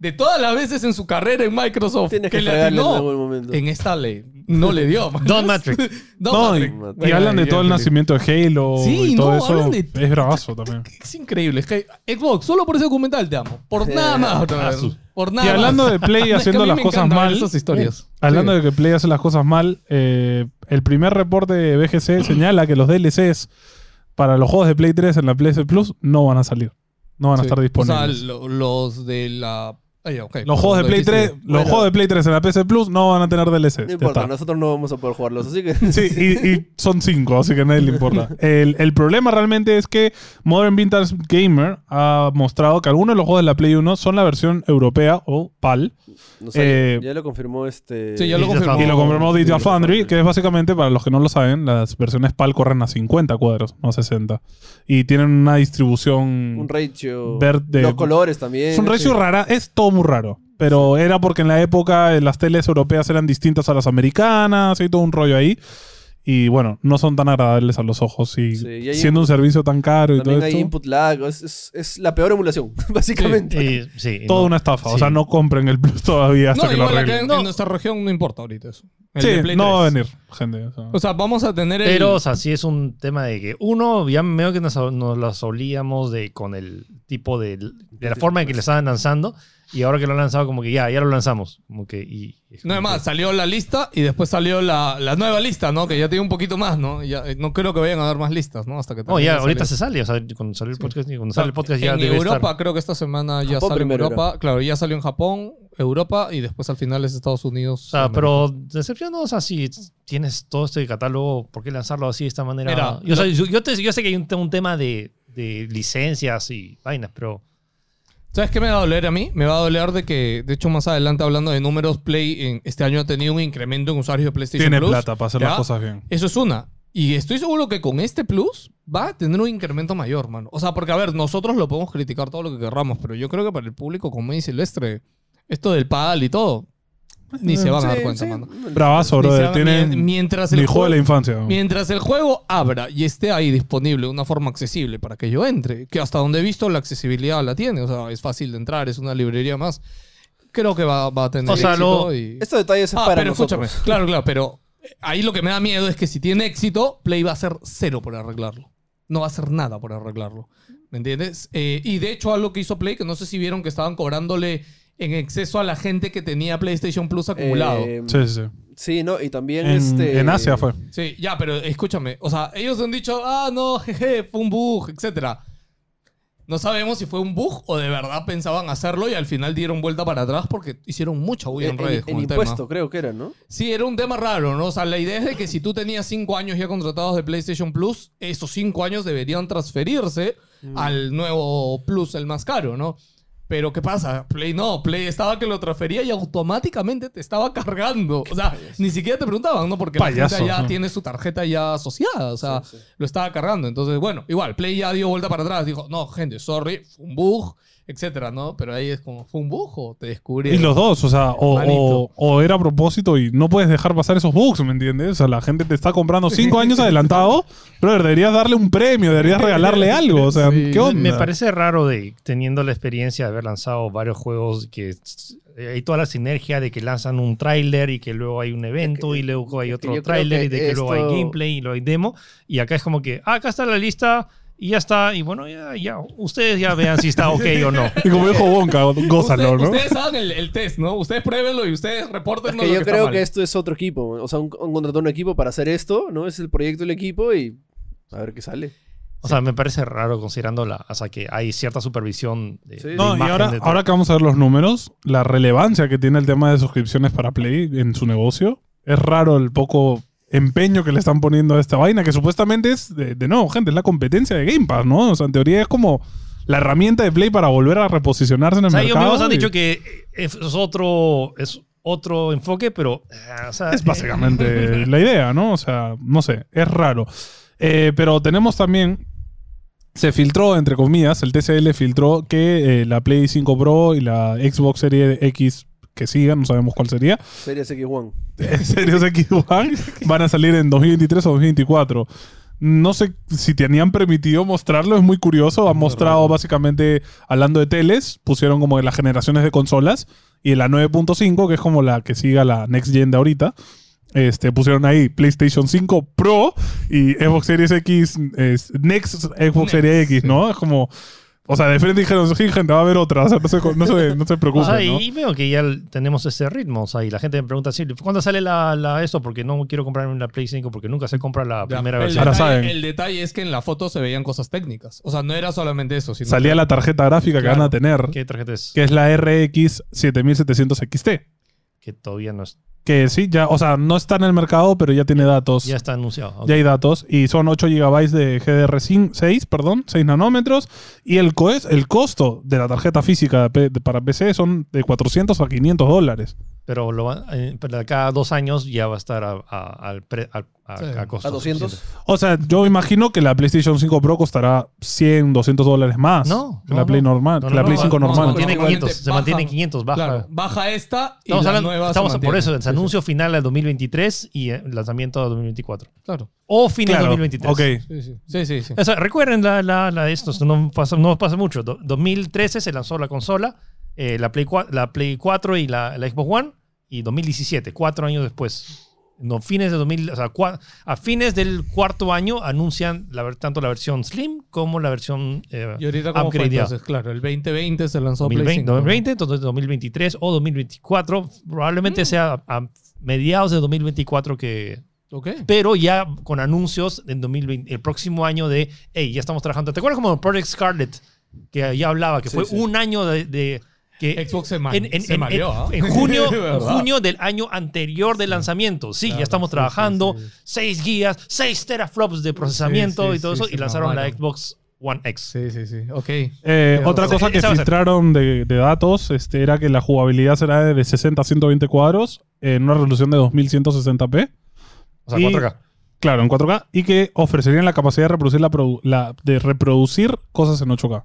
Speaker 1: de todas las veces en su carrera en Microsoft
Speaker 2: Tienes que
Speaker 1: que le
Speaker 2: fregarle en
Speaker 1: atinó,
Speaker 2: algún momento.
Speaker 1: en esta ley no le dio. man.
Speaker 4: Don Matrix.
Speaker 1: Don
Speaker 3: No, y,
Speaker 1: Matrix.
Speaker 2: Matrix.
Speaker 3: y hablan de
Speaker 1: Bueno,
Speaker 3: todo el
Speaker 1: ya,
Speaker 3: nacimiento de Halo
Speaker 1: Sí,
Speaker 3: y todo
Speaker 1: no,
Speaker 3: eso.
Speaker 1: hablan de-
Speaker 3: Es bravazo también.
Speaker 1: Es increíble. Es que Xbox, solo por ese documental te amo. Por
Speaker 2: Sí.
Speaker 1: nada más. brother.
Speaker 4: Ah, su-
Speaker 1: Por nada
Speaker 3: Y hablando
Speaker 1: más.
Speaker 3: de
Speaker 1: No, es
Speaker 3: Play
Speaker 1: que a
Speaker 3: haciendo
Speaker 1: mí
Speaker 3: las
Speaker 1: me
Speaker 3: cosas
Speaker 1: encanta ver
Speaker 3: mal. eh,
Speaker 1: Esas historias.
Speaker 3: Hablando
Speaker 1: Sí.
Speaker 3: de que Play hace las cosas mal, eh, el primer reporte de BGC señala que los DLCs para los juegos de Play 3 en la PS Plus no van a salir. No van a
Speaker 1: Sí.
Speaker 3: estar disponibles.
Speaker 1: O sea, lo- los de la. ah, ya, ok.
Speaker 3: los juegos de Play 3,
Speaker 1: dijiste.
Speaker 3: los
Speaker 2: Bueno.
Speaker 3: juegos de Play 3 en la PS Plus no van a tener DLCs.
Speaker 2: No
Speaker 3: Ya
Speaker 2: importa,
Speaker 3: está.
Speaker 2: nosotros no vamos a poder jugarlos, así que...
Speaker 3: Sí, y, y son cinco, así que a nadie le importa. El, el problema realmente es que Modern Vintage Gamer ha mostrado que algunos de los juegos de la Play 1 son la versión europea o PAL.
Speaker 2: No sé,
Speaker 3: Eh,
Speaker 2: ya lo confirmó este...
Speaker 1: Sí, ya lo
Speaker 4: Digital
Speaker 1: confirmó.
Speaker 3: Y lo compramos Digital
Speaker 2: Digital
Speaker 3: Foundry,
Speaker 2: Foundry.
Speaker 3: que es básicamente, para los que no lo saben, las versiones PAL corren a 50 cuadros, no a 60. Y tienen una distribución...
Speaker 2: Un ratio...
Speaker 3: Verde.
Speaker 2: Los colores también.
Speaker 3: es un ratio
Speaker 2: sí.
Speaker 3: rara, es todo muy raro. Pero era porque en la época eh, las teles europeas eran distintas a las americanas, hay todo un rollo ahí. Y bueno, no son tan agradables a los ojos. Y
Speaker 2: Sí, y hay
Speaker 3: siendo un servicio tan caro y todo
Speaker 2: También hay
Speaker 3: esto,
Speaker 2: input lag. Es, es- es la peor emulación, básicamente.
Speaker 4: Y- Eh, sí, y
Speaker 3: toda
Speaker 4: no.
Speaker 3: una estafa. O
Speaker 4: Sí.
Speaker 3: sea, no compren el Plus todavía hasta
Speaker 1: No,
Speaker 3: que lo
Speaker 1: igual acá
Speaker 3: arreglen.
Speaker 1: en, en nuestra región no importa ahorita eso. El de
Speaker 3: Sí,
Speaker 1: Play
Speaker 3: no va a
Speaker 1: 3.
Speaker 3: venir, gente. o sea.
Speaker 1: O sea, vamos a tener el...
Speaker 4: Pero, o sea, sí es un tema de que, uno, ya medio que nos, nos las olíamos de, con el tipo de, de la forma en que le estaban lanzando. Y ahora que lo han lanzado, como que ya, ya lo lanzamos. Como que, y, es
Speaker 1: No es
Speaker 4: como
Speaker 1: más, salió la lista y después salió la, la nueva lista, ¿no? Que ya tiene un poquito más, ¿no? Ya, eh, no creo que vayan a dar más listas, ¿no? Hasta que
Speaker 4: que- No,
Speaker 1: termine
Speaker 4: ya,
Speaker 1: de
Speaker 4: ahorita
Speaker 1: salir.
Speaker 4: se sale. O sea, cuando sale el podcast, cuando
Speaker 1: O sea,
Speaker 4: sale el podcast ya
Speaker 1: Ah, En
Speaker 4: debe
Speaker 1: Europa,
Speaker 4: estar.
Speaker 1: creo que esta semana ya
Speaker 2: Japón
Speaker 1: salió en
Speaker 2: primero
Speaker 1: Europa. Claro, ya salió en Japón, Europa y después al final es Estados Unidos.
Speaker 3: Ah,
Speaker 4: O sea, pero decepción, no, o sea, si tienes todo este catálogo, ¿por qué lanzarlo así de esta manera?
Speaker 1: Mira,
Speaker 4: yo, o sea, yo, yo te- yo sé que hay un, te- un tema de, de licencias y vainas, pero
Speaker 1: ¿Sabes qué me va a doler a mí? Me va a doler de que, de hecho, más adelante hablando de números, Play en- este año ha tenido un incremento en usuarios de PlayStation
Speaker 3: Tiene
Speaker 1: Plus.
Speaker 3: plata para hacer
Speaker 1: ¿ya?
Speaker 3: las cosas bien.
Speaker 1: Eso es una. Y estoy seguro que con este plus va a tener un incremento mayor, mano. O sea, porque a ver, nosotros lo podemos criticar todo lo que querramos, pero yo creo que para el público como y Silvestre, esto del paddle y todo, ni se van a dar
Speaker 2: Sí,
Speaker 1: cuenta,
Speaker 2: sí.
Speaker 1: mano. Ni
Speaker 3: Bravazo,
Speaker 1: se
Speaker 3: brother.
Speaker 1: van- mien-
Speaker 3: Tienen mi
Speaker 1: mientras el
Speaker 3: juego de la
Speaker 1: juego-
Speaker 3: infancia.
Speaker 1: Mientras el juego abra y esté ahí disponible de una forma accesible para que yo entre, que hasta donde he visto la accesibilidad la tiene, o sea, es fácil de entrar, es una librería más, creo que va, va a tener
Speaker 4: O sea,
Speaker 1: éxito
Speaker 4: lo-
Speaker 1: y-
Speaker 2: Estos detalles es
Speaker 1: Ah,
Speaker 2: para
Speaker 1: pero
Speaker 2: nosotros.
Speaker 1: escúchame. Claro, claro, pero ahí lo que me da miedo es que si tiene éxito, Play va a hacer cero por arreglarlo. No va a hacer nada por arreglarlo. ¿Me entiendes? Eh, y de hecho, algo que hizo Play, que no sé si vieron que estaban cobrándole en exceso a la gente que tenía PlayStation Plus acumulado.
Speaker 2: Eh, sí.
Speaker 3: Sí, sí, sí.
Speaker 2: no, y también
Speaker 3: En,
Speaker 2: este.
Speaker 3: en Asia fue.
Speaker 1: Sí, ya, pero escúchame. O sea, ellos han dicho, ah, no, jeje, fue un bug, etc. No sabemos si fue un bug o de verdad pensaban hacerlo y al final dieron vuelta para atrás porque hicieron mucha
Speaker 2: En,
Speaker 1: bulla en
Speaker 2: en-
Speaker 1: redes.
Speaker 2: en
Speaker 1: con Eh, el tema.
Speaker 2: impuesto, creo que era, ¿no?
Speaker 1: Sí, era un tema raro, ¿no? O sea, la idea es de que si tú tenías cinco años ya contratados de PlayStation Plus, esos cinco años deberían transferirse
Speaker 2: Mm.
Speaker 1: al nuevo Plus, el más caro, ¿no? Pero ¿qué pasa? Play no, Play estaba que lo transfería y automáticamente te estaba cargando. O sea, ni siquiera te preguntaban, ¿no? Porque la
Speaker 3: Payaso,
Speaker 1: gente ya
Speaker 3: ¿no?
Speaker 1: tiene su tarjeta ya asociada, o sea,
Speaker 2: Sí, sí.
Speaker 1: lo estaba cargando. Entonces, bueno, igual, Play ya dio vuelta para atrás, dijo, no, gente, sorry, fue un bug, etcétera, ¿no? Pero ahí es como, ¿fue un bug o te descubrí?
Speaker 3: Y los dos, o sea, o,
Speaker 1: Manito.
Speaker 3: o- o era a propósito y no puedes dejar pasar esos bugs, ¿me entiendes? O sea, la gente te está comprando cinco años adelantado, pero deberías darle un premio, deberías regalarle algo, o sea,
Speaker 1: Sí,
Speaker 3: ¿qué onda?
Speaker 4: me parece raro de teniendo la experiencia de haber lanzado varios juegos que eh, hay toda la sinergia de que lanzan un tráiler y que luego hay un evento y luego hay
Speaker 2: eh, es que yo
Speaker 4: otro
Speaker 2: creo
Speaker 4: tráiler
Speaker 2: que
Speaker 4: y de que luego hay
Speaker 2: esto-
Speaker 4: gameplay y luego hay demo y acá es como que ah, acá está la lista y ya está y bueno ya, ya ustedes ya vean si está ok o no
Speaker 3: Y como dijo Wonka, gózalo,
Speaker 1: Ustedes-
Speaker 3: ¿no?
Speaker 1: Ustedes hagan el, el test, ¿no? Ustedes pruébenlo y ustedes reporten
Speaker 2: Es que yo creo que esto es otro equipo. O sea, un, un contrató un equipo para hacer esto, ¿no? Es el proyecto del equipo y a ver qué sale.
Speaker 4: o sea me parece raro considerando la o sea que hay cierta supervisión de,
Speaker 2: Sí.
Speaker 4: de
Speaker 3: No, y
Speaker 4: imagen
Speaker 3: ahora,
Speaker 4: de todo.
Speaker 3: ahora que vamos a ver los números, la relevancia que tiene el tema de suscripciones para Play en su negocio, es raro el poco empeño que le están poniendo a esta vaina, que supuestamente es, de, de nuevo, gente, es la competencia de Game Pass, ¿no? O sea, en teoría es como la herramienta de Play para volver a reposicionarse en el
Speaker 4: O sea, ellos
Speaker 3: mercado.
Speaker 4: mismos han
Speaker 3: y-
Speaker 4: dicho que eh, es es otro es otro enfoque pero eh, o sea,
Speaker 3: Es básicamente la idea, ¿no? O sea, no sé, es raro. Eh, pero tenemos también, se filtró, entre comillas, el TCL filtró que eh, la Play 5 Pro y la Xbox Series X que sigan, no sabemos cuál sería,
Speaker 2: Series X1.
Speaker 3: Series X One, van a salir en 2023 o 2024. No sé si tenían permitido mostrarlo, es muy curioso. Han mostrado básicamente, hablando de teles, pusieron como de las generaciones de consolas y en la 9.5, que es como la que siga la Next Gen de ahorita. Este, pusieron ahí PlayStation 5 Pro y Xbox Series X, es, Next Xbox Series X, ¿no? Es como, o sea, de frente dijeron, sí, gente, va a haber otra, o sea, no se, no se, no se
Speaker 4: O
Speaker 3: preocupen,
Speaker 4: sea,
Speaker 3: ¿no?
Speaker 4: y veo que ya l- tenemos ese ritmo. O sea, y la gente me pregunta, sí, ¿cuándo sale la, la eso? Porque no quiero comprarme una Play 5 porque nunca se compra la primera
Speaker 1: el,
Speaker 4: versión.
Speaker 3: Ahora
Speaker 1: detalle,
Speaker 3: saben.
Speaker 1: el detalle es que en la foto se veían cosas técnicas. O sea, no era solamente eso, sino
Speaker 3: Salía la tarjeta gráfica que
Speaker 4: Claro.
Speaker 3: van a tener.
Speaker 4: ¿Qué tarjeta es?
Speaker 3: que es la RX 7700 XT.
Speaker 4: Que todavía no es-
Speaker 3: Que sí, ya, o sea, no está en el mercado, pero ya tiene datos.
Speaker 4: ya está anunciado.
Speaker 3: Ya hay datos. Y son 8 GB de GDR6, perdón, 6 nanómetros. Y el, co- el costo de la tarjeta física de P- de- para PC son de 400 a 500 dólares.
Speaker 4: pero lo va- eh, pero de cada dos años ya va a estar a, a- al pre- a- a-
Speaker 1: Sí.
Speaker 4: a costo
Speaker 2: A 200.
Speaker 4: suficiente.
Speaker 3: O sea, yo imagino que la PlayStation 5 Pro costará 100, 200 dólares más
Speaker 4: No,
Speaker 3: que
Speaker 4: no,
Speaker 3: la Play
Speaker 4: no.
Speaker 3: normal,
Speaker 4: No,
Speaker 3: que
Speaker 4: no,
Speaker 3: la
Speaker 4: no,
Speaker 3: Play
Speaker 4: no,
Speaker 3: 5
Speaker 4: no,
Speaker 1: normal.
Speaker 4: Se
Speaker 3: normal.
Speaker 4: mantiene
Speaker 1: Normalmente
Speaker 4: 500, se
Speaker 1: baja.
Speaker 4: mantiene 500, baja.
Speaker 1: Claro, baja esta y
Speaker 4: Estamos
Speaker 1: la
Speaker 4: hablando,
Speaker 1: nueva se
Speaker 4: estamos por
Speaker 1: mantiene.
Speaker 4: eso, el
Speaker 1: Sí, sí.
Speaker 4: anuncio final del 2023 y el lanzamiento de 2024.
Speaker 1: Claro,
Speaker 4: O final
Speaker 3: Claro,
Speaker 4: 2023.
Speaker 3: ok.
Speaker 1: sí, sí. Sí, sí, sí.
Speaker 4: O sea, recuerden la, la, la- esto, esto no pasa, no pasa mucho. Do- 2013 se lanzó la consola, eh, la, Play 4, la Play 4 y la, la Xbox One, y 2017, cuatro años después. No, fines de 2000, o sea, cua- a fines del cuarto año anuncian la, ver- tanto la versión Slim como la versión eh,
Speaker 1: Y ahorita como fue
Speaker 4: Upgradeado.
Speaker 1: entonces, claro, el 2020 se lanzó Play
Speaker 4: 2020,
Speaker 1: 5.
Speaker 4: 2020, entonces 2023 o 2024, probablemente sea a mediados de 2024 que,
Speaker 1: Ok.
Speaker 4: pero ya con anuncios en 2020, el próximo año de, hey, ya estamos trabajando. ¿Te acuerdas como Project Scarlet? Que ya hablaba, que
Speaker 2: Sí,
Speaker 4: fue
Speaker 2: sí.
Speaker 4: un año de... de- que
Speaker 1: Xbox se, ma-
Speaker 4: en, en-
Speaker 1: se
Speaker 4: en-
Speaker 1: mareó. ¿ah?
Speaker 4: en- en junio, en
Speaker 1: ¿Verdad?
Speaker 4: junio del año anterior del lanzamiento. Sí,
Speaker 1: Claro,
Speaker 4: ya estamos
Speaker 1: sí,
Speaker 4: trabajando.
Speaker 1: sí, sí.
Speaker 4: Seis guías, seis teraflops de procesamiento
Speaker 1: sí,
Speaker 4: y todo
Speaker 1: sí,
Speaker 4: eso.
Speaker 1: se
Speaker 4: Y lanzaron la
Speaker 1: mamaron.
Speaker 4: Xbox One X.
Speaker 1: Sí, sí, sí. Ok.
Speaker 3: Eh,
Speaker 1: Sí,
Speaker 3: otra
Speaker 1: esa-
Speaker 3: cosa que
Speaker 4: esa va a ser.
Speaker 3: filtraron de, de datos este, era que la jugabilidad será de 60 a 120 cuadros en una resolución de 2160p.
Speaker 4: O sea,
Speaker 3: Y-
Speaker 4: 4K.
Speaker 3: Claro, en 4K. Y que ofrecerían la capacidad de reproducir, la produ- la- de reproducir cosas en 8K.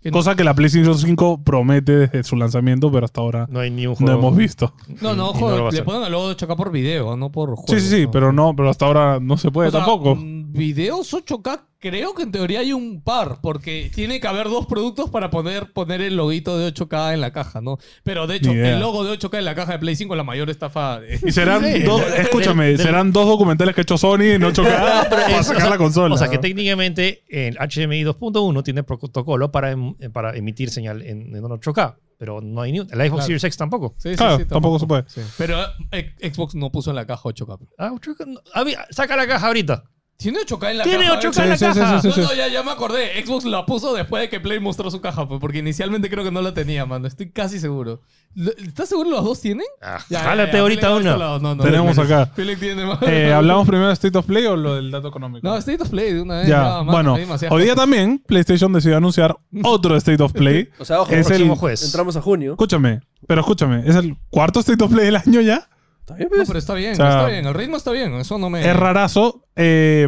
Speaker 1: Que no-
Speaker 3: Cosa que la PlayStation 5 promete desde su lanzamiento, pero hasta ahora
Speaker 4: No hay ni un
Speaker 3: no
Speaker 4: juego.
Speaker 3: hemos visto.
Speaker 1: No, no,
Speaker 4: y
Speaker 1: ojo,
Speaker 4: no lo va a
Speaker 1: le
Speaker 4: hacer.
Speaker 1: ponen al logo de 8K por video, no por juego.
Speaker 3: Sí, sí, sí,
Speaker 1: ¿no?
Speaker 3: pero no, pero hasta ahora no se puede
Speaker 1: O sea,
Speaker 3: tampoco.
Speaker 1: mm, videos 8K, creo que en teoría hay un par, porque tiene que haber dos productos para poder poner el loguito de 8K en la caja, ¿no? Pero de hecho,
Speaker 3: Ni idea.
Speaker 1: el logo de 8K en la caja de Play 5 es la mayor estafa. de-
Speaker 3: Y serán
Speaker 4: Sí,
Speaker 3: dos,
Speaker 4: del-
Speaker 3: escúchame,
Speaker 4: del-
Speaker 3: serán dos documentales que ha hecho Sony en 8K para
Speaker 4: Es- o
Speaker 3: sacar
Speaker 4: sea-
Speaker 3: la consola.
Speaker 4: O sea que técnicamente el HDMI 2.1 tiene protocolo para, em- para emitir señal en, en 8K, pero no hay ni un- La Xbox
Speaker 1: Claro.
Speaker 4: Series X tampoco.
Speaker 1: Sí, sí,
Speaker 3: Claro,
Speaker 1: sí,
Speaker 3: tampoco se puede.
Speaker 1: Sí. Pero eh, Xbox no puso en la caja 8K.
Speaker 4: Ah, 8K no- ah, mira, saca la caja ahorita.
Speaker 1: Tiene 8K en la
Speaker 4: Tiene
Speaker 1: caja. eh,
Speaker 4: 8K en la
Speaker 3: Sí, sí, sí,
Speaker 4: caja.
Speaker 3: sí, sí.
Speaker 1: No, no, ya, ya me acordé. Xbox la puso después de que Play mostró su caja, pues, porque inicialmente creo que no la tenía, mano. Estoy casi seguro. Lo- ¿Estás seguro los dos tienen?
Speaker 4: Ah,
Speaker 1: Ya, ya,
Speaker 4: jálate
Speaker 1: ya,
Speaker 4: ahorita
Speaker 1: Felix,
Speaker 4: una.
Speaker 1: no, no, no.
Speaker 3: Tenemos
Speaker 1: Felix-
Speaker 3: acá.
Speaker 1: Felix tiene más.
Speaker 3: Eh, ¿Hablamos primero de State of Play o lo del dato económico?
Speaker 1: No, State of Play de una vez.
Speaker 3: ya,
Speaker 1: mano,
Speaker 3: bueno,
Speaker 1: hay demasiadas
Speaker 3: hoy día
Speaker 1: cosas.
Speaker 3: también PlayStation decidió anunciar otro State of Play.
Speaker 2: O sea, ojo,
Speaker 3: Es el-
Speaker 4: próximo juez.
Speaker 2: entramos a junio.
Speaker 3: Escúchame, pero escúchame, es el cuarto State of Play del año ya.
Speaker 2: Está bien,
Speaker 1: No,
Speaker 2: pues.
Speaker 1: pero está bien,
Speaker 3: O sea,
Speaker 1: está bien. El ritmo está bien. Eso no me.
Speaker 3: Es rarazo. eh,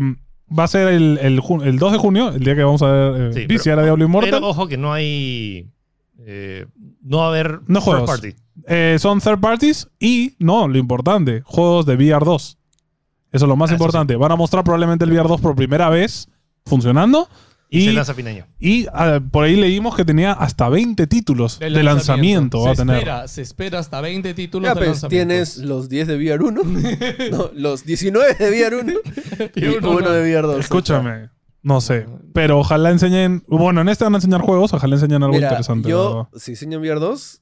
Speaker 3: va a ser el, el ju- el 2 de junio, el día que vamos a ver eh,
Speaker 4: Sí,
Speaker 3: VCR de Diablo Immortal.
Speaker 4: Pero ojo que no hay. eh, no va a haber.
Speaker 3: No
Speaker 4: third
Speaker 3: juegos.
Speaker 4: party.
Speaker 3: Eh, son third parties y, no, lo importante, juegos de VR 2. Eso es lo más
Speaker 4: Ah, eso
Speaker 3: importante. Van a mostrar probablemente el VR 2 por primera vez funcionando.
Speaker 4: Se
Speaker 3: Y,
Speaker 4: lanza fin de año.
Speaker 3: y, ah, por ahí leímos que tenía hasta 20 títulos de, lanzamiento. va a
Speaker 1: se
Speaker 3: tener.
Speaker 1: Espera, se espera hasta 20 títulos
Speaker 2: Ya,
Speaker 1: de
Speaker 2: pues,
Speaker 1: lanzamiento.
Speaker 2: tienes los 10 de VR1, no, los 19 de VR1 y
Speaker 1: uno,
Speaker 2: uno
Speaker 1: no.
Speaker 2: de VR2.
Speaker 3: Escúchame. No sé. Pero ojalá enseñen. Bueno, en este van a enseñar juegos. Ojalá enseñen algo
Speaker 2: Mira,
Speaker 3: interesante. la
Speaker 2: yo,
Speaker 3: verdad.
Speaker 2: si enseño VR2,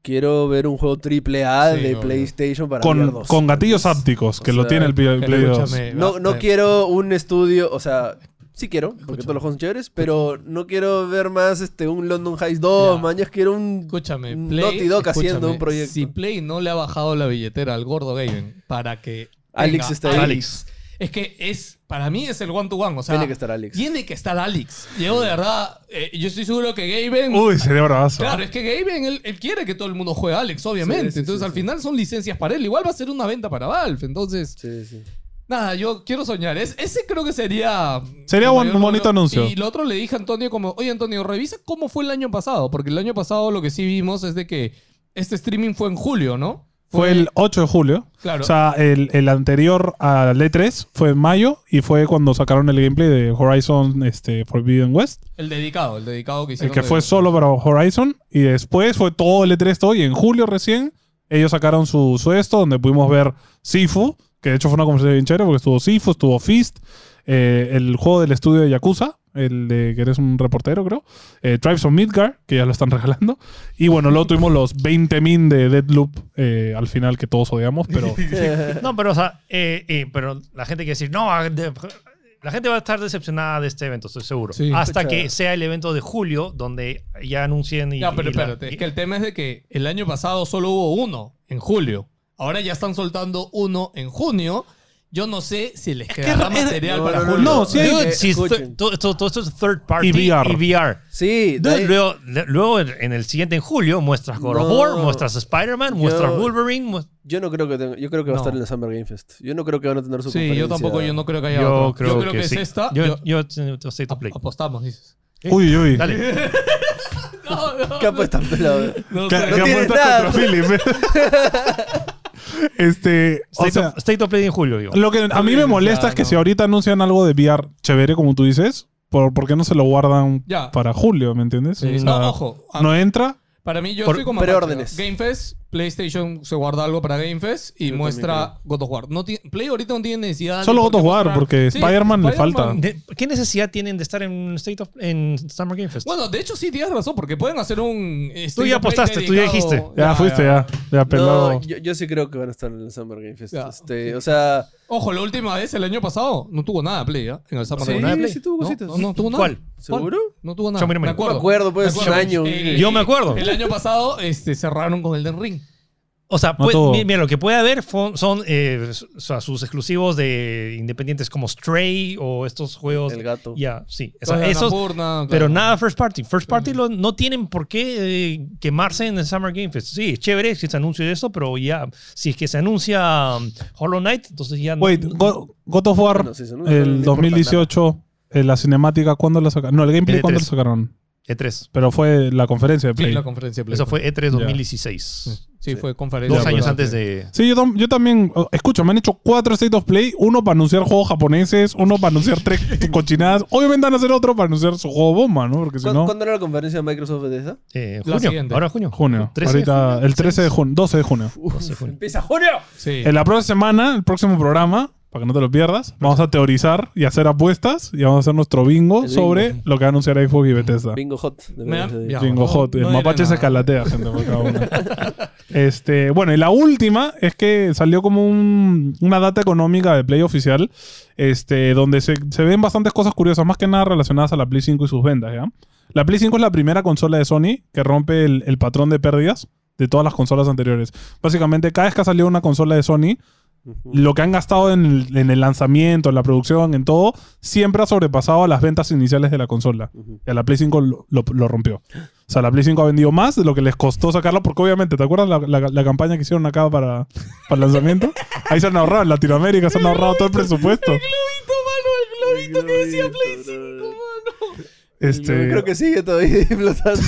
Speaker 2: quiero ver un juego triple A
Speaker 1: Sí,
Speaker 2: de
Speaker 1: obvio.
Speaker 2: PlayStation para
Speaker 3: Con,
Speaker 2: VR2.
Speaker 3: con gatillos ápticos, que
Speaker 2: O
Speaker 3: lo
Speaker 2: sea,
Speaker 3: tiene el Play Play 2.
Speaker 1: Escúchame,
Speaker 2: No,
Speaker 1: va-
Speaker 2: no
Speaker 1: eh,
Speaker 2: quiero un estudio, o sea, sí quiero, porque
Speaker 1: Escúchame.
Speaker 2: todos los juegos son chéveres, pero no quiero ver más este un London Heist 2,
Speaker 1: Ya.
Speaker 2: mañas, quiero un...
Speaker 1: Escúchame,
Speaker 2: Naughty
Speaker 1: Play.
Speaker 2: Dog
Speaker 1: escúchame,
Speaker 2: haciendo un proyecto.
Speaker 1: Si Play no le ha bajado la billetera al gordo Gaben para que.
Speaker 2: Alex
Speaker 1: tenga
Speaker 2: está ahí.
Speaker 1: Alex. Es que es. Para mí es el one to one. O sea,
Speaker 2: Tiene que estar Alex.
Speaker 1: tiene que estar Alex. Yo de verdad. eh, yo estoy seguro que Gaben.
Speaker 3: Uy, sería bravazo.
Speaker 1: Claro, es que Gaben, él, él quiere que todo el mundo juegue a Alex, obviamente.
Speaker 2: Sí, sí,
Speaker 1: entonces,
Speaker 2: sí,
Speaker 1: al
Speaker 2: sí.
Speaker 1: final son licencias para él. Igual va a ser una venta para Valve. Entonces,
Speaker 2: Sí, sí.
Speaker 1: nada, yo quiero soñar. Es- ese creo que sería...
Speaker 3: Sería
Speaker 1: el
Speaker 3: un
Speaker 1: mayor
Speaker 3: bonito
Speaker 1: logro.
Speaker 3: anuncio.
Speaker 1: Y lo otro le dije a Antonio como, oye, Antonio, revisa cómo fue el año pasado. Porque el año pasado lo que sí vimos es de que este streaming fue en julio, ¿no?
Speaker 3: Fue el 8 de julio.
Speaker 1: Claro.
Speaker 3: O sea, el, el anterior al E3 fue en mayo y fue cuando sacaron el gameplay de Horizon este, Forbidden West,
Speaker 1: el dedicado, el dedicado que
Speaker 3: el
Speaker 1: hicieron.
Speaker 3: que
Speaker 1: de-
Speaker 3: fue solo para Horizon. Y después fue todo el E3 todo. Y en julio recién ellos sacaron su, su esto, donde pudimos ver Sifu, que de hecho fue una conversación bien chévere porque estuvo Sifu, estuvo Fist, eh, el juego del estudio de Yakuza, el de que eres un reportero, creo. eh, Tribes of Midgar, que ya lo están regalando. Y bueno, luego tuvimos los 20 min de Deadloop eh, al final que todos odiamos, pero.
Speaker 4: No, pero, o sea, eh, eh, pero la gente quiere decir, no, ah, de- la gente va a estar decepcionada de este evento, estoy seguro.
Speaker 1: Sí.
Speaker 4: Hasta
Speaker 2: Pucha.
Speaker 4: que sea el evento de julio, donde ya anuncien y.
Speaker 1: Ya, pero
Speaker 4: y la-
Speaker 1: espérate.
Speaker 4: y-
Speaker 1: Es que el tema es de que el año pasado solo hubo uno en julio. Ahora ya están soltando uno en junio. Yo no sé si les
Speaker 3: que
Speaker 1: quedará
Speaker 3: es- es-
Speaker 1: material
Speaker 2: no,
Speaker 1: para
Speaker 2: no, no,
Speaker 1: Julio.
Speaker 3: no, sí hay-
Speaker 2: Eh,
Speaker 4: Dude, si es
Speaker 2: escuchen.
Speaker 4: thir- todo, esto- todo esto es third party
Speaker 3: Y VR.
Speaker 4: y VR.
Speaker 2: Sí, de
Speaker 4: Dude,
Speaker 2: ahí-
Speaker 4: luego, le- luego en en el siguiente, en julio, muestras God of
Speaker 2: eh, No.
Speaker 4: War, muestras Spider-Man, muestras Wolverine. mu-
Speaker 2: yo no creo que tenga- yo creo que va a
Speaker 1: No.
Speaker 2: estar en la Summer Game Fest. Yo no creo que van a tener su
Speaker 1: Sí, yo
Speaker 2: conferencia.
Speaker 1: tampoco, yo no creo que haya
Speaker 4: Yo,
Speaker 1: otro.
Speaker 4: creo
Speaker 1: yo creo que,
Speaker 4: que
Speaker 1: es
Speaker 4: sí.
Speaker 1: esta.
Speaker 4: Yo,
Speaker 1: Yo- Ah,
Speaker 4: yo, yo state to play.
Speaker 1: ap- apostamos, dices.
Speaker 3: Uy, uy.
Speaker 4: Dale.
Speaker 1: No, no,
Speaker 2: ¿Qué apuestas, pelado?
Speaker 1: no,
Speaker 3: Que,
Speaker 1: no,
Speaker 3: que
Speaker 2: No tienes
Speaker 3: apuestas
Speaker 2: nada,
Speaker 3: contra Philip. este, o
Speaker 4: State,
Speaker 3: sea,
Speaker 4: of, State of Play en julio, digo.
Speaker 3: lo que a mí me molesta
Speaker 1: Ya,
Speaker 3: es que
Speaker 1: no.
Speaker 3: si ahorita anuncian algo de VR chévere, como tú dices, ¿por, por qué no se lo guardan
Speaker 1: Ya.
Speaker 3: para julio, me entiendes?
Speaker 1: Sí, Ah.
Speaker 3: O sea,
Speaker 1: no, ojo. A-
Speaker 3: ¿No entra?
Speaker 1: Para mí, yo
Speaker 4: Por-
Speaker 1: estoy como.
Speaker 2: preórdenes.
Speaker 1: Apache, ¿no? Game Fest, PlayStation se guarda algo para Game Fest y
Speaker 2: Yo
Speaker 1: muestra God of War. No ti- Play ahorita no tiene necesidad.
Speaker 3: Solo
Speaker 1: ni
Speaker 3: God
Speaker 1: por qué
Speaker 3: of War,
Speaker 1: mostrar-
Speaker 3: porque Spider-Man le falta.
Speaker 4: De- ¿Qué necesidad tienen de estar en State of en Summer Game Fest?
Speaker 1: Bueno, de hecho sí tienes razón, porque pueden hacer un. eh,
Speaker 4: Tú ya
Speaker 1: State of Play
Speaker 4: apostaste, tú ya
Speaker 1: dedicado-
Speaker 4: dijiste.
Speaker 3: Ya, fuiste, ya. Ya, pelado.
Speaker 2: No, yo, yo sí creo que van a estar en la Summer Game Fest.
Speaker 1: Ya.
Speaker 2: Este, o sea,
Speaker 1: Ojo, la última vez, el año pasado, no tuvo nada Play, ¿ah? En el Summer
Speaker 2: Sí,
Speaker 1: Game. ¿Nada de Play?
Speaker 2: sí tuvo
Speaker 1: No,
Speaker 2: cositas.
Speaker 1: No, no tuvo nada.
Speaker 4: ¿Cuál?
Speaker 2: ¿Seguro?
Speaker 1: No tuvo nada.
Speaker 4: Yo me lo
Speaker 1: me
Speaker 4: imagino.
Speaker 1: acuerdo.
Speaker 2: Me acuerdo, pues,
Speaker 1: Me acuerdo.
Speaker 2: un año.
Speaker 1: El-
Speaker 4: Yo me acuerdo.
Speaker 1: El año pasado este, cerraron con el Den Ring.
Speaker 4: O sea,
Speaker 3: No
Speaker 4: puede-
Speaker 3: todo.
Speaker 4: mi- mira, lo que puede haber fo- son eh, su- o sea, sus exclusivos de independientes como Stray o estos
Speaker 1: Pues,
Speaker 4: juegos.
Speaker 2: El gato.
Speaker 4: Ya, sí. O sea,
Speaker 1: Entonces,
Speaker 4: esos,
Speaker 1: Annapurna, claro.
Speaker 4: pero nada first party. First party lo- no tienen por qué eh, quemarse en el Summer Game Fest. Sí, es chévere si se anuncia eso, pero ya, si es que se anuncia um, Hollow Knight, entonces ya no-
Speaker 3: Wait, Go- God of War,
Speaker 2: Bueno, sí, eso no- no
Speaker 3: el
Speaker 2: importa
Speaker 3: 2018, eh, la cinemática, ¿cuándo la sacaron? No, el gameplay,
Speaker 4: E3.
Speaker 3: ¿cuándo la sacaron?
Speaker 1: E
Speaker 4: E3.
Speaker 3: Pero fue la conferencia de
Speaker 1: Sí,
Speaker 3: Play.
Speaker 1: la conferencia de Play.
Speaker 4: Eso fue E E3
Speaker 3: Ya.
Speaker 4: 2016.
Speaker 1: Sí, fue conferencia.
Speaker 4: Dos
Speaker 3: Ya,
Speaker 4: años
Speaker 3: bueno,
Speaker 4: antes de.
Speaker 3: Sí, yo, tam- yo también. oh, Escucha, me han hecho cuatro State of Play: uno para anunciar juegos japoneses, uno para anunciar tres cochinadas. Obviamente van a hacer otro para anunciar su juego bomba, ¿no? Porque si
Speaker 2: ¿Cuándo,
Speaker 3: no.
Speaker 2: cuándo era la conferencia de Microsoft de esa?
Speaker 4: eh,
Speaker 1: La
Speaker 4: junio.
Speaker 1: siguiente.
Speaker 4: Ahora en junio.
Speaker 3: Junio.
Speaker 4: 13 de
Speaker 3: Ahorita,
Speaker 4: junio,
Speaker 3: el 13 de
Speaker 4: seis.
Speaker 3: junio, 12 de junio.
Speaker 1: Pues
Speaker 2: Empieza junio.
Speaker 1: Sí.
Speaker 3: En la próxima semana, el próximo programa, para que no te lo pierdas, vamos a teorizar y hacer apuestas y vamos a hacer nuestro bingo,
Speaker 2: El
Speaker 3: sobre lo que va a anunciar Xbox y Bethesda.
Speaker 2: Bingo Hot. de
Speaker 1: Me
Speaker 2: verdad,
Speaker 1: da-
Speaker 2: sí.
Speaker 1: ya.
Speaker 3: Bingo
Speaker 1: No,
Speaker 3: Hot.
Speaker 1: no
Speaker 3: El
Speaker 1: era
Speaker 3: mapache se
Speaker 1: nada.
Speaker 3: calatea, gente, por cada uno. Este, bueno, y la última es que salió como un- una data económica de Play oficial, este, donde se, se ven bastantes cosas curiosas, más que nada relacionadas a la Play 5 y sus ventas, ¿ya? La Play 5 es la primera consola de Sony que rompe el, el patrón de pérdidas de todas las consolas anteriores. Básicamente, cada vez que ha salido una consola de Sony,
Speaker 2: Ujú.
Speaker 3: lo que han gastado en el, en el lanzamiento, en la producción, en todo, siempre ha sobrepasado a las ventas iniciales de la consola.
Speaker 2: Ujú.
Speaker 3: Y a la Play 5 lo, lo- lo rompió. O sea, la Play 5 ha vendido más de lo que les costó sacarla, porque obviamente, ¿te acuerdas la, la- la campaña que hicieron acá para, para el lanzamiento? Ahí se han ahorrado, en Latinoamérica se han ahorrado todo el presupuesto.
Speaker 1: globito, mano, el globito que decía Play 5,
Speaker 2: Globito,
Speaker 1: mano.
Speaker 3: Este,
Speaker 2: Yo creo que sigue todavía flotando.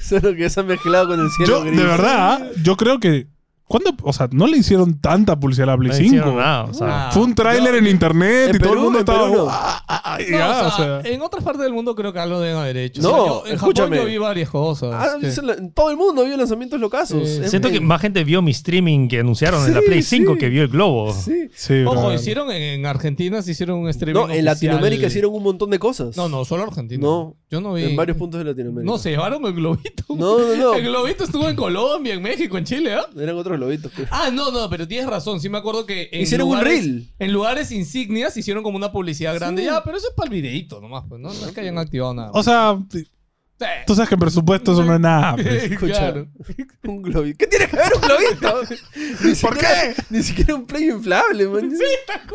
Speaker 2: Solo que se ha mezclado con el cielo
Speaker 3: yo,
Speaker 2: gris.
Speaker 3: de verdad, ¿ah? yo creo que. ¿Cuándo? O sea, no le hicieron tanta publicidad a la Play
Speaker 4: No
Speaker 3: 5.
Speaker 4: hicieron nada. O sea,
Speaker 1: Ah,
Speaker 3: Fue un tráiler en internet
Speaker 2: En
Speaker 3: y todo el
Speaker 2: Perú,
Speaker 3: mundo
Speaker 2: en
Speaker 3: estaba.
Speaker 2: Perú no. eh,
Speaker 3: "Ah, ah, ah", y
Speaker 1: No,
Speaker 3: ya,
Speaker 1: o sea,
Speaker 3: o sea.
Speaker 1: en otras partes del mundo creo que algo deben haber hecho.
Speaker 2: No,
Speaker 1: O sea, yo- en
Speaker 2: escúchame.
Speaker 1: Japón yo vi varias cosas. este.
Speaker 2: Ah,
Speaker 1: Sí.
Speaker 2: se la- en todo el mundo vio lanzamientos locazos.
Speaker 1: Sí.
Speaker 2: Es-
Speaker 4: Siento que
Speaker 2: es-
Speaker 4: más gente vio mi streaming que anunciaron en la
Speaker 2: Sí,
Speaker 4: Play
Speaker 2: sí.
Speaker 4: 5 que vio el globo.
Speaker 2: Sí.
Speaker 3: Sí,
Speaker 1: Ojo,
Speaker 3: bro.
Speaker 1: hicieron en, en Argentina, se hicieron un streaming.
Speaker 2: No, en
Speaker 1: oficial.
Speaker 2: Latinoamérica hicieron un montón de cosas.
Speaker 1: No, no, solo Argentina.
Speaker 2: No,
Speaker 1: Yo no vi.
Speaker 2: En varios puntos de Latinoamérica.
Speaker 1: No, se llevaron el globito.
Speaker 2: No, no, no.
Speaker 1: El globito estuvo en Colombia, en México, en Chile, ¿ah?
Speaker 2: Eran otros globitos. pues.
Speaker 1: Ah, no, no, pero tienes razón. Sí me acuerdo que en
Speaker 2: Hicieron un
Speaker 1: lugares,
Speaker 2: reel.
Speaker 1: En lugares insignias hicieron como una publicidad grande. Ya, pero eso es para el videíto nomás, pues. No, No es que hayan activado nada.
Speaker 3: O sea,
Speaker 1: Eh,
Speaker 3: tú sabes que en presupuesto eso no es nada. pues.
Speaker 2: escucha.
Speaker 1: claro.
Speaker 2: Un globito. ¿Qué tiene que ver un globito? Ni
Speaker 3: ¿Por
Speaker 2: siquiera- Ni siquiera un play inflable, man.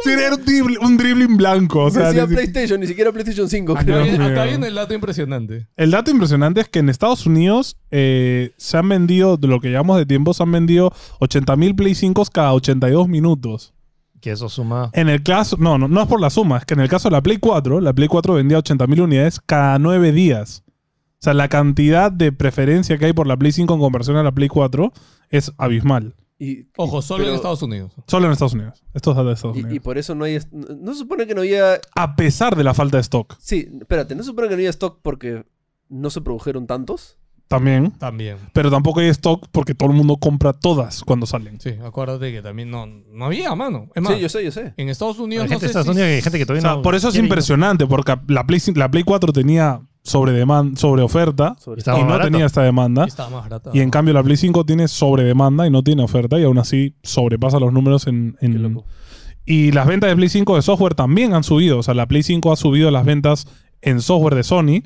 Speaker 3: Sí, era un, dribl- un dribbling blanco. O sea,
Speaker 2: Decía
Speaker 3: ni si-
Speaker 2: PlayStation, ni siquiera PlayStation 5.
Speaker 3: Ah,
Speaker 2: creo.
Speaker 1: Acá
Speaker 3: Dios
Speaker 1: viene, acá
Speaker 3: mío.
Speaker 1: viene el dato impresionante.
Speaker 3: el dato impresionante es que en Estados Unidos eh, se han vendido, de lo que llevamos de tiempo, se han vendido 80.000 Play 5 cada 82 minutos.
Speaker 4: Que eso suma.
Speaker 1: Eh,
Speaker 3: En el caso, no, no, no es por la suma, es que en el caso de la Play 4, la Play 4 vendía 80.000 unidades cada 9 días. O sea, la cantidad de preferencia que hay por la Play 5 en comparación a la Play 4 es abismal.
Speaker 2: Y,
Speaker 1: Ojo, solo
Speaker 2: Pero-
Speaker 1: en Estados Unidos.
Speaker 3: Solo en Estados Unidos. Esto es de Estados
Speaker 2: y-
Speaker 3: Unidos.
Speaker 2: y por eso no hay. est- No no se supone que no había.
Speaker 3: a pesar de la falta de stock,
Speaker 2: Sí, espérate, no se supone que no había stock porque no se produjeron tantos.
Speaker 3: también.
Speaker 1: También.
Speaker 3: Pero tampoco hay stock porque todo el mundo compra todas cuando salen.
Speaker 1: Sí, acuérdate que también no, no había, mano. Es más,
Speaker 2: Sí, yo sé, yo sé.
Speaker 1: en Estados Unidos
Speaker 4: Hay
Speaker 1: no sé
Speaker 4: gente, de Estados
Speaker 1: si-
Speaker 4: Unidos, hay gente que
Speaker 3: O
Speaker 4: todavía
Speaker 3: sea,
Speaker 4: no.
Speaker 3: por eso es
Speaker 4: quiere ir.
Speaker 3: impresionante, porque la Play, cin- la Play 4 tenía sobre, deman- sobre oferta
Speaker 2: Sobre-
Speaker 4: Y estaba
Speaker 3: y no
Speaker 4: barato.
Speaker 3: tenía esta demanda.
Speaker 1: Estaba más barata.
Speaker 3: Ah, Y en cambio la Play 5 tiene sobredemanda y no tiene oferta y aún así sobrepasa los números en... en-
Speaker 2: Qué loco.
Speaker 3: Y las ventas de Play 5 de software también han subido. O sea, la Play 5 ha subido las ventas en software de Sony.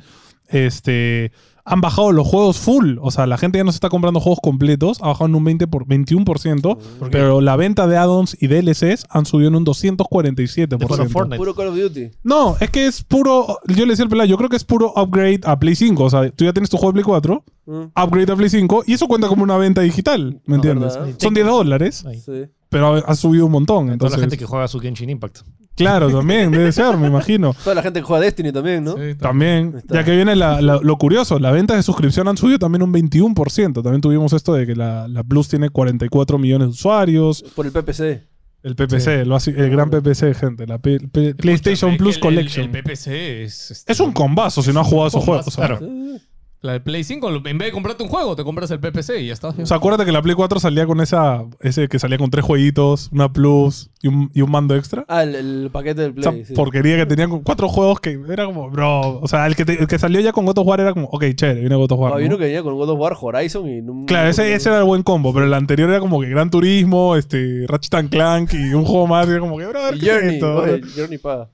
Speaker 3: Este, han bajado los juegos full. O sea, la gente ya no se está comprando juegos completos, ha bajado en un 20 por, 21%,
Speaker 4: ¿Por qué?
Speaker 3: pero la venta de add-ons y DLCs han subido en un 247%.
Speaker 4: De Call of Fortnite.
Speaker 2: Puro Call of Duty.
Speaker 3: No, es que es puro. Yo le decía al pelado, yo creo que es puro upgrade a Play 5. O sea, tú ya tienes tu juego de Play 4,
Speaker 2: Mm,
Speaker 3: upgrade a Play 5, y eso cuenta como una venta digital, ¿me
Speaker 2: No,
Speaker 3: entiendes?
Speaker 2: ¿verdad?
Speaker 3: Son 10 dólares,
Speaker 4: Ahí.
Speaker 2: Sí.
Speaker 3: pero ha, ha subido un montón.
Speaker 4: Toda la
Speaker 3: Entonces,
Speaker 4: gente que juega su Genshin Impact.
Speaker 3: claro, también, debe ser, me imagino.
Speaker 2: Toda la gente que juega Destiny también, ¿no?
Speaker 1: Sí, también.
Speaker 3: También,
Speaker 2: Está.
Speaker 3: ya que viene la- la- lo curioso, las ventas de suscripción han subido también un 21%. También tuvimos esto de que la, la Plus tiene 44 millones de usuarios.
Speaker 2: Por el PPC.
Speaker 3: El PPC, lo hace- el gran PPC, gente. La P- P- PlayStation
Speaker 1: Escúchame,
Speaker 3: Plus
Speaker 1: el- el-
Speaker 3: Collection.
Speaker 1: El, PPC es. este,
Speaker 3: es un combazo si no has jugado esos
Speaker 1: combazo,
Speaker 3: juegos. o sea.
Speaker 4: Claro.
Speaker 2: Sí.
Speaker 1: La de Play 5, lo- en vez de comprarte un juego, te compras el PPC y ya está.
Speaker 3: O sea, acuérdate que la Play 4 salía con esa. Ese que salía con tres jueguitos, una Plus y un, y un mando extra.
Speaker 2: Ah, el, el paquete del
Speaker 3: Esa
Speaker 2: Play. sí. Ah,
Speaker 3: porquería que tenían con cuatro juegos que era como, bro. O sea, el que, te- el que salió ya con God of War era como, ok, chévere, viene God of War.
Speaker 2: Ah,
Speaker 3: ¿no?
Speaker 2: vino que venía con God of War, Horizon y... no-
Speaker 3: Claro, ese, ese era el buen combo, pero el anterior era como que Gran Turismo, este, Ratchet and Clank y un juego más. Y era como que, bro,
Speaker 2: Y
Speaker 3: ¿qué es
Speaker 2: Journey,
Speaker 3: esto?
Speaker 2: oye, Journey paga.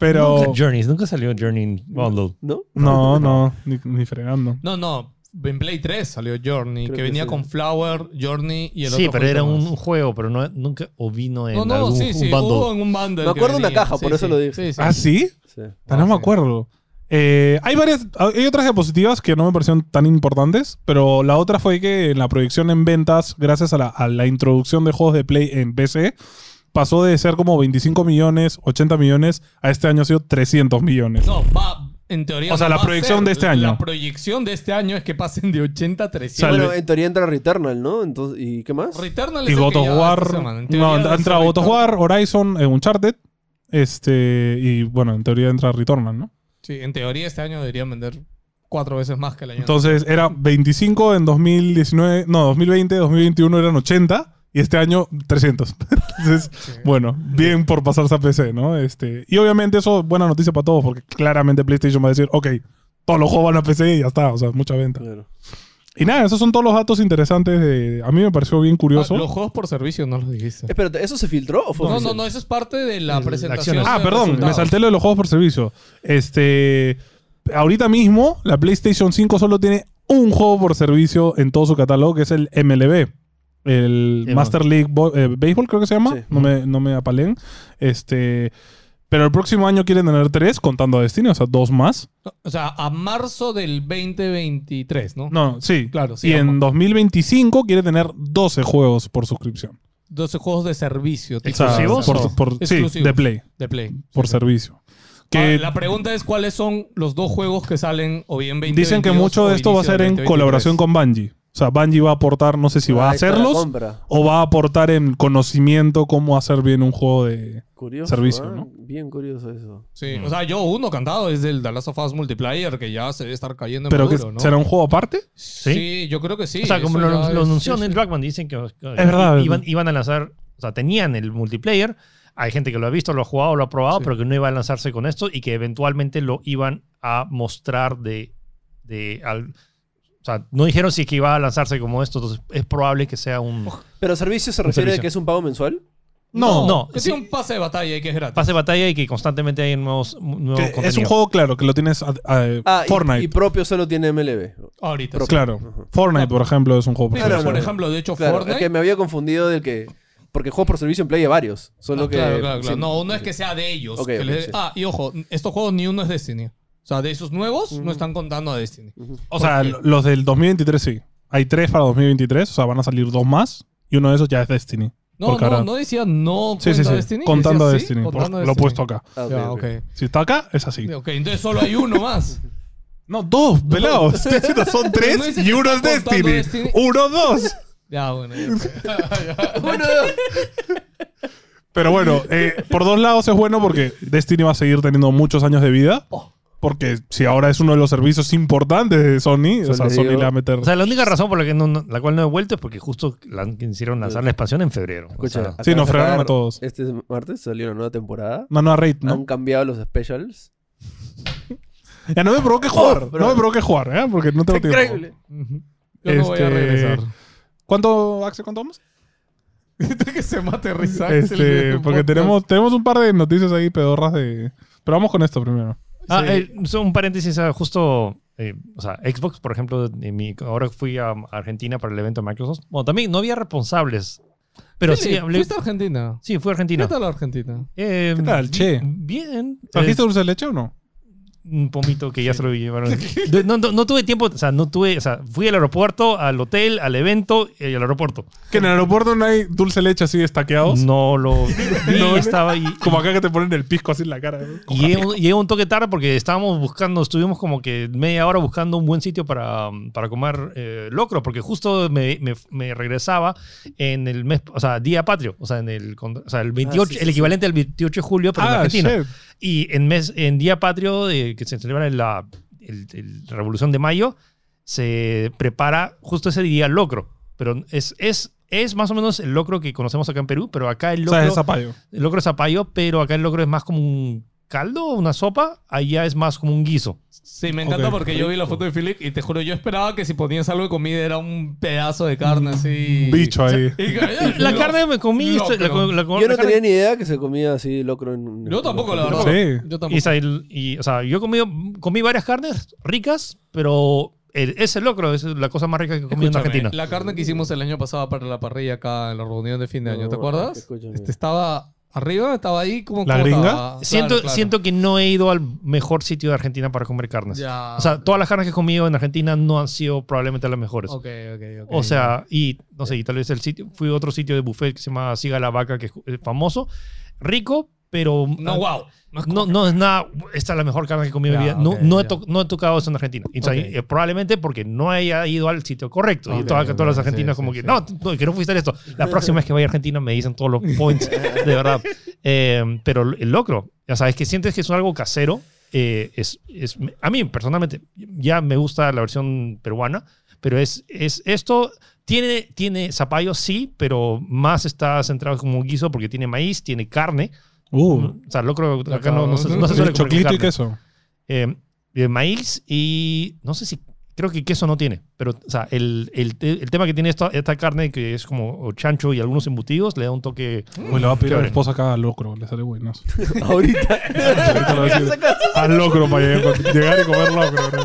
Speaker 3: Pero.
Speaker 4: Nunca Journeys, nunca salió Journey en Bundle.
Speaker 2: ¿No?
Speaker 3: No, no, ni, ni fregando.
Speaker 1: No, no. En Play 3 salió Journey,
Speaker 2: Creo
Speaker 1: que
Speaker 2: que
Speaker 1: venía
Speaker 2: sí.
Speaker 1: con Flower, Journey y el otro.
Speaker 4: Sí, pero era
Speaker 1: jueguito
Speaker 4: un
Speaker 1: más.
Speaker 4: juego, pero no, nunca o vino en
Speaker 1: No, no,
Speaker 4: algún
Speaker 1: sí,
Speaker 4: un
Speaker 1: sí.
Speaker 4: bundle.
Speaker 1: Hubo en un bundle.
Speaker 2: Me
Speaker 1: que
Speaker 2: acuerdo una
Speaker 1: venía.
Speaker 2: caja, por
Speaker 1: Sí,
Speaker 2: eso
Speaker 1: sí.
Speaker 2: lo dije.
Speaker 1: Sí, sí.
Speaker 3: ¿Ah, sí?
Speaker 2: Sí.
Speaker 3: Ah, no
Speaker 1: Ah,
Speaker 3: me
Speaker 1: sí.
Speaker 3: acuerdo. Eh, hay varias, hay otras diapositivas que no me parecieron tan importantes, pero la otra fue que en la proyección en ventas, gracias a la, a la introducción de juegos de Play en PC, pasó de ser como 25 millones, 80 millones, a este año ha sido 300 millones.
Speaker 1: No, va. En teoría.
Speaker 3: O sea,
Speaker 1: no
Speaker 3: la
Speaker 1: va a
Speaker 3: proyección
Speaker 1: ser.
Speaker 3: de este
Speaker 1: La-
Speaker 3: año.
Speaker 1: La proyección de este año es que pasen de 80 a 300.
Speaker 3: Sale.
Speaker 2: Bueno, en teoría entra Returnal, ¿no? Entonces, ¿Y qué más?
Speaker 1: Returnal pues es
Speaker 3: Y
Speaker 1: el
Speaker 3: God
Speaker 1: que
Speaker 3: of
Speaker 1: ya
Speaker 3: War.
Speaker 1: esta semana. En
Speaker 3: No,
Speaker 1: teoría
Speaker 3: entra
Speaker 1: va a
Speaker 3: entra
Speaker 1: ser
Speaker 3: God of
Speaker 1: Returnal.
Speaker 3: War, Horizon, eh, Uncharted. Este, y bueno, en teoría entra Returnal, ¿no?
Speaker 1: Sí, en teoría este año deberían vender cuatro veces más que el año
Speaker 3: Entonces era 25 en 2019, no, 2020, 2021 eran 80 y este año 300. Entonces, bueno, bien por pasarse a PC, ¿no? Este, y obviamente eso es buena noticia para todos porque claramente PlayStation va a decir, ok, todos los juegos van a PC y ya está, o sea, mucha venta.
Speaker 2: Claro.
Speaker 3: Y nada, esos son todos los datos interesantes de... A mí me pareció bien
Speaker 1: anterior.
Speaker 3: curioso.
Speaker 1: Ah, los juegos por servicio no los dijiste.
Speaker 2: Espérate, ¿eso se filtró o fue
Speaker 1: No, no,
Speaker 2: oficial?
Speaker 1: no, eso es parte de la
Speaker 4: El-
Speaker 1: presentación.
Speaker 4: acciones.
Speaker 1: de
Speaker 3: Ah, perdón, me
Speaker 1: resultados.
Speaker 3: salté lo de los juegos por servicio. Este, ahorita mismo la PlayStation 5 solo tiene un juego por servicio en todo su catálogo, que es el MLB. El
Speaker 4: Sí,
Speaker 3: Master League Bo- eh, Baseball creo que se llama,
Speaker 2: Sí.
Speaker 3: no, me, no me apalen. Este, pero el próximo año quieren tener tres, contando a Destiny, o sea, dos más.
Speaker 1: O sea, a marzo del 2023, ¿no?
Speaker 3: No, sí.
Speaker 1: Claro, sí.
Speaker 3: Y en
Speaker 1: ambos.
Speaker 3: 2025 quiere tener 12 juegos por suscripción.
Speaker 1: 12 juegos de servicio. tipo,
Speaker 4: ¿Exclusivos
Speaker 1: o sea,
Speaker 3: Por, por- sí,
Speaker 1: Exclusivos.
Speaker 3: de Play,
Speaker 1: De Play.
Speaker 3: por servicio.
Speaker 1: Ah,
Speaker 3: Que
Speaker 1: la pregunta es cuáles son los dos juegos que salen o bien 20
Speaker 3: Dicen que mucho de esto va a ser en colaboración con Bungie. O sea, Bungie va a aportar, no sé si va a
Speaker 2: Ahí está la
Speaker 3: hacerlos
Speaker 2: compra.
Speaker 3: o va a aportar en conocimiento cómo hacer bien un juego de...
Speaker 2: Curioso,
Speaker 3: Servicio,
Speaker 2: ¿ah?
Speaker 3: ¿no?
Speaker 2: Bien curioso eso.
Speaker 1: Sí, o sea, yo uno cantado es del The Last of Us Multiplayer que ya se debe estar cayendo en
Speaker 3: Pero
Speaker 1: maduro,
Speaker 3: que
Speaker 1: ¿no?
Speaker 3: será un juego aparte.
Speaker 1: ¿Sí? yo creo que sí.
Speaker 4: o sea, como
Speaker 1: eso
Speaker 4: lo,
Speaker 1: ya
Speaker 4: lo
Speaker 1: es-
Speaker 4: anunció
Speaker 1: sí,
Speaker 4: en
Speaker 1: sí.
Speaker 4: el Rockman, dicen que, que
Speaker 3: verdad.
Speaker 4: iban, iban a lanzar, o sea, tenían el multiplayer. Hay gente que lo ha visto, lo ha jugado, lo ha probado,
Speaker 1: Sí.
Speaker 4: pero que no iba a lanzarse con esto y que eventualmente lo iban a mostrar de. de al, o sea, no dijeron si es que iba a lanzarse como esto, entonces es probable que sea un
Speaker 2: ¿Pero servicio se
Speaker 4: Un
Speaker 2: refiere
Speaker 4: servicio.
Speaker 2: a que es un pago mensual?
Speaker 1: No,
Speaker 4: no,
Speaker 1: que
Speaker 4: sí.
Speaker 1: tiene un pase de batalla y que es gratis.
Speaker 4: pase de batalla y que constantemente hay nuevos, nuevos
Speaker 3: Que es un
Speaker 4: contenido.
Speaker 3: juego, claro, que lo tienes... a- a-
Speaker 2: Ah, y-
Speaker 3: Fortnite.
Speaker 2: Y, propio solo tiene MLB.
Speaker 1: Ahorita.
Speaker 2: Pro-
Speaker 1: sí.
Speaker 3: claro.
Speaker 2: Ajá.
Speaker 3: Fortnite, por ejemplo, es un juego por
Speaker 1: Sí,
Speaker 2: Claro,
Speaker 1: pero,
Speaker 3: servicio.
Speaker 1: por
Speaker 2: no.
Speaker 1: ejemplo, de hecho,
Speaker 2: Claro,
Speaker 1: Fortnite.
Speaker 2: es que me había confundido del que... Porque juegos por servicio en Play hay varios. Solo
Speaker 1: Ah,
Speaker 2: que...
Speaker 1: claro, claro, claro.
Speaker 2: sí.
Speaker 1: No, no es que sea de ellos.
Speaker 2: Ok,
Speaker 1: que
Speaker 2: ok,
Speaker 1: les-
Speaker 2: sí.
Speaker 1: Ah, y ojo, estos juegos ni uno es Destiny. O sea, de esos nuevos no están contando a Destiny.
Speaker 2: Ujú.
Speaker 3: O sea,
Speaker 1: porque-
Speaker 3: lo- los del 2023 sí. Hay tres para 2023, o sea, van a salir dos más y uno de esos ya es Destiny.
Speaker 1: No,
Speaker 3: Porque
Speaker 1: no,
Speaker 3: ahora-
Speaker 1: no decía no
Speaker 3: Sí, sí,
Speaker 1: cuenta
Speaker 3: sí.
Speaker 1: Destiny.
Speaker 3: Contando a
Speaker 1: decía sí,
Speaker 3: Destiny. por-
Speaker 1: contando
Speaker 3: Lo he
Speaker 1: Destiny.
Speaker 3: puesto acá.
Speaker 2: Ah, ok,
Speaker 1: Ya,
Speaker 2: ok.
Speaker 1: ok.
Speaker 3: Si está acá, es así.
Speaker 1: Ok, entonces solo hay uno más.
Speaker 3: No, dos, velados. Estoy diciendo, son
Speaker 1: no
Speaker 3: tres
Speaker 1: dice
Speaker 3: y
Speaker 1: que
Speaker 3: uno es
Speaker 1: está contando
Speaker 3: Destiny.
Speaker 1: Destiny.
Speaker 3: Uno, dos.
Speaker 1: Ya, bueno. ya fue.
Speaker 2: Bueno, no.
Speaker 3: Pero bueno, eh, por dos lados es bueno porque Destiny va a seguir teniendo muchos años de vida.
Speaker 1: Oh.
Speaker 3: Porque si ahora es uno de los servicios importantes de Sony, o sea,
Speaker 2: Solo
Speaker 3: Sony
Speaker 2: digo-
Speaker 3: le va a meter.
Speaker 4: O sea, la única razón por la, que no- no- la cual no he vuelto es porque justo lan- quisieron lanzar la expansión en febrero. O
Speaker 2: Escucha,
Speaker 4: sea,
Speaker 2: acaba
Speaker 3: sí, nos
Speaker 2: de
Speaker 3: fregaron a
Speaker 2: sacar-
Speaker 3: todos.
Speaker 2: Este martes salió una nueva temporada.
Speaker 3: no, no, a Raid,
Speaker 2: Han
Speaker 3: ¿no?
Speaker 2: cambiado los specials.
Speaker 3: Ya no me provoque jugar.
Speaker 2: Oh, pero-
Speaker 3: no me provoque jugar, ¿eh? Porque no tengo tiempo.
Speaker 2: Increíble.
Speaker 1: Yo no voy a
Speaker 3: Este-
Speaker 1: regresar.
Speaker 3: ¿Cuánto, Axel, cuánto vamos?
Speaker 1: que se mate Rizax.
Speaker 3: Este, porque tenemos, tenemos un par de noticias ahí pedorras de. Pero vamos con esto primero.
Speaker 4: Ah,
Speaker 1: Sí.
Speaker 4: eh, so- un paréntesis, ah, justo, eh, o sea, Xbox, por ejemplo, en mi- ahora fui a Argentina para el evento de Microsoft. Bueno, también no había responsables, pero sí,
Speaker 1: Philip,
Speaker 4: hablé-
Speaker 1: ¿Fuiste a Argentina?
Speaker 4: sí, fui a
Speaker 1: ¿Qué
Speaker 4: Argentina.
Speaker 1: tal Argentina?
Speaker 4: Eh,
Speaker 3: ¿Qué tal,
Speaker 4: bi-
Speaker 3: che?
Speaker 4: Bien.
Speaker 3: ¿Trajiste dulce de leche o no?
Speaker 4: un pomito que ya se lo llevaron. De- No, no, no tuve tiempo, o sea, no tuve, o sea, fui al aeropuerto, al hotel, al evento y al aeropuorto.
Speaker 3: Que en el aeropuerto no hay dulce de leche así destaqueados.
Speaker 4: No lo vi,
Speaker 3: No,
Speaker 4: estaba ahí.
Speaker 3: Como acá que te ponen el pisco así en la cara. ¿eh? ¿no?
Speaker 4: Llegué, un- llegué un toque tarde porque estábamos buscando, estuvimos como que media hora buscando un buen sitio para, um, para comer eh, locro, porque justo me, me- me regresaba en el mes, o sea, día patrio, o sea, en el, con- o sea, el 28,
Speaker 2: sí, sí,
Speaker 4: el
Speaker 2: sí.
Speaker 4: equivalente al 28 de julio, pero en
Speaker 3: Ah,
Speaker 4: Argentina.
Speaker 3: shit.
Speaker 4: Y en, mes, en Día Patrio, eh, que se celebra en la el- el Revolución de Mayo, se prepara justo ese día locro. Pero es, es, es más o menos el locro que conocemos acá en Perú, pero acá el
Speaker 3: O sea,
Speaker 4: locro,
Speaker 3: es zapallo.
Speaker 4: el locro es zapallo, pero acá el locro es más como un caldo, una sopa, allá es más como un guiso.
Speaker 1: Sí, me encanta
Speaker 3: Ok,
Speaker 1: porque yo vi la foto de Philip y te juro, yo esperaba que si ponías algo de comida era un pedazo de carne así.
Speaker 3: Bicho ahí.
Speaker 1: Y- eh,
Speaker 4: La carne me comí,
Speaker 1: Locro.
Speaker 4: la co- la co-
Speaker 2: Yo no
Speaker 4: la carne-
Speaker 2: tenía ni idea que se comía así locro en.
Speaker 1: Yo tampoco, la verdad.
Speaker 3: Sí.
Speaker 1: Yo
Speaker 4: Y,
Speaker 1: tampoco.
Speaker 4: esa- el- y, o sea, yo he comido- comí varias carnes ricas, pero el- ese locro es la cosa más rica que he comido en
Speaker 1: Escúchame,
Speaker 4: Argentina.
Speaker 1: La carne que hicimos el año pasado para la parrilla acá en la reunión de fin de
Speaker 2: No,
Speaker 1: año, ¿te acuerdas?
Speaker 2: escúchame.
Speaker 1: Este, estaba arriba, estaba ahí como...
Speaker 3: ¿La
Speaker 1: como
Speaker 3: gringa?
Speaker 1: estaba. Claro,
Speaker 4: Siento,
Speaker 1: claro.
Speaker 4: siento que no he ido al mejor sitio de Argentina para comer carnes.
Speaker 1: Ya.
Speaker 4: O sea, todas las carnes que he comido en Argentina no han sido probablemente las mejores.
Speaker 1: Ok, ok, ok.
Speaker 4: O sea, y no sé, y tal vez el sitio, fui a otro sitio de buffet que se llama Siga la Vaca, que es eh, famoso, rico, pero...
Speaker 1: No,
Speaker 4: ah,
Speaker 1: wow. No, es
Speaker 4: No, no es nada, esta es la mejor carne que he comido en mi
Speaker 1: Ya,
Speaker 4: vida. No,
Speaker 1: ok,
Speaker 4: no he
Speaker 1: ya.
Speaker 4: to- no he tocado eso en Argentina. Y, o sea,
Speaker 1: Ok.
Speaker 4: eh, probablemente porque no haya ido al sitio correcto. y
Speaker 1: Ok,
Speaker 4: todas, todos
Speaker 1: ok,
Speaker 4: los
Speaker 1: sí,
Speaker 4: argentinos
Speaker 1: sí,
Speaker 4: como que,
Speaker 1: sí.
Speaker 4: no, no, que no fuiste a esto. La próxima vez que vaya a Argentina me dicen todos los points, de verdad. Eh, pero el locro, ya sabes, que sientes que es algo casero. eh, es, es, a mí personalmente ya me gusta la versión peruana, pero es, es esto... Tiene, tiene zapallo, sí, pero más está centrado como un guiso porque tiene maíz, tiene carne,
Speaker 3: Uh.
Speaker 4: o sea, locro acá,
Speaker 1: Acá
Speaker 4: no, no se, no se suele
Speaker 3: el
Speaker 4: comer con
Speaker 3: choclito y
Speaker 4: carne.
Speaker 3: queso.
Speaker 4: Eh, de maíz y no sé si creo que queso no tiene, pero o sea, el, el, te- el tema que tiene esta, esta carne que es como chancho y algunos embutidos le da un toque
Speaker 3: Mm. Bueno, le va a pedir a mi
Speaker 4: Chévere.
Speaker 3: esposa acá al locro. Le sale buenas.
Speaker 2: Ahorita.
Speaker 3: Al locro para llegar, llegar y comer locro. bro.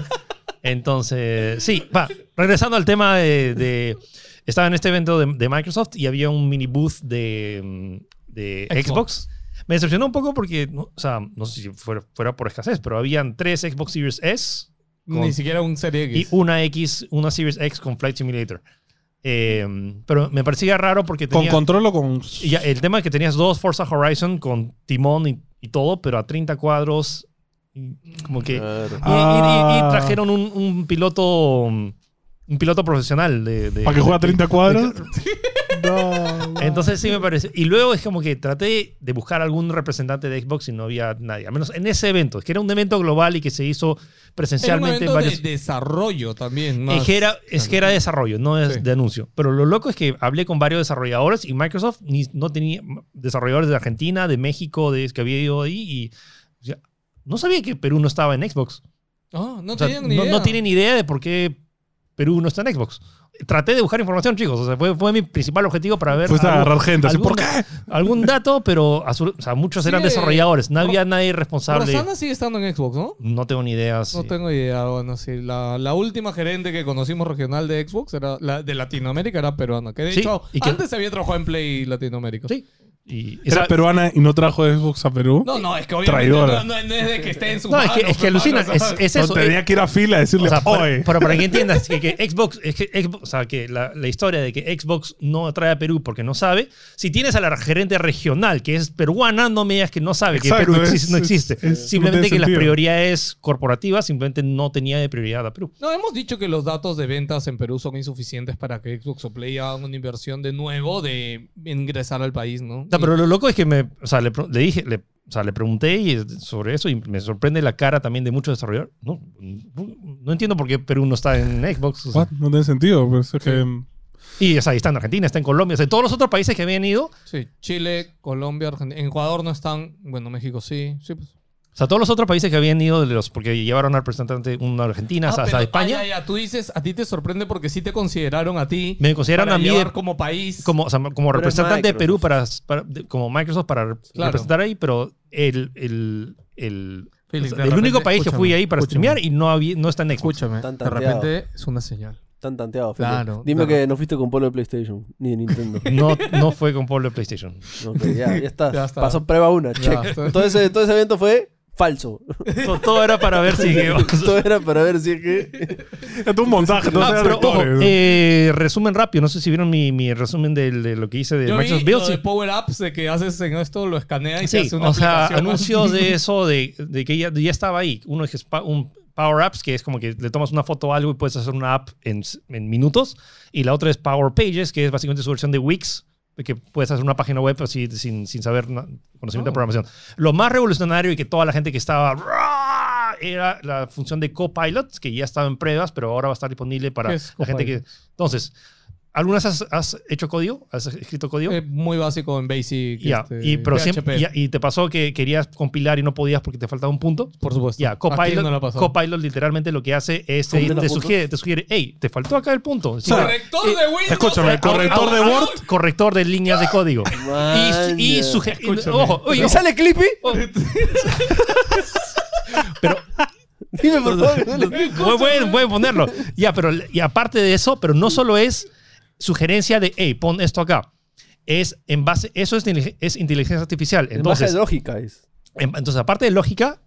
Speaker 4: Entonces, sí, va. Regresando al tema de. de- estaba en este evento de, de Microsoft y había un mini booth de, mm, de Xbox.
Speaker 1: Xbox.
Speaker 4: Me decepcionó un poco porque, no, o sea, no sé si fuera, fuera por escasez, pero habían tres Xbox Series S
Speaker 1: Ni siquiera un Serie
Speaker 4: y
Speaker 1: X.
Speaker 4: una X, una Series X con Flight Simulator. Eh, pero me parecía raro porque
Speaker 3: ¿Con
Speaker 4: tenía.
Speaker 3: control o con...?
Speaker 4: y ya, el tema es que tenías dos Forza Horizon con timón y, y todo, pero a 30 cuadros. y Como que.
Speaker 2: Claro.
Speaker 4: Y, y- y- y
Speaker 3: Ah.
Speaker 4: trajeron un, un piloto un piloto profesional de, de-
Speaker 3: ¿Para que juega 30 cuadros?
Speaker 4: de- entonces sí me parece y luego es como que traté de buscar algún representante de Xbox y no había nadie al menos en ese evento que era un evento global y que se hizo
Speaker 1: Era un
Speaker 4: presencialmente en
Speaker 1: evento
Speaker 4: varios
Speaker 1: de desarrollo también.
Speaker 4: es
Speaker 1: más.
Speaker 4: que, era, es que era de desarrollo, no es
Speaker 1: Sí.
Speaker 4: de anuncio. Pero lo loco es que hablé con varios desarrolladores y Microsoft ni, no tenía desarrolladores de Argentina, de México, de que había ido ahí y o sea, no sabía que Perú no estaba en Xbox.
Speaker 1: Ah, no
Speaker 4: O sea,
Speaker 1: tenían ni
Speaker 4: no,
Speaker 1: idea.
Speaker 4: no tienen idea de por qué Perú no está en Xbox. Traté de buscar información, chicos. O sea, fue, fue mi principal objetivo para ver
Speaker 3: Fuiste a
Speaker 4: algún,
Speaker 3: agarrar gente. así,
Speaker 4: algún-
Speaker 3: ¿Por qué?
Speaker 4: algún dato, pero a su- o sea, muchos eran
Speaker 1: Sigue-
Speaker 4: desarrolladores. No
Speaker 1: Ro-
Speaker 4: había nadie responsable.
Speaker 1: Rosana sigue estando en Xbox, ¿no?
Speaker 4: No tengo ni idea.
Speaker 1: No
Speaker 4: sí.
Speaker 1: tengo idea. Bueno, sí, la, la última gerente que conocimos regional de Xbox era la de Latinoamérica era peruana. Que de
Speaker 4: Sí,
Speaker 1: hecho,
Speaker 4: y que-
Speaker 1: antes había trabajado en Play Latinoamérica.
Speaker 4: Sí. Y,
Speaker 3: Era
Speaker 4: esa-
Speaker 3: peruana y no trajo Xbox a Perú.
Speaker 1: No, no, es que obviamente
Speaker 3: Traidora.
Speaker 1: no, no, no es de que esté en su
Speaker 4: No, es que,
Speaker 1: mano,
Speaker 4: es que
Speaker 1: hermano,
Speaker 4: alucina.
Speaker 1: ¿sabes?
Speaker 4: Es, es
Speaker 3: No
Speaker 4: eso. eh,
Speaker 3: tenía que ir a fila a decirle,
Speaker 4: o sea, para-
Speaker 3: oye.
Speaker 4: pero para que entiendas que, que Xbox, es que Xbox- o sea, que la, la historia de que Xbox no atrae a Perú porque no sabe, si tienes a la gerente regional que es peruana, no me digas que no sabe
Speaker 3: Exacto,
Speaker 4: que Perú exi-
Speaker 3: es-
Speaker 4: no existe.
Speaker 3: es- es-
Speaker 4: simplemente
Speaker 3: no tiene
Speaker 4: que las
Speaker 3: sentido.
Speaker 4: prioridades corporativas simplemente no tenía de prioridad a Perú.
Speaker 1: No, hemos dicho que los datos de ventas en Perú son insuficientes para que Xbox o Play hagan una inversión de nuevo de ingresar al país, ¿no?
Speaker 4: No, pero lo loco es que me, o sea, le, pro- le dije, le, o sea, le pregunté y- sobre eso y me sorprende la cara también de muchos desarrolladores. No, no entiendo por qué Perú no está en Xbox. o sea.
Speaker 3: What? No tiene sentido. Pues, es que,
Speaker 4: y o sea, ahí está en Argentina, está en Colombia, o sea, en todos los otros países que habían ido,
Speaker 1: Sí, Chile, Colombia, Argentina. En Ecuador no están. Bueno, México sí. Sí, pues.
Speaker 4: O sea, todos los otros países que habían ido, de los, porque llevaron al representante, una Argentina, hasta,
Speaker 1: Ah,
Speaker 4: hasta
Speaker 1: pero-
Speaker 4: España,
Speaker 1: ah, ya, ya, Tú dices, a ti te sorprende porque sí te consideraron a ti.
Speaker 4: me consideran
Speaker 1: para
Speaker 4: a mí
Speaker 1: llevar
Speaker 4: de-
Speaker 1: como país.
Speaker 4: como, o sea, como
Speaker 2: Pero es
Speaker 4: representante de Perú,
Speaker 2: Microsoft.
Speaker 4: para, para- de- como Microsoft, para re-
Speaker 1: Claro.
Speaker 4: representar ahí, pero el, el, el,
Speaker 1: Felix,
Speaker 4: O sea,
Speaker 1: de
Speaker 4: el
Speaker 1: repente-
Speaker 4: único país que
Speaker 1: escúchame,
Speaker 4: fui ahí para
Speaker 1: escúchame,
Speaker 4: streamear y no, había, no está en Xbox.
Speaker 1: Escúchame,
Speaker 2: Tan
Speaker 1: de
Speaker 2: tanteado.
Speaker 1: repente es una señal.
Speaker 2: Tan tanteado, Felipe.
Speaker 1: Claro,
Speaker 2: Dime
Speaker 1: claro.
Speaker 2: que no fuiste con Polo de PlayStation, ni de Nintendo.
Speaker 4: No, no fue con Pablo de PlayStation.
Speaker 2: Ok, ya, ya está.
Speaker 1: Ya está.
Speaker 2: Pasó prueba una, check.
Speaker 1: está.
Speaker 2: Todo ese, todo ese evento fue falso.
Speaker 4: To- Todo era para ver si...
Speaker 2: Todo era para ver si es que.
Speaker 3: Es un montaje, no
Speaker 4: Ah,
Speaker 3: sean
Speaker 4: pero, ojo,
Speaker 3: actores.
Speaker 4: eh, resumen rápido. No sé si vieron mi, mi resumen del- de, lo que hice de
Speaker 1: Yo vi
Speaker 4: Microsoft
Speaker 1: lo
Speaker 4: Build.
Speaker 1: de Power Ups de que haces en esto, lo escanea y se
Speaker 4: Sí,
Speaker 1: hace una
Speaker 4: o sea,
Speaker 1: aplicación.
Speaker 4: anuncios de eso, de, de que ya, ya estaba ahí. Uno es pa- un Power Apps, que es como que le tomas una foto o algo y puedes hacer una app en, s- en minutos. Y la otra es Power Pages, que es básicamente su versión de Wix, de que puedes hacer una página web así sin, sin saber na- conocimiento de
Speaker 1: Oh.
Speaker 4: programación. Lo más revolucionario y que toda la gente que estaba... "Ruah", Era la función de Copilot, que ya estaba en pruebas, pero ahora va a estar disponible para
Speaker 1: ¿Qué
Speaker 4: la
Speaker 1: es
Speaker 4: gente que... Entonces, ¿algunas has, has hecho código? ¿Has escrito código?
Speaker 1: Es muy básico en Basic.
Speaker 4: Ya,
Speaker 1: este,
Speaker 4: y, pero
Speaker 1: PHP,
Speaker 4: siempre- ya, y te pasó que querías compilar y no podías porque te faltaba un punto.
Speaker 1: por supuesto.
Speaker 4: Ya,
Speaker 1: ¿A quién
Speaker 4: Copilot,
Speaker 1: no le ha pasado?
Speaker 4: Copilot literalmente lo que hace es
Speaker 2: ¿Cómo
Speaker 4: eh,
Speaker 2: te la
Speaker 4: te
Speaker 2: puto?
Speaker 4: sugiere, te sugiere, hey, te faltó acá el punto. Sí.
Speaker 1: Corrector de Windows.
Speaker 3: eh, escúchame,
Speaker 1: ahora-
Speaker 3: corrector de
Speaker 1: ahora-
Speaker 3: Word.
Speaker 4: corrector de líneas de código.
Speaker 2: Man,
Speaker 4: y y
Speaker 2: ya.
Speaker 4: suge- y-
Speaker 1: Escúchame.
Speaker 4: ojo, oye,
Speaker 2: ¿Y sale Clippy?
Speaker 1: Oh.
Speaker 4: ojo. pero
Speaker 2: Dime, por favor.
Speaker 4: Voy, voy- voy a ponerlo. Ya, pero y aparte de eso, pero no solo es sugerencia de, hey, pon esto acá. Es en base, eso es, inteligen- es inteligencia artificial.
Speaker 2: En base
Speaker 4: Entonces,
Speaker 2: de lógica es.
Speaker 4: Em- Entonces, aparte de lógica,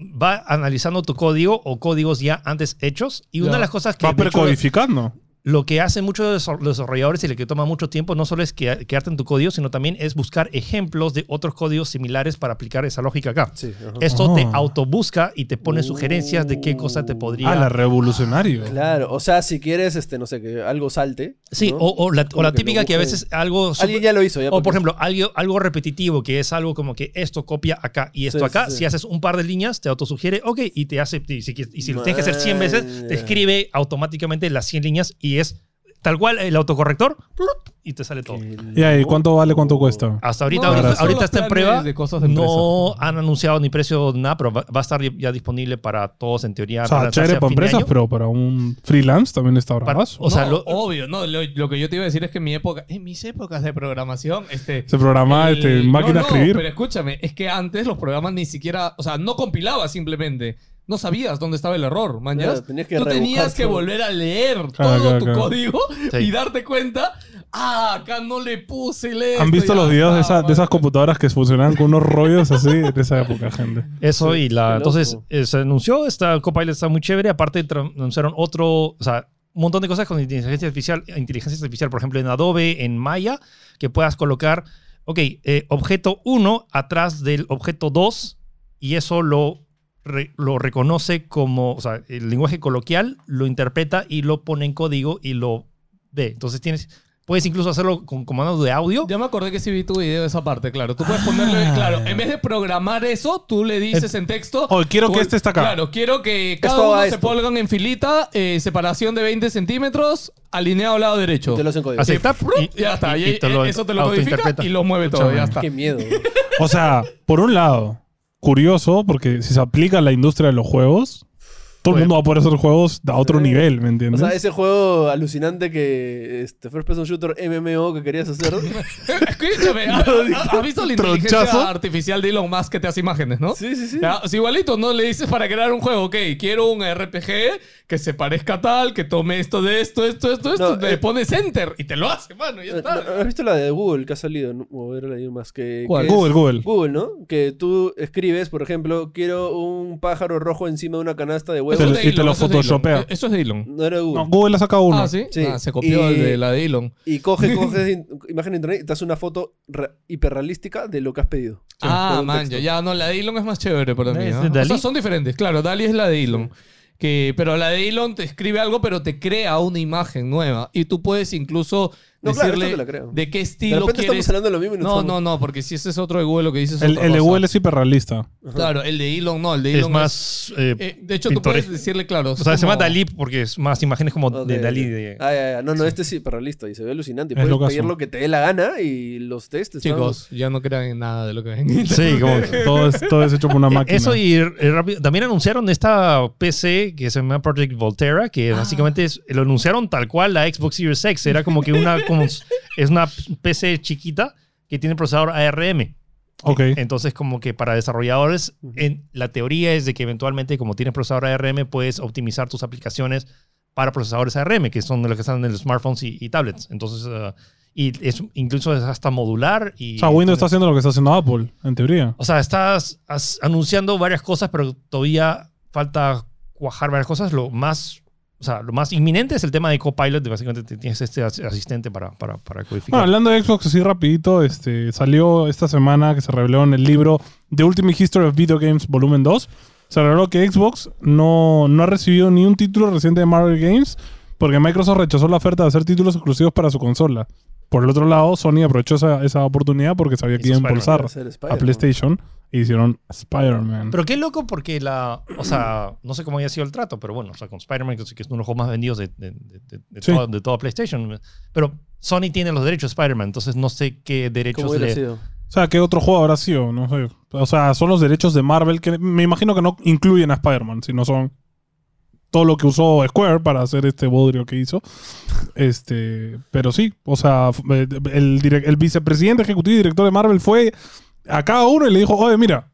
Speaker 4: va analizando tu código o códigos ya antes hechos. Y una
Speaker 1: Ya.
Speaker 4: de las cosas que.
Speaker 3: Va
Speaker 4: de hecho,
Speaker 3: precodificando.
Speaker 4: lo que hacen muchos de los desarrolladores y lo que toma mucho tiempo no solo es que- quedarte en tu código, sino también es buscar ejemplos de otros códigos similares para aplicar esa lógica acá.
Speaker 2: Sí, ajá.
Speaker 4: Esto te
Speaker 3: Ah.
Speaker 4: autobusca y te pone sugerencias de qué cosa te podría.
Speaker 3: Ah, la revolucionario.
Speaker 2: Claro, o sea, si quieres, este, no sé, que algo salte.
Speaker 4: sí,
Speaker 2: ¿no?
Speaker 4: o, o la, o la
Speaker 2: Como que
Speaker 4: típica
Speaker 2: lo
Speaker 4: que a
Speaker 2: busque.
Speaker 4: veces algo. súper-
Speaker 2: Alguien ya lo hizo, ya. pues,
Speaker 4: O por
Speaker 2: porque-
Speaker 4: ejemplo, algo, algo repetitivo, que es algo como que esto copia acá y esto
Speaker 2: Sí,
Speaker 4: acá.
Speaker 2: sí, sí.
Speaker 4: Si haces un par de líneas, te autosugiere, ok, y te hace, y si, y si lo tienes que hacer 100 veces,
Speaker 2: Vaya.
Speaker 4: te escribe automáticamente las 100 líneas y es tal cual el autocorrector plup, y te sale todo.
Speaker 2: Qué
Speaker 3: Ya, ¿y cuánto vale, cuánto
Speaker 2: loco.
Speaker 3: cuesta?
Speaker 4: Hasta ahorita,
Speaker 1: No,
Speaker 4: ahorita,
Speaker 1: esos son
Speaker 4: ahorita
Speaker 1: los
Speaker 4: está en
Speaker 1: planes
Speaker 4: prueba.
Speaker 1: de cosas de
Speaker 4: No han anunciado ni precio, nada, pero va, va a estar ya disponible para todos en teoría.
Speaker 3: O sea,
Speaker 4: para
Speaker 3: chévere
Speaker 4: hacia
Speaker 3: para
Speaker 4: fin de
Speaker 3: empresas,
Speaker 4: año.
Speaker 3: pero para un freelance también está
Speaker 4: Para-
Speaker 3: bravazo.
Speaker 4: o sea,
Speaker 1: No,
Speaker 4: lo-
Speaker 1: obvio, no, lo, lo que yo te iba a decir es que en mi época, en mis épocas de programación, este
Speaker 3: Se programa
Speaker 1: el-
Speaker 3: este, máquina
Speaker 1: no,
Speaker 3: a
Speaker 1: no,
Speaker 3: escribir.
Speaker 1: Pero escúchame, es que antes los programas ni siquiera, o sea, no compilabas simplemente. No sabías dónde estaba el error, man. ¿ya?
Speaker 2: Claro, tenías que
Speaker 1: Tú tenías
Speaker 2: rebuscar
Speaker 1: que
Speaker 2: todo.
Speaker 1: volver a leer
Speaker 3: Claro,
Speaker 1: todo
Speaker 3: claro,
Speaker 1: tu
Speaker 3: Ah, claro.
Speaker 1: código
Speaker 4: Sí.
Speaker 1: y darte cuenta, ah, acá no le puse el esto,
Speaker 3: ¿Han
Speaker 1: ya
Speaker 3: visto los videos de,
Speaker 1: está,
Speaker 3: esa- de
Speaker 1: man.
Speaker 3: esas computadoras que funcionaban con unos rollos así en esa época, gente?
Speaker 4: Eso
Speaker 2: Sí,
Speaker 4: y
Speaker 2: qué
Speaker 4: la.
Speaker 2: loco.
Speaker 4: Entonces eh, se anunció, esta Copilot está muy chévere. Aparte, tra- anunciaron otro. O sea, un montón de cosas con inteligencia artificial, inteligencia artificial, por ejemplo, en Adobe, en Maya, que puedas colocar, ok, eh, objeto 1 atrás del objeto 2 y eso lo, re- lo reconoce como, o sea, el lenguaje coloquial lo interpreta y lo pone en código y lo ve. Entonces tienes, puedes incluso hacerlo con comandos de audio.
Speaker 1: Ya me acordé que sí vi tu video de esa parte, claro. Tú puedes ponerle,
Speaker 3: Ah.
Speaker 1: claro, en vez de programar eso, tú le dices en texto.
Speaker 3: Oh, quiero
Speaker 1: tú-
Speaker 3: que este está acá.
Speaker 1: Claro, quiero que cada
Speaker 2: Esto va
Speaker 1: uno
Speaker 2: a
Speaker 1: se
Speaker 2: esto.
Speaker 1: pongan en filita, eh, separación de 20 centímetros, alineado al lado derecho.
Speaker 2: Te lo hacen código.
Speaker 4: Así, tap,
Speaker 1: Y ya está, y,
Speaker 4: te lo
Speaker 1: eso te lo codifica
Speaker 4: autointerpreta.
Speaker 1: y lo mueve todo, ya está.
Speaker 2: Qué miedo.
Speaker 3: O sea, por un lado, curioso, porque si se aplica a la industria de los juegos, todo el
Speaker 4: Oye.
Speaker 3: mundo va a poder hacer juegos a otro
Speaker 2: Sí.
Speaker 3: nivel, ¿me entiendes?
Speaker 2: O sea, ese juego alucinante que. Este, First Person Shooter MMO que querías hacer.
Speaker 1: Escúchame, ¿ha- ha- ¿has visto la inteligencia
Speaker 3: Tronchazo.
Speaker 1: artificial de Elon Musk que te hace imágenes, no?
Speaker 2: Sí, sí, sí.
Speaker 1: Ya, o sea, igualito, ¿no? Le dices para crear un juego, ok, quiero un RPG que se parezca a tal, que tome esto de esto, esto, esto, esto,
Speaker 2: No,
Speaker 1: le
Speaker 2: eh,
Speaker 1: pones enter y te lo hace, mano, ya
Speaker 2: Eh,
Speaker 1: está.
Speaker 2: ¿no- ¿Has visto la de Google que ha salido? No, o era la de más que.
Speaker 1: ¿Cuál?
Speaker 2: que es-
Speaker 3: Google, Google.
Speaker 2: Google, ¿no? Que tú escribes, por ejemplo, quiero un pájaro rojo encima de una canasta de
Speaker 1: Eso
Speaker 3: Te
Speaker 1: es
Speaker 3: lo-
Speaker 2: huevos.
Speaker 1: de
Speaker 3: y te
Speaker 1: Elon,
Speaker 3: lo
Speaker 1: eso es de
Speaker 3: photoshopea.
Speaker 1: Elon. Eso es de Elon.
Speaker 2: No era de Google.
Speaker 3: No, Google ha sacado uno.
Speaker 1: Ah, ¿sí?
Speaker 2: Sí.
Speaker 1: Ah, se copió
Speaker 2: Y-
Speaker 1: de la de Elon.
Speaker 2: Y coge, coge in- imagen de internet y te hace una foto re- hiperrealística de lo que has pedido. Con
Speaker 1: Ah,
Speaker 2: un
Speaker 1: man,
Speaker 2: texto.
Speaker 1: ya, ya, no, la de Elon es más chévere para
Speaker 4: ¿No
Speaker 1: mí.
Speaker 4: es
Speaker 1: ¿no?
Speaker 4: de
Speaker 1: O
Speaker 4: Dalí?
Speaker 1: sea, son diferentes, claro, Dali es la de Elon. Que, pero la de Elon te escribe algo, pero te crea una imagen nueva. Y tú puedes incluso
Speaker 2: No, claro,
Speaker 1: decirle
Speaker 2: esto te la creo.
Speaker 1: de qué
Speaker 2: De
Speaker 1: estilo
Speaker 2: repente
Speaker 1: quieres.
Speaker 2: estamos hablando de lo mismo y
Speaker 1: No,
Speaker 2: estamos-
Speaker 1: no, no, porque si ese es otro de Google lo que dices. es
Speaker 3: El,
Speaker 1: otra
Speaker 3: el de
Speaker 1: cosa.
Speaker 3: Google es hiperrealista.
Speaker 1: Claro, el de Elon no, el de
Speaker 4: Es
Speaker 1: Elon
Speaker 4: más. eh,
Speaker 1: Eh, de hecho, tú
Speaker 4: pintoresco.
Speaker 1: puedes decirle, claro.
Speaker 4: O sea, se llama
Speaker 1: como-
Speaker 4: Dalí porque es más imágenes como
Speaker 2: Ok,
Speaker 4: de
Speaker 2: ok.
Speaker 4: Dalí. De,
Speaker 2: Ah, ya, ya. No, no, este es hiperrealista y se ve alucinante. Y
Speaker 3: Es
Speaker 2: puedes
Speaker 3: lo caso.
Speaker 2: pedir lo que te dé la gana y los test están-
Speaker 1: Chicos, ya no crean en nada de lo que ven. en internet.
Speaker 4: sí, como que-
Speaker 3: Todo es, todo es hecho por una máquina.
Speaker 4: Eso y eh, rápido. También anunciaron esta PC que se llama Project Volterra, que básicamente es- lo anunciaron tal cual la Xbox Series X. Era como que una, como es una PC chiquita que tiene procesador ARM.
Speaker 3: Ok.
Speaker 4: Eh, Entonces, como que para desarrolladores, en, la teoría es de que eventualmente, como tienes procesador ARM, puedes optimizar tus aplicaciones para procesadores ARM, que son los que están en los smartphones y, y tablets. Entonces, ah, y es, incluso es hasta modular. Y,
Speaker 3: O sea, Windows está haciendo lo que está haciendo Apple, en teoría.
Speaker 4: O sea, estás as- anunciando varias cosas, pero todavía falta cuajar varias cosas. Lo más, o sea, lo más inminente es el tema de Copilot, de básicamente te- tienes este as- asistente para, para, para codificar.
Speaker 3: Bueno, hablando de Xbox así rapidito, este, salió esta semana que se reveló en el libro The Ultimate History of Video Games Volumen 2. Se reveló que Xbox no, no ha recibido ni un título reciente de Marvel Games porque Microsoft rechazó la oferta de hacer títulos exclusivos para su consola. Por el otro lado, Sony aprovechó esa, esa oportunidad porque sabía que
Speaker 4: Hizo
Speaker 3: iba a
Speaker 4: Spider-Man.
Speaker 3: impulsar
Speaker 2: Ser
Speaker 3: a
Speaker 2: Spider-Man.
Speaker 3: PlayStation y hicieron Spider-Man.
Speaker 4: pero qué loco porque la, o sea, no sé cómo había sido el trato, pero bueno, o sea, con Spider-Man, que es que es uno de los juegos más vendidos de, de, de- de- de
Speaker 3: Sí.
Speaker 4: toda, de toda PlayStation, pero Sony tiene los derechos de Spider-Man, entonces no sé qué derechos
Speaker 2: ¿Cómo hubiera
Speaker 4: le...
Speaker 2: sido?
Speaker 3: O sea, ¿qué otro juego habrá sido? No sé. O sea, son los derechos de Marvel que me imagino que no incluyen a Spider-Man, sino son todo lo que usó Square para hacer este bodrio que hizo. Este, pero sí, o sea, f- eh, el, direc- el vicepresidente ejecutivo y director de Marvel fue a cada uno y le dijo, oye, mira,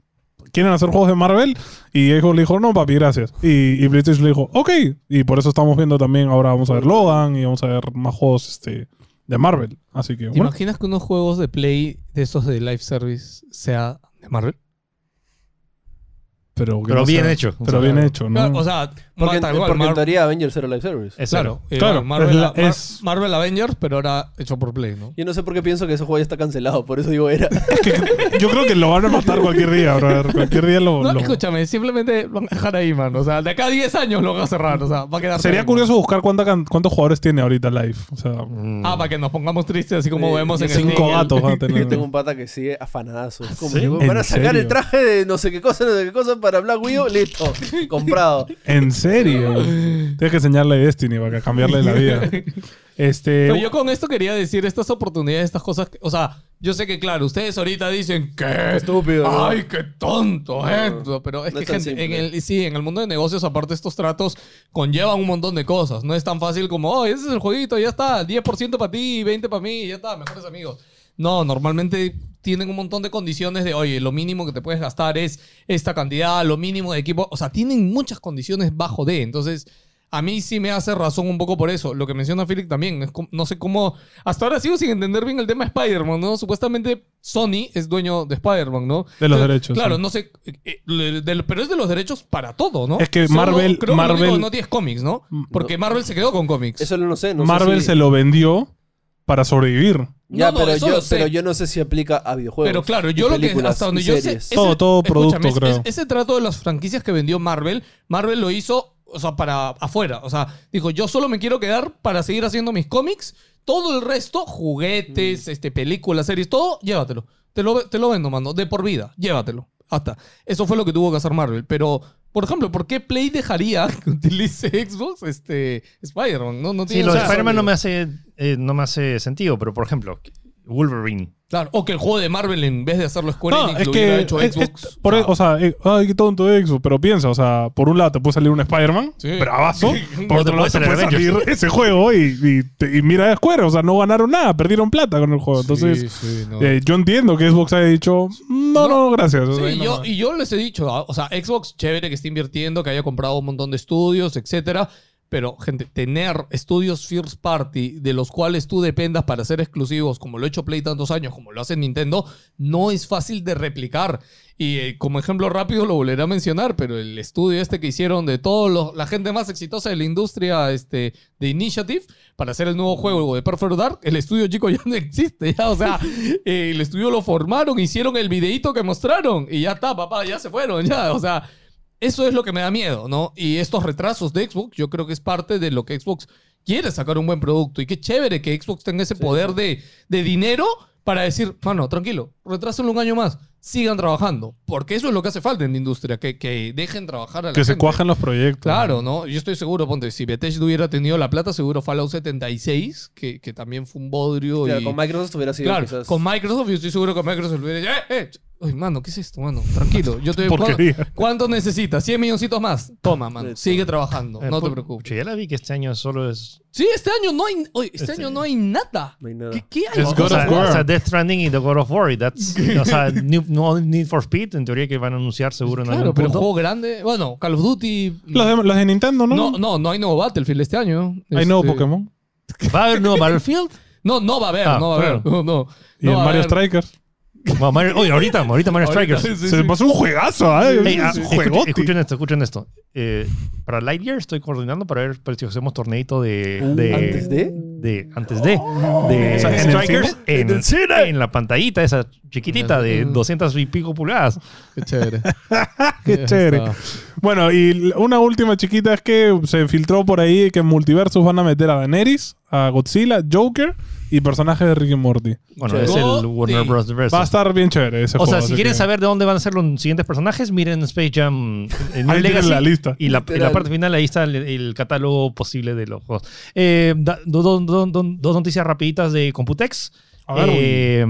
Speaker 3: ¿quieren hacer juegos de Marvel? Y Xbox le dijo, no, papi, gracias. Y, y PlayStation le dijo, ok. Y por eso estamos viendo también, ahora vamos a ver Logan y vamos a ver más juegos este, de Marvel. Así que,
Speaker 1: ¿Te
Speaker 3: bueno.
Speaker 1: imaginas que unos juegos de Play de esos de live service sea de Marvel?
Speaker 3: Pero, que
Speaker 4: Pero
Speaker 3: no
Speaker 4: bien
Speaker 3: sea-
Speaker 4: hecho.
Speaker 3: Pero
Speaker 4: O sea,
Speaker 3: bien hecho, ¿no?
Speaker 1: Claro, o sea,
Speaker 2: Porque,
Speaker 1: Mar- tal
Speaker 2: porque
Speaker 1: cual, Mar-
Speaker 2: en teoría Avengers era live service.
Speaker 4: es
Speaker 1: claro, eh,
Speaker 3: Claro,
Speaker 1: Marvel,
Speaker 3: es la-
Speaker 1: Mar-
Speaker 3: es-
Speaker 1: Marvel Avengers, pero ahora hecho por Play, ¿no?
Speaker 2: Yo no sé por qué pienso que ese juego ya está cancelado, por eso digo era.
Speaker 3: Yo creo que lo van a matar cualquier día, brother. Cualquier día lo.
Speaker 1: No,
Speaker 3: lo-
Speaker 1: escúchame, simplemente lo van a dejar ahí, mano. O sea, de acá a 10 años lo van a cerrar, o sea, va a quedar.
Speaker 3: Sería
Speaker 1: ahí,
Speaker 3: curioso buscar cuánta can- cuántos jugadores tiene ahorita live. O sea,
Speaker 4: Mm.
Speaker 1: ¿no? Ah, para que nos pongamos tristes, así como
Speaker 2: Sí,
Speaker 1: vemos
Speaker 2: yo
Speaker 1: en el
Speaker 3: cinco
Speaker 1: Nigel.
Speaker 3: gatos van a tener.
Speaker 2: Yo tengo un pata que sigue afanadazo. Es Como
Speaker 4: ¿Sí?
Speaker 2: que,
Speaker 4: ¿En
Speaker 2: van a sacar
Speaker 3: serio?
Speaker 2: el traje de no sé qué cosa, no sé qué cosa para Black Widow, listo, comprado.
Speaker 3: En serio. Tienes que enseñarle Destiny para que cambiarle la vida. Este.
Speaker 1: Pero yo con esto quería decir estas oportunidades, estas cosas. que- o sea, yo sé que, claro, ustedes ahorita dicen que.
Speaker 2: Estúpido, ¿no?
Speaker 1: Ay, qué tonto esto. Pero es
Speaker 2: No
Speaker 1: que,
Speaker 2: es tan
Speaker 1: gente, en
Speaker 2: simple.
Speaker 1: el, sí, en el mundo de negocios, aparte, estos tratos conllevan un montón de cosas. No es tan fácil como, oh, ese es el jueguito, ya está, 10% para ti, 20% para mí, ya está, mejores amigos. No, normalmente tienen un montón de condiciones de, oye, lo mínimo que te puedes gastar es esta cantidad, lo mínimo de equipo. O sea, tienen muchas condiciones bajo de. Entonces, a mí sí me hace razón un poco por eso. Lo que menciona Philip también, es como- no sé cómo... Hasta ahora sigo sin entender bien el tema de Spider-Man, ¿no? Supuestamente Sony es dueño de Spider-Man, ¿no?
Speaker 3: De los
Speaker 1: Entonces,
Speaker 3: derechos,
Speaker 1: Claro,
Speaker 3: sí.
Speaker 1: no sé... eh, eh, le- del- pero es de los derechos para todo, ¿no?
Speaker 3: Es que Marvel-
Speaker 1: Creo que lo único
Speaker 3: Marvel- Mm,
Speaker 1: que no tienes cómics, ¿no? Porque Marvel se quedó con cómics.
Speaker 2: Eso no lo sé. No
Speaker 3: Marvel
Speaker 2: sé si-
Speaker 3: se lo vendió para sobrevivir.
Speaker 2: Ya,
Speaker 1: No, no,
Speaker 2: pero,
Speaker 1: eso
Speaker 2: yo,
Speaker 1: lo sé.
Speaker 2: pero yo no sé si aplica a videojuegos.
Speaker 1: Pero claro,
Speaker 2: y
Speaker 1: yo lo que
Speaker 2: películas
Speaker 1: hasta donde
Speaker 2: y
Speaker 1: yo
Speaker 2: series.
Speaker 1: sé, ese-
Speaker 3: Todo- todo
Speaker 1: escúchame,
Speaker 3: producto,
Speaker 1: es-
Speaker 3: creo.
Speaker 1: es- ese trato de las franquicias que vendió Marvel, Marvel lo hizo, o sea, para afuera, o sea, dijo, "Yo solo me quiero quedar para seguir haciendo mis cómics, todo el resto, juguetes,
Speaker 4: Mm.
Speaker 1: este películas, series, todo, llévatelo. Te lo te lo vendo, mando, de por vida, llévatelo." Hasta. Eso fue lo que tuvo que hacer Marvel, pero por ejemplo, ¿por qué Play dejaría que utilice Xbox este Spider-Man? No no
Speaker 4: Sí,
Speaker 1: tiene
Speaker 4: lo de
Speaker 1: sentido.
Speaker 4: Spider-Man no me, hace, eh, no me hace sentido, pero por ejemplo, Wolverine.
Speaker 1: Claro, o que el juego de Marvel en vez de hacerlo Square
Speaker 3: No,
Speaker 1: Enix
Speaker 3: es
Speaker 1: lo hubiera
Speaker 3: que.
Speaker 1: hecho
Speaker 3: es-
Speaker 1: Xbox. Ah.
Speaker 3: es- por- o sea, eh, ay, qué tonto Xbox. Pero piensa, o sea, por un lado te puede salir un Spider-Man,
Speaker 1: Sí.
Speaker 3: bravazo. Por
Speaker 4: O
Speaker 3: otro lado
Speaker 4: te puede
Speaker 3: te puede
Speaker 4: salir Eh,
Speaker 3: salir
Speaker 4: Avengers.
Speaker 3: ese juego y, y te- y mira a Square. O sea, no ganaron nada, perdieron plata con el juego. Entonces.
Speaker 1: Sí, sí, no.
Speaker 3: Eh, yo entiendo que Xbox haya dicho, "Mm, no, no, gracias. O sea,
Speaker 1: Sí,
Speaker 3: no,
Speaker 1: yo,
Speaker 3: no.
Speaker 1: y yo les he dicho, ah, o sea, Xbox, chévere que esté invirtiendo, que haya comprado un montón de estudios, etcétera. Pero, gente, tener estudios first party de los cuales tú dependas para ser exclusivos, como lo ha hecho Play tantos años, como lo hace Nintendo, no es fácil de replicar. Y eh, como ejemplo rápido lo volveré a mencionar, pero el estudio este que hicieron de todos la gente más exitosa de la industria este, de Initiative para hacer el nuevo juego de Perfect Dark, el estudio chico ya no existe. ya, o sea, eh, el estudio lo formaron, hicieron el videíto que mostraron y ya está, papá, ya se fueron, ya. O sea, eso es lo que me da miedo, ¿no? Y estos retrasos de Xbox, yo creo que es parte de lo que Xbox quiere sacar un buen producto. Y qué chévere que Xbox tenga ese poder De, de dinero para decir, mano, tranquilo, retrásenlo un año más, sigan trabajando. Porque eso es lo que hace falta en la industria, que, que dejen trabajar a la
Speaker 3: que se
Speaker 1: gente.
Speaker 3: cuajen los proyectos.
Speaker 1: Claro, ¿no? Yo estoy seguro, ponte, si Bethesda hubiera tenido la plata, seguro Fallout 76, que, que también fue un bodrio.
Speaker 2: Claro,
Speaker 1: y,
Speaker 2: con Microsoft hubiera sido
Speaker 1: claro,
Speaker 2: quizás.
Speaker 1: con Microsoft, yo estoy seguro que Microsoft hubiera dicho, "Eh, eh, Uy, mano, ¿qué es esto, mano? Tranquilo. Yo te ¿cuánto,
Speaker 3: Porquería.
Speaker 1: ¿Cuánto necesitas? 100 milloncitos más. Toma, mano.
Speaker 2: Listo.
Speaker 1: Sigue trabajando.
Speaker 4: Eh,
Speaker 1: No te
Speaker 4: pu-
Speaker 1: preocupes.
Speaker 4: pucha, ya la vi que este año solo es.
Speaker 1: Sí, este año no hay, oye, este,
Speaker 4: Este-
Speaker 1: año no hay nada.
Speaker 2: No hay nada.
Speaker 1: ¿Qué, qué hay?
Speaker 3: Es
Speaker 1: O-
Speaker 3: God
Speaker 4: o sea,
Speaker 3: of War.
Speaker 4: o sea, Death Stranding y The God of War. y that's- o sea, New- no Need for Speed, en teoría que van a anunciar seguro en
Speaker 1: Claro,
Speaker 4: algún
Speaker 1: pero un
Speaker 4: punto.
Speaker 1: juego grande. Bueno, Call of Duty.
Speaker 3: Los de, los de Nintendo, ¿no?
Speaker 1: No, no, no hay nuevo Battlefield este año.
Speaker 3: Hay nuevo
Speaker 1: Este,
Speaker 3: Pokémon.
Speaker 4: ¿Va a haber nuevo Battlefield?
Speaker 1: No, no va a haber,
Speaker 4: Ah,
Speaker 1: no va a haber. No, no.
Speaker 3: Y
Speaker 1: No
Speaker 3: el
Speaker 1: va a
Speaker 3: Mario
Speaker 1: haber.
Speaker 3: Strikers.
Speaker 4: Bueno, Mario- oye, ahorita, ahorita Mario
Speaker 1: Ahorita,
Speaker 4: Strikers.
Speaker 1: sí,
Speaker 3: Se
Speaker 1: sí.
Speaker 3: pasó un juegazo, ¿eh?
Speaker 4: Ey, ah,
Speaker 3: Es un
Speaker 4: escuchen-
Speaker 3: juegote.
Speaker 4: escuchen esto, escuchen esto. Eh, para Lightyear estoy coordinando para ver pues, si hacemos torneito de, de-
Speaker 2: Uh, ¿Antes de?
Speaker 4: de- antes de, de
Speaker 3: O sea, ¿en el
Speaker 4: Strikers
Speaker 3: cine?
Speaker 4: en,
Speaker 2: ¿En el cine?
Speaker 4: en la pantallita esa chiquitita de 200 y pico pulgadas.
Speaker 1: Qué chévere.
Speaker 3: Qué chévere. Bueno, y l- una última chiquita es que se filtró por ahí que en Multiversus van a meter a Daenerys, a Godzilla, Joker y personajes de Ricky Morty.
Speaker 4: Bueno,
Speaker 2: Chévere.
Speaker 4: es el
Speaker 1: Gotti.
Speaker 4: Warner Bros. Versus.
Speaker 3: Va a estar bien chévere ese
Speaker 4: O sea,
Speaker 3: juego,
Speaker 4: si
Speaker 3: así
Speaker 4: quieren
Speaker 3: que-
Speaker 4: saber de dónde van a ser los siguientes personajes, miren Space Jam eh, en New
Speaker 3: Ahí tienen
Speaker 4: Legacy.
Speaker 3: la lista.
Speaker 4: Y la, y la
Speaker 2: Literal.
Speaker 4: parte final, ahí está el, el catálogo posible de los juegos. Eh, da- do- do- do- do- dos noticias rapiditas de Computex.
Speaker 3: A ver,
Speaker 4: Eh,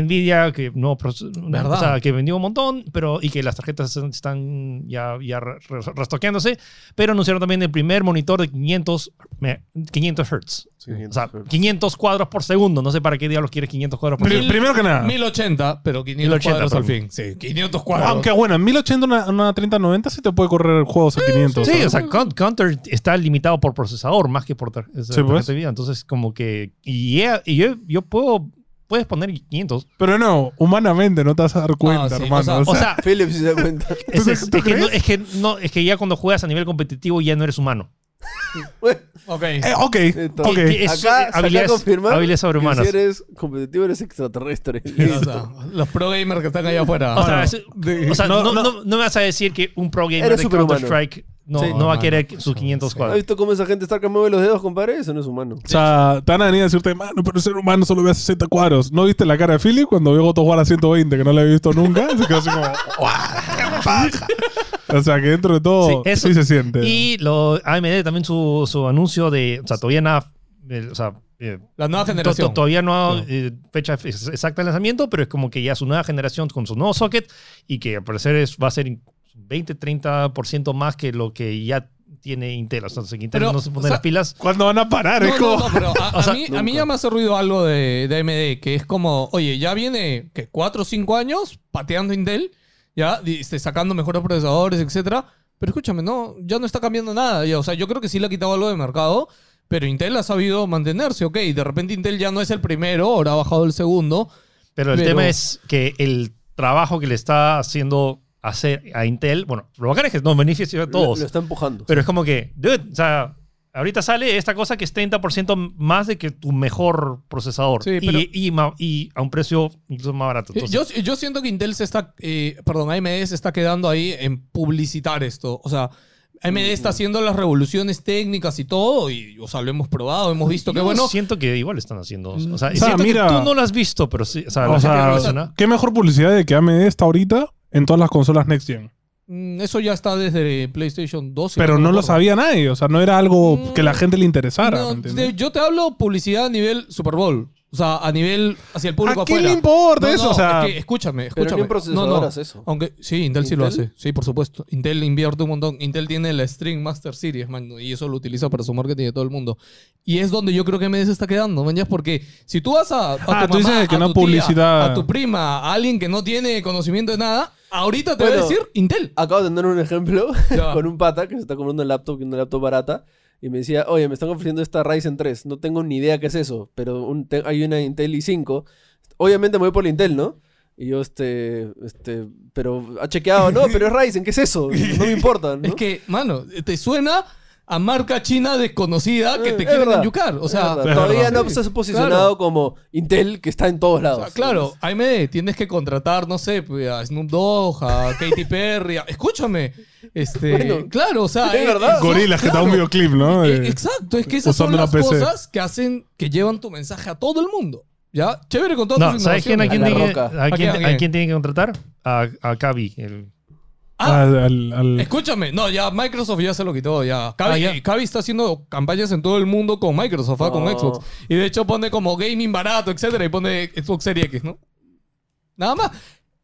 Speaker 4: Nvidia, que, no, pro-
Speaker 1: ¿Verdad?
Speaker 4: o sea, que vendió un montón, pero y que las tarjetas están ya, ya re- re- restoqueándose, pero anunciaron también el primer monitor de 500, me- 500 Hz. O sea, 500 cuadros por segundo. No sé para qué diablos quieres 500 cuadros por
Speaker 3: Pri-
Speaker 1: Mil-
Speaker 4: segundo.
Speaker 3: primero que nada.
Speaker 1: 1080, pero 500
Speaker 4: 1080,
Speaker 1: cuadros al
Speaker 4: perdón.
Speaker 1: fin. Sí, 500 cuadros.
Speaker 3: Aunque bueno, en 1080 una, una 3090 sí te puede correr juegos a 500.
Speaker 4: Sí,
Speaker 3: ¿sabes?
Speaker 4: o sea, Coun- Counter está limitado por procesador más que por tar- o sea,
Speaker 3: Sí, pues.
Speaker 4: tarjeta de vida. Entonces, como que. Y, he- y yo, yo puedo. Puedes poner 500.
Speaker 3: Pero no, humanamente no te vas a dar cuenta,
Speaker 1: sí,
Speaker 3: hermano.
Speaker 1: o sea,
Speaker 3: o
Speaker 4: Ah, O
Speaker 3: sea,
Speaker 4: sea,
Speaker 2: Philip, si se da cuenta.
Speaker 4: es, es-
Speaker 3: ¿tú
Speaker 4: es que
Speaker 3: crees?
Speaker 4: no, es, que no, es que ya cuando juegas a nivel competitivo ya no eres humano.
Speaker 2: Bueno,
Speaker 1: Ok.
Speaker 3: eh, ok,
Speaker 2: Entonces,
Speaker 3: ok.
Speaker 4: Eh, eh, Es-
Speaker 2: acá, se acá
Speaker 4: habilidades-
Speaker 2: confirma
Speaker 4: habilidades sobrehumanas.
Speaker 2: que si eres competitivo, eres extraterrestre.
Speaker 1: O sea, los pro gamers que están allá afuera.
Speaker 4: O sea, es- o sea,
Speaker 3: Ah, no,
Speaker 4: no,
Speaker 3: no.
Speaker 4: no- no me vas a decir que un pro gamer
Speaker 2: Eres
Speaker 4: de
Speaker 2: superhumano.
Speaker 4: Counter-Strike no,
Speaker 2: Sí.
Speaker 4: no
Speaker 1: No,
Speaker 4: va a
Speaker 1: hermano,
Speaker 4: querer
Speaker 1: no,
Speaker 4: sus 500
Speaker 1: sí.
Speaker 2: ¿Has
Speaker 4: cuadros.
Speaker 2: visto cómo esa gente está que mueve los dedos, compadre? Eso no es humano.
Speaker 3: O sea, te van a venir a decirte, mano, pero el ser humano solo ve a 60 cuadros. ¿No viste la cara de Philip cuando vio Goto jugar a 120, que no la había visto nunca? Se quedó así como, "Guau, qué paja". O sea, que dentro de todo
Speaker 4: Sí,
Speaker 3: sí,
Speaker 4: eso.
Speaker 3: se siente.
Speaker 4: Y lo, AMD también su, su anuncio de. O sea, todavía nada. eh, o sea, eh,
Speaker 1: La nueva
Speaker 4: To- to-
Speaker 1: generación.
Speaker 4: Todavía no ha
Speaker 1: No.
Speaker 4: eh, fecha ex- exacta de lanzamiento, pero es como que ya su nueva generación con su nuevo socket y que al parecer es- va a ser in- 20-30% más que lo que ya tiene Intel. O sea, si Intel
Speaker 1: Pero,
Speaker 4: no se pone
Speaker 1: o sea,
Speaker 4: las pilas.
Speaker 3: ¿Cuándo van a parar?
Speaker 1: No,
Speaker 3: es
Speaker 1: no,
Speaker 3: como...
Speaker 1: no, pero a,
Speaker 4: O sea,
Speaker 1: a mí, a mí ya me hace ruido algo de, de AMD, que es como, oye, ya viene que 4 o 5 años pateando Intel, ya este, sacando mejores procesadores, etcétera. Pero escúchame, no, ya no está cambiando nada. Ya, o sea, yo creo que sí le ha quitado algo de mercado, pero Intel ha sabido mantenerse, ok. De repente Intel ya no es el primero, ahora ha bajado el segundo.
Speaker 4: Pero el
Speaker 1: Pero-
Speaker 4: tema es que el trabajo que le está haciendo hacer a Intel, bueno, lo bacán es que nos beneficia a
Speaker 2: Lo-
Speaker 4: todos.
Speaker 2: Lo, está empujando.
Speaker 4: Pero es como que, dude, o sea, ahorita sale esta cosa que es 30% más de que tu mejor procesador.
Speaker 1: Sí,
Speaker 4: Y-
Speaker 1: pero-
Speaker 4: y, ma- y a un precio incluso más barato.
Speaker 1: Eh,
Speaker 4: Entonces-
Speaker 1: Yo, yo siento que Intel se está, eh, perdón, AMD se está quedando ahí en publicitar esto. O sea, AMD
Speaker 3: Mm.
Speaker 1: está haciendo las revoluciones técnicas y todo, y, o sea, lo hemos probado, hemos visto que
Speaker 4: Yo
Speaker 1: bueno.
Speaker 4: Siento que igual están haciendo. O
Speaker 3: sea,
Speaker 4: sea, siento que
Speaker 3: mira-
Speaker 4: tú no lo has visto, pero sí. O sea,
Speaker 3: O
Speaker 4: la gente
Speaker 3: sea,
Speaker 4: relaciona.
Speaker 3: ¿Qué mejor publicidad de que AMD está ahorita en todas las consolas Next Gen?
Speaker 1: Mm, Eso ya está desde PlayStation 12.
Speaker 3: pero
Speaker 1: me
Speaker 3: no lo
Speaker 1: acuerdo. Mm,
Speaker 3: sabía nadie. O sea, no era algo que la gente le interesara.
Speaker 1: No,
Speaker 3: ¿me entiendes?
Speaker 1: de- yo te hablo publicidad a nivel Super Bowl. O sea, a nivel hacia el público
Speaker 3: ¿A quién
Speaker 1: afuera.
Speaker 3: le importa
Speaker 1: No,
Speaker 3: eso?
Speaker 1: no,
Speaker 3: o sea,
Speaker 1: es que escúchame,
Speaker 2: Pero ni
Speaker 1: escúchame.
Speaker 2: un procesador
Speaker 1: No, no.
Speaker 2: hace eso.
Speaker 1: Aunque sí, Intel, sí lo
Speaker 2: ¿Intel?
Speaker 1: hace. Sí, por supuesto. Intel invierte un montón. Intel tiene la String Master Series, man, y eso lo utiliza para su marketing de todo el mundo. Y es donde yo creo que MD se está quedando, man, ya, porque si tú vas a, a
Speaker 3: Ah,
Speaker 1: tu
Speaker 3: tú
Speaker 1: mamá,
Speaker 3: dices que
Speaker 1: a
Speaker 3: no
Speaker 1: tu tía,
Speaker 3: publicidad.
Speaker 1: a tu prima, a alguien que no tiene conocimiento de nada, ahorita te va a
Speaker 2: Bueno.
Speaker 1: decir Intel.
Speaker 2: Acabo de tener un ejemplo
Speaker 1: Ya.
Speaker 2: con un pata que se está comprando una laptop, una laptop barata. Y me decía, oye, me están ofreciendo esta Ryzen 3. No tengo ni idea qué es eso, pero un te- hay una Intel i5. Obviamente me voy por la Intel, ¿no? Y yo, este, este, pero ha chequeado, no, pero es Ryzen, ¿qué es eso? No me importa, ¿no?
Speaker 1: Es que, mano, te suena a marca china desconocida ah, que
Speaker 2: Eh,
Speaker 1: te
Speaker 2: es
Speaker 1: quieren
Speaker 2: verdad,
Speaker 1: enyucar. O
Speaker 2: es
Speaker 1: sea,
Speaker 2: verdad.
Speaker 3: es
Speaker 2: todavía
Speaker 3: verdad.
Speaker 2: no se ha posicionado como Intel, que está en todos
Speaker 1: O
Speaker 2: lados.
Speaker 1: sea, claro, AMD, tienes que contratar, no sé, pues, a Snoop Dogg, a Katy Perry, a- escúchame. Este,
Speaker 2: Bueno,
Speaker 1: claro, o sea,
Speaker 2: es verdad.
Speaker 1: son-
Speaker 3: gorilas que está un
Speaker 1: claro,
Speaker 3: videoclip, ¿no?
Speaker 1: eh,
Speaker 3: Eh,
Speaker 1: Exacto, es que esas son
Speaker 3: usando
Speaker 1: las
Speaker 3: una PC.
Speaker 1: cosas que hacen que llevan tu mensaje a todo el mundo. ¿Ya? Chévere con todas
Speaker 4: No,
Speaker 1: tus
Speaker 4: ¿sabes quién, a, quién
Speaker 1: innovaciones.
Speaker 2: La
Speaker 4: tiene, que-
Speaker 2: Roca.
Speaker 4: a,
Speaker 1: ¿A
Speaker 4: quién,
Speaker 1: quién?
Speaker 4: a quién tiene que contratar? A, a Cavi. el-
Speaker 1: Ah,
Speaker 3: al- al- al-
Speaker 1: Escúchame, no, ya Microsoft ya se lo quitó, ya.
Speaker 4: Ah,
Speaker 1: Cavi,
Speaker 4: ya.
Speaker 1: Cavi está haciendo campañas en todo el mundo con Microsoft, ah, con
Speaker 2: No.
Speaker 1: Xbox. Y de hecho pone como gaming barato, etcétera, y pone Xbox Series X, ¿no? Nada más.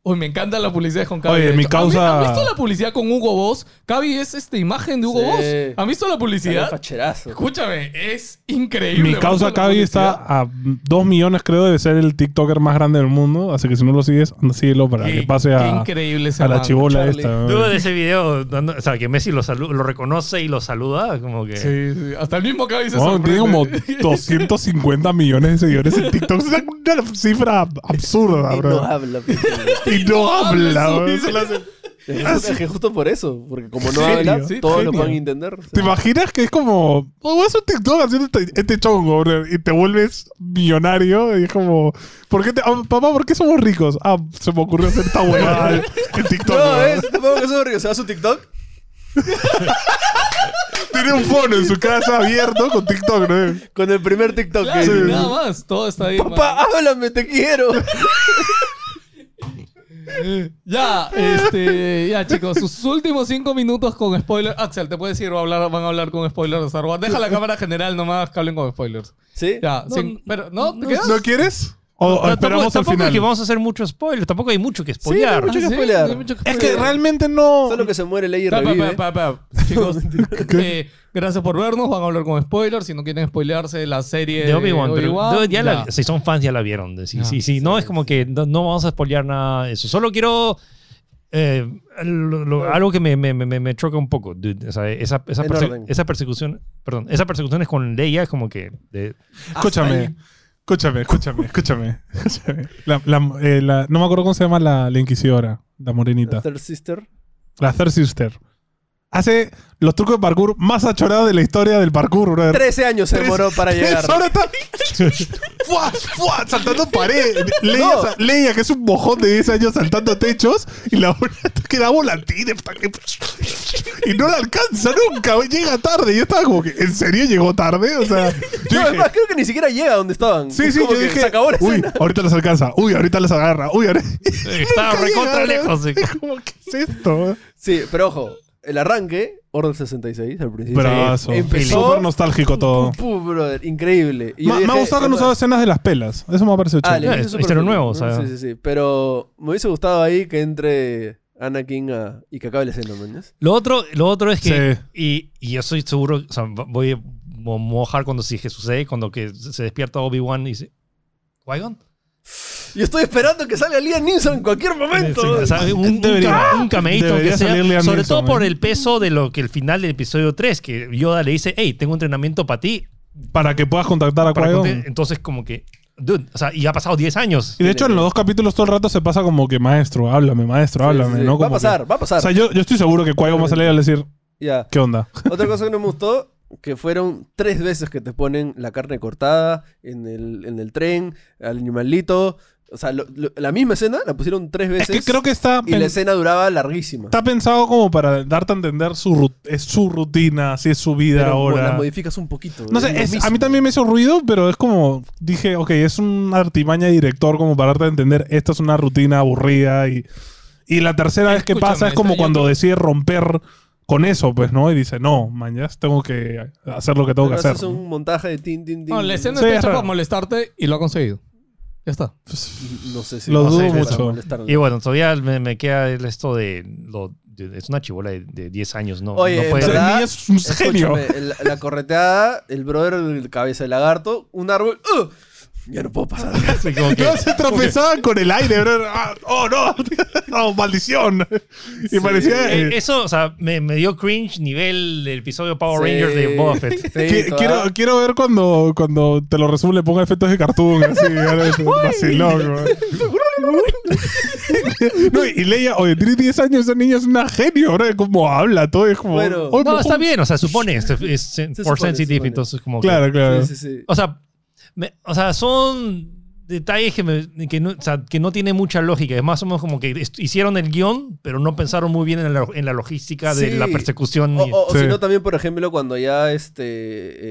Speaker 1: Uy, me encanta la publicidad con Cavi.
Speaker 3: Oye,
Speaker 1: de
Speaker 3: mi
Speaker 1: hecho.
Speaker 3: causa-
Speaker 1: ¿Han vi- han visto la publicidad con Hugo Boss? Cavi es esta imagen de Hugo
Speaker 2: Sí.
Speaker 1: Boss. ¿Han visto la
Speaker 2: Salió
Speaker 1: publicidad?
Speaker 2: Facherazo.
Speaker 1: Escúchame, es increíble.
Speaker 3: Mi
Speaker 1: ¿Has
Speaker 3: causa
Speaker 1: visto la
Speaker 3: Cavi
Speaker 1: publicidad?
Speaker 3: está a 2 millones, creo, de ser el TikToker más grande del mundo. Así que si no lo sigues, anda, síguelo para
Speaker 1: Qué-
Speaker 3: que pase
Speaker 1: qué
Speaker 3: a,
Speaker 1: increíble ese
Speaker 3: a la
Speaker 1: man.
Speaker 3: chibola
Speaker 2: Charlie.
Speaker 3: esta.
Speaker 4: Luego de ese video, dando- o sea, que Messi lo, salu- lo reconoce y lo saluda, como que...
Speaker 1: Sí, sí. Hasta el mismo Cavi se
Speaker 3: No,
Speaker 1: sorprende.
Speaker 3: tiene como 250 millones de seguidores en TikTok. Es una cifra absurda,
Speaker 2: Y no
Speaker 3: bro.
Speaker 2: habla. pues, tío.
Speaker 3: Y no habla,
Speaker 1: su-
Speaker 3: bro.
Speaker 1: y se la
Speaker 2: Es que justo por eso. Porque como no
Speaker 3: Genio,
Speaker 2: habla,
Speaker 3: sí,
Speaker 2: todos lo
Speaker 3: genio.
Speaker 2: pueden entender. O sea,
Speaker 3: ¿Te imaginas que es como, oh, es un TikTok haciendo este, este chongo, bro? Y te vuelves millonario. Y es como, ¿por qué te- ah, papá, ¿por qué somos ricos? Ah, se me ocurrió hacer esta huevada en
Speaker 2: No,
Speaker 3: TikTok. bro.
Speaker 2: es, te pongo que sobre, o sea, su TikTok.
Speaker 3: Tiene un fono en su casa abierto con TikTok, ¿no?
Speaker 2: Con el primer TikTok.
Speaker 1: Claro,
Speaker 2: que-
Speaker 1: nada más. Todo está ahí. man.
Speaker 2: Papá, háblame, te quiero.
Speaker 1: Ya, este, ya chicos, sus últimos cinco minutos con spoilers. Axel, te puedes ir o hablar, van a hablar con spoilers de Star Wars. Deja la cámara general nomás que hablen con spoilers.
Speaker 2: ¿Sí?
Speaker 1: Ya,
Speaker 4: No,
Speaker 1: sin- pero no, ¿te quedas?
Speaker 3: ¿No quieres? O, o
Speaker 4: No, tampoco,
Speaker 3: esperamos al
Speaker 4: tampoco es
Speaker 3: final.
Speaker 4: que vamos a hacer mucho spoiler, tampoco hay mucho que
Speaker 2: no hay
Speaker 4: spoilear.
Speaker 2: mucho que
Speaker 1: Ah, ¿sí?
Speaker 2: spoilear.
Speaker 1: Hay mucho que
Speaker 3: Es que
Speaker 1: spoilear.
Speaker 3: realmente eh. no.
Speaker 2: Solo que se muere ley y
Speaker 1: Pa, pa,
Speaker 2: revive.
Speaker 1: pa, pa, pa. Chicos, eh, gracias por vernos. Van a hablar con spoilers. Si no quieren spoilearse de la serie
Speaker 4: de Obi-Wan, pero
Speaker 1: Obi-Wan,
Speaker 4: de- ya la-
Speaker 1: ya.
Speaker 4: si son fans ya la vieron. de- Sí,
Speaker 1: Ya,
Speaker 4: sí, sí, no es como que no, no vamos a spoilear nada de eso. Solo quiero eh, lo- lo- algo que me, me- me- me choca un poco. dude. O sea, esa, esa,
Speaker 2: En
Speaker 4: perse-
Speaker 2: orden.
Speaker 4: esa persecución, perdón, esa persecución es con Leia, es como que de- eh,
Speaker 3: Escúchame. Escúchame, escúchame, escúchame. escúchame. La- la- eh, la- no me acuerdo cómo se llama la, la inquisidora, la morenita.
Speaker 2: Third Sister.
Speaker 3: La Third Sister. Hace los trucos de parkour más achorados de la historia del parkour, brother.
Speaker 2: 13 años se
Speaker 3: Tres-
Speaker 2: demoró para
Speaker 3: tres
Speaker 2: llegar.
Speaker 3: horas está- ¡Fua! ¡Fua! Saltando pared. Leia,
Speaker 2: No.
Speaker 3: sa- Leia, que es un mojón de 10 años saltando techos. Y la bola que la volantina. Y no la alcanza nunca. güey. Llega tarde. Yo estaba como que, ¿en serio llegó tarde? O sea, yo
Speaker 2: No, es
Speaker 3: dije,
Speaker 2: más, creo que ni siquiera llega a donde estaban.
Speaker 3: Sí,
Speaker 2: Es
Speaker 3: sí,
Speaker 2: como
Speaker 3: yo
Speaker 2: que
Speaker 3: dije.
Speaker 2: Se acabó la
Speaker 3: Uy,
Speaker 2: escena.
Speaker 3: ahorita las alcanza. Uy, ahorita las agarra. Uy, ahorita.
Speaker 4: estaba
Speaker 3: Nunca
Speaker 4: recontra
Speaker 3: llegaron.
Speaker 4: lejos. sí.
Speaker 3: Como, ¿Qué es esto?
Speaker 2: Sí, pero ojo. El arranque, Orden 66 al principio.
Speaker 3: Brazo.
Speaker 2: Empezó.
Speaker 3: Súper nostálgico todo.
Speaker 2: Pum, pum, brother, increíble. Y yo
Speaker 3: Ma- Me
Speaker 2: dije,
Speaker 3: ha gustado que han
Speaker 2: "Onda,
Speaker 3: usado escenas de las pelas. Eso me ha parecido
Speaker 2: Ah, le
Speaker 3: chévere.
Speaker 4: No,
Speaker 2: hice
Speaker 4: es-
Speaker 2: súper
Speaker 4: este era
Speaker 2: feliz,
Speaker 4: nuevo, o
Speaker 2: ¿no?
Speaker 4: sea.
Speaker 2: Sí, sí, sí. Pero me hubiese gustado ahí que entre Anakin a- y que acabe la escena, ¿no?
Speaker 4: Lo otro, lo otro es que, y, y yo soy seguro, o sea, voy a mo- mojar cuando si que sucede, cuando que se despierta Obi-Wan y dice, ¿Qui-Gon?
Speaker 2: Y estoy esperando que salga Liam Neeson en cualquier momento.
Speaker 4: Sí, o sea, un, un
Speaker 3: Debería-
Speaker 4: ca- un cameíto,
Speaker 3: debería
Speaker 4: aunque sea.
Speaker 3: salir Liam
Speaker 4: sobre
Speaker 3: Neeson,
Speaker 4: todo por
Speaker 3: ¿eh?
Speaker 4: el peso de lo que el final del episodio 3, que Yoda le dice, hey, tengo entrenamiento para ti.
Speaker 3: Para que puedas contactar a
Speaker 4: para que
Speaker 3: Cuadón.
Speaker 4: te-". Entonces, como que, dude, o sea, y ha pasado 10 años.
Speaker 3: Y de hecho, en los dos capítulos todo el rato se pasa como que maestro, háblame, maestro,
Speaker 2: Sí, sí,
Speaker 3: háblame,
Speaker 2: sí.
Speaker 3: ¿no?
Speaker 2: Va a
Speaker 3: Como
Speaker 2: pasar,
Speaker 3: que-
Speaker 2: va a pasar.
Speaker 3: o sea, yo, yo estoy seguro que Cuadón va a salir a decir,
Speaker 2: Ya.
Speaker 3: ¿qué onda?
Speaker 2: Otra cosa que no me gustó, que fueron tres veces que te ponen la carne cortada en el, en el tren, al animalito. O sea, lo- lo- la misma escena la pusieron tres
Speaker 3: Es
Speaker 2: veces.
Speaker 3: que creo que está,
Speaker 2: Y la
Speaker 3: pen-
Speaker 2: escena duraba larguísima.
Speaker 3: está pensado como para darte a entender su, rut- es su rutina, si es su vida
Speaker 2: Pero, bueno,
Speaker 3: ahora.
Speaker 2: la modificas un poquito.
Speaker 3: No
Speaker 2: es lo
Speaker 3: sé, es- a
Speaker 2: mismo.
Speaker 3: mí también me hizo ruido, pero es como, dije, ok, es una artimaña de director como para darte a entender, esta es una rutina aburrida y, y la tercera vez que
Speaker 1: Escúchame,
Speaker 3: pasa es
Speaker 1: está
Speaker 3: como
Speaker 1: yendo-
Speaker 3: cuando decide romper con eso, pues, ¿no? Y dice, no, mañas, tengo que hacer lo que tengo
Speaker 2: Pero
Speaker 3: que
Speaker 2: haces
Speaker 3: hacer.
Speaker 2: un montaje de tin, tin, tin.
Speaker 1: No, la escena
Speaker 3: Sí,
Speaker 1: está
Speaker 3: es
Speaker 1: hecha
Speaker 3: raro.
Speaker 1: para molestarte y lo ha conseguido. Ya está.
Speaker 2: No sé si
Speaker 3: Lo
Speaker 2: no sé
Speaker 4: dudo
Speaker 2: si para
Speaker 3: mucho.
Speaker 2: molestar o no.
Speaker 4: Y bueno, todavía me, me queda el esto de, lo- de- Es una chibola de, de 10 años, ¿no?
Speaker 2: Oye,
Speaker 4: no
Speaker 2: en
Speaker 3: Ese
Speaker 4: puede-
Speaker 2: verdad,
Speaker 3: niño es un genio.
Speaker 2: Escúchame, el- la correteada, el brother, el cabeza de lagarto, un árbol. ¡Ugh! Ya no puedo pasar.
Speaker 4: Sí, como que-
Speaker 3: No, se tropezaban con el aire, bro. Ah, ¡Oh, no! ¡No, maldición! Y parecía...
Speaker 4: Eh, eso, o sea, me, me dio cringe nivel del episodio
Speaker 3: Oh,
Speaker 4: Power
Speaker 2: Sí.
Speaker 4: Rangers de Boba Fett.
Speaker 2: Sí,
Speaker 3: Qui-
Speaker 2: toda-
Speaker 3: quiero, quiero ver cuando, cuando te lo resumo le ponga efectos de cartoon, así, vacilón, güey. no, y Leia, oye, tiene 10 años, esa niña es una genio, bro, de cómo habla, todo es como... "Oh,
Speaker 2: Bueno.
Speaker 3: "Oye,
Speaker 4: No,
Speaker 3: mojón".
Speaker 4: está bien, o sea, supone, es, es- es
Speaker 2: supone,
Speaker 4: for sensitive,
Speaker 2: supone.
Speaker 4: entonces como que-
Speaker 3: oh". Claro, claro.
Speaker 2: Sí, sí, sí.
Speaker 4: O sea, me- o sea son detalles que, me- que no, o sea, que no tienen mucha lógica. Es más o menos como que est- hicieron el guión, pero no pensaron muy bien en la, en la logística de
Speaker 2: Sí.
Speaker 4: la persecución.
Speaker 2: O, o- o
Speaker 3: Oh, Sí.
Speaker 2: si no, también, por ejemplo, cuando ya este,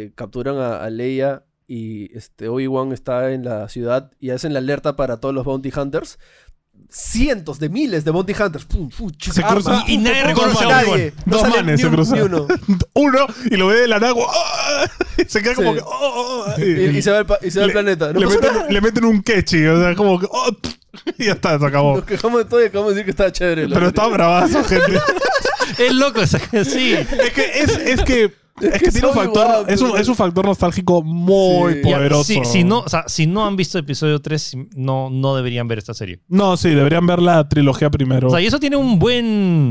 Speaker 2: eh, capturan a, a Leia y este, Obi-Wan está en la ciudad y hacen la alerta para todos los Bounty Hunters. Cientos de miles de Bounty Hunters. Pum, pum, chup,
Speaker 3: Se cruza-
Speaker 2: arma,
Speaker 4: Y- y
Speaker 2: pum,
Speaker 4: nadie
Speaker 2: pum, pum,
Speaker 4: reconoce a
Speaker 2: nadie.
Speaker 4: Obi-Wan.
Speaker 2: No
Speaker 3: Dos
Speaker 2: sale
Speaker 3: manes
Speaker 2: ni
Speaker 3: se
Speaker 2: un-
Speaker 3: cruzan.
Speaker 2: ni uno.
Speaker 3: Uno, y lo ve de la nada, como, "Ah", y se queda como
Speaker 2: Sí.
Speaker 3: que... "Oh, oh",
Speaker 2: Y, y se va al, pa- y se va al
Speaker 3: le-
Speaker 2: planeta. No
Speaker 3: le,
Speaker 2: pasó
Speaker 3: meten,
Speaker 2: nada.
Speaker 3: le meten un quechi, o sea, como que... "Oh, pff, Y ya está, se acabó.
Speaker 2: Nos quejamos de todo y acabamos de decir que estaba chévere. la
Speaker 3: Pero
Speaker 2: película.
Speaker 3: está bravazo, gente.
Speaker 4: Es loco, es sí.
Speaker 3: Es que es, es que. Es que
Speaker 2: que
Speaker 3: tiene un
Speaker 2: soy
Speaker 3: factor,
Speaker 2: guapo.
Speaker 3: es, un, es un factor nostálgico muy
Speaker 2: Sí.
Speaker 4: Ya,
Speaker 3: poderoso.
Speaker 4: Si, si no, o sea, si no han visto episodio 3, no, no deberían ver esta serie.
Speaker 3: No, sí, deberían ver la trilogía primero.
Speaker 4: O sea, y eso tiene un buen,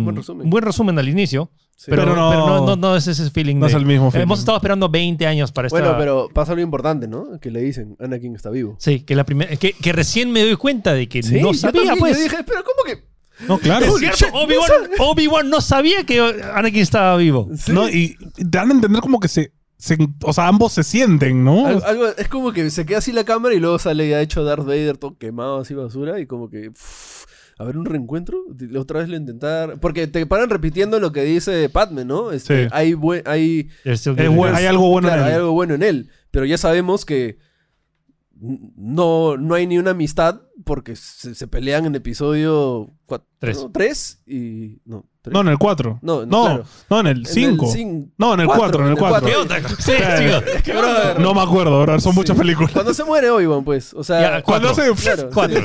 Speaker 2: Buen
Speaker 4: buen,
Speaker 2: resumen.
Speaker 4: resumen. al inicio,
Speaker 2: Sí.
Speaker 4: pero,
Speaker 3: Pero
Speaker 4: pero
Speaker 3: no-
Speaker 4: no, no- no es ese feeling.
Speaker 3: No
Speaker 4: de-
Speaker 3: es el mismo feeling.
Speaker 4: Hemos estado esperando 20 años para esta...
Speaker 2: Bueno, pero pasa lo importante, ¿no? Que le dicen, Anakin está vivo.
Speaker 4: Sí, que, la primera que, que recién me doy cuenta de que no
Speaker 2: yo
Speaker 4: sabía,
Speaker 2: también,
Speaker 4: pues.
Speaker 2: Yo dije, pero ¿cómo que?
Speaker 3: no, claro.
Speaker 4: Es cierto, Obi-Wan Obi-Wan no sabía que Anakin estaba vivo.
Speaker 2: Sí.
Speaker 3: No, y y te dan a entender como que se, se- O sea, ambos se sienten, ¿no?
Speaker 2: Al- algo- es como que se queda así la cámara y luego sale ya hecho Darth Vader todo quemado así basura y como que pff, a ver un reencuentro de- otra vez lo intentar porque te paran repitiendo lo que dice Padme no este,
Speaker 3: Sí.
Speaker 2: hay buen- hay
Speaker 4: Es
Speaker 3: Es bueno, hay algo bueno
Speaker 2: claro,
Speaker 3: en
Speaker 2: hay
Speaker 3: él.
Speaker 2: algo bueno en él pero ya sabemos que n- no no hay ni una amistad porque se, se pelean en episodio cuat-
Speaker 4: Tres.
Speaker 2: no, tres y no tres.
Speaker 3: No, en el 4.
Speaker 2: No,
Speaker 3: No,
Speaker 2: no,
Speaker 3: no,
Speaker 2: claro.
Speaker 3: en el
Speaker 2: el
Speaker 3: 5.
Speaker 2: cin-
Speaker 3: No, en el 4, en el 4.
Speaker 4: ¿Qué onda? Sí, sí.
Speaker 2: Brother,
Speaker 3: No me acuerdo, bro. Son muchas películas.
Speaker 2: cuando se muere Obi-Wan pues o sea
Speaker 4: Ya,
Speaker 3: Cuando se,
Speaker 4: Cuatro.
Speaker 2: claro,
Speaker 4: Cuatro.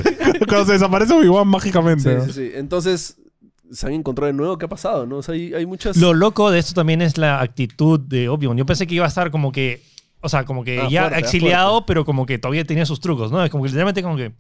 Speaker 3: cuando se desaparece Obi-Wan
Speaker 2: Sí,
Speaker 3: mágicamente.
Speaker 2: sí, sí. Entonces, se han encontrado de nuevo. ¿Qué ha pasado? ¿No? O sea, hay, hay muchas.
Speaker 4: Lo loco de esto también es la actitud de Obi-Wan. Yo pensé que iba a estar como que, o sea, como que
Speaker 2: Ah,
Speaker 4: ya
Speaker 2: fuerte,
Speaker 4: exiliado, pero como que todavía tenía sus trucos, ¿no? Es como que literalmente como que...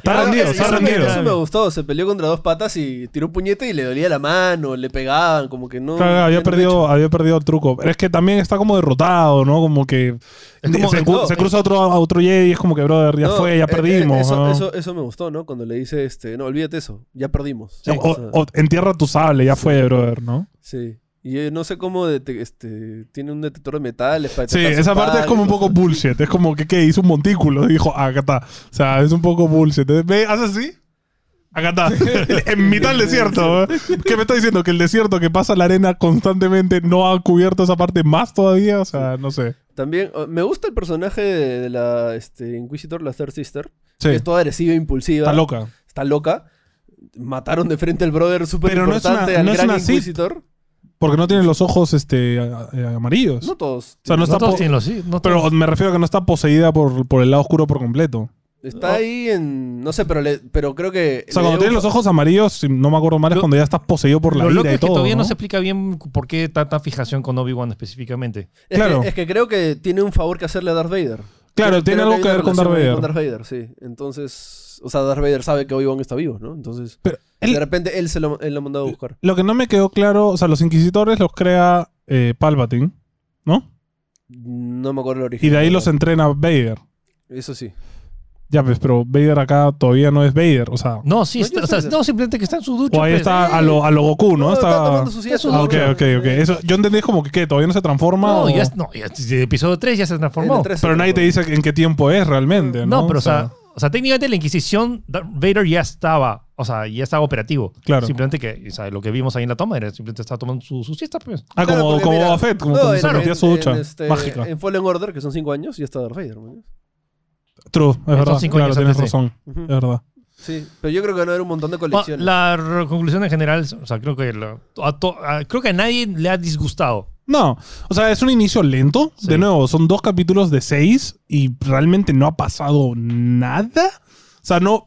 Speaker 3: Está
Speaker 4: Ya,
Speaker 3: rendido,
Speaker 4: es-
Speaker 3: está
Speaker 4: es-
Speaker 2: eso,
Speaker 3: rendido.
Speaker 2: eso me gustó. Se peleó contra dos patas y tiró un puñete y le dolía la mano, le pegaban, como que no.
Speaker 3: Claro, había
Speaker 2: no me
Speaker 3: perdido, había perdido el truco. Pero es que también está como derrotado, ¿no? Como que
Speaker 4: Es como-
Speaker 3: se,
Speaker 4: es
Speaker 3: cru-
Speaker 2: todo.
Speaker 3: se cruza otro, a otro Jedi y es como que, brother, ya
Speaker 2: No,
Speaker 3: fue, ya
Speaker 2: eh, eh,
Speaker 3: perdimos.
Speaker 2: Eso,
Speaker 3: ¿no?
Speaker 2: eso, eso me gustó, ¿no? Cuando le dice, este, no, olvídate eso, ya perdimos.
Speaker 3: O-
Speaker 2: O sea,
Speaker 3: o, o entierra tu sable, ya fue, brother, ¿no?
Speaker 2: sí. Y eh, no sé cómo dete- este, tiene un detector de metales para
Speaker 3: Sí,
Speaker 2: detectar su
Speaker 3: esa parte es
Speaker 2: padre,
Speaker 3: como un
Speaker 2: ¿no?
Speaker 3: poco bullshit. Es como que, ¿qué? Hizo un montículo. Y dijo, "Ah, acá está. O sea, es un poco bullshit. ¿Ve? ¿Haz así? Acá está. en mitad del desierto. ¿eh? ¿Qué me está diciendo? Que el desierto que pasa la arena constantemente no ha cubierto esa parte más todavía. O sea, no sé.
Speaker 2: También oh, me gusta el personaje de, de la este, Inquisitor, la Third Sister.
Speaker 3: Sí.
Speaker 2: Que es toda agresiva, impulsiva.
Speaker 3: Está loca.
Speaker 2: está loca. Mataron de frente al brother súper
Speaker 3: Pero no es
Speaker 2: importante,
Speaker 3: una-
Speaker 2: al
Speaker 3: no es
Speaker 2: gran
Speaker 3: una Sith.
Speaker 2: inquisitor.
Speaker 3: Porque no tiene los ojos este, a- a- amarillos.
Speaker 2: No todos.
Speaker 3: sea, no
Speaker 4: No
Speaker 3: está
Speaker 4: todos
Speaker 3: po-
Speaker 4: tienen los- sí, no
Speaker 3: Pero
Speaker 4: todos.
Speaker 3: me refiero a que no está poseída por, por el lado oscuro por completo.
Speaker 2: Está ahí en. No sé, pero, le, pero creo que.
Speaker 3: O sea,
Speaker 2: le
Speaker 3: cuando
Speaker 2: debo-
Speaker 3: tiene los ojos amarillos, si no me acuerdo mal, es
Speaker 4: Lo-
Speaker 3: cuando ya estás poseído por la
Speaker 4: Lo loco
Speaker 3: ira y
Speaker 4: es que
Speaker 3: todo.
Speaker 4: todavía
Speaker 3: ¿no?
Speaker 4: no se explica bien por qué tanta fijación con Obi-Wan específicamente.
Speaker 2: Es,
Speaker 3: claro.
Speaker 2: que, es que creo que tiene un favor que hacerle a Darth Vader.
Speaker 3: Claro,
Speaker 2: Creo- creo
Speaker 3: tiene algo
Speaker 2: hay
Speaker 3: que
Speaker 2: una
Speaker 3: ver con
Speaker 2: relación
Speaker 3: Darth
Speaker 2: ahí
Speaker 3: Vader.
Speaker 2: Con Darth Vader, sí. Entonces. O sea, Darth Vader sabe que Obi-Wan está vivo, ¿no? Entonces.
Speaker 3: Pero
Speaker 2: de
Speaker 3: él-
Speaker 2: repente él se lo, él lo ha mandado a buscar.
Speaker 3: lo que no me quedó claro, o sea, los inquisidores los crea eh, Palpatine, ¿no?
Speaker 2: No me acuerdo el origen.
Speaker 3: Y de ahí
Speaker 2: pero-
Speaker 3: los entrena Vader.
Speaker 2: Eso sí.
Speaker 3: Ya, pues, pero Vader acá todavía no es Vader, o sea.
Speaker 4: No, sí,
Speaker 2: No,
Speaker 4: está-
Speaker 2: yo
Speaker 4: o sea,
Speaker 2: sé.
Speaker 4: no, simplemente que está en su ducha.
Speaker 3: O ahí
Speaker 4: pues.
Speaker 3: está a lo, a lo Goku, ¿no?
Speaker 2: está
Speaker 3: Está...
Speaker 2: tomando su siesta,
Speaker 4: Está
Speaker 3: Ah, ok,
Speaker 2: ¿no?
Speaker 3: ok, ok. Eso, yo entendí como que ¿qué? todavía no se transforma.
Speaker 4: No,
Speaker 3: o-
Speaker 4: ya, es- no, ya- desde episodio 3 ya se
Speaker 2: En
Speaker 4: transformó.
Speaker 2: el 13,
Speaker 3: Pero nadie te dice en qué tiempo es realmente, ¿no?
Speaker 4: No, pero o sea, o sea, técnicamente la Inquisición, Darth Vader ya estaba, o sea, ya estaba operativo.
Speaker 3: Claro.
Speaker 4: Simplemente que, o sea, lo que vimos ahí en la toma era simplemente estaba tomando su, su siesta, pues.
Speaker 3: Ah,
Speaker 2: Claro,
Speaker 3: como,
Speaker 2: porque
Speaker 3: como
Speaker 2: mira,
Speaker 3: Boba Fett, como
Speaker 2: no,
Speaker 3: cuando
Speaker 2: en-
Speaker 3: se metía a su
Speaker 2: en-
Speaker 3: ducha
Speaker 2: en este-
Speaker 3: mágica.
Speaker 2: En Fallen Order, que son 5 años, y está Darth Vader, ¿no?
Speaker 3: True, es verdad.
Speaker 4: cinco
Speaker 3: Claro,
Speaker 4: años
Speaker 3: tienes
Speaker 4: antes de-
Speaker 3: razón.
Speaker 2: Ujú.
Speaker 3: Es verdad.
Speaker 2: Sí, pero yo creo que no era un montón de
Speaker 3: Ah,
Speaker 4: Bueno,
Speaker 2: colecciones.
Speaker 4: la re- conclusión en general, o sea, creo que, la- a to- a- creo que a nadie le ha disgustado.
Speaker 3: No, o sea, es un inicio lento.
Speaker 4: Sí.
Speaker 3: De nuevo, son dos capítulos de seis y realmente no ha pasado nada. O sea, no.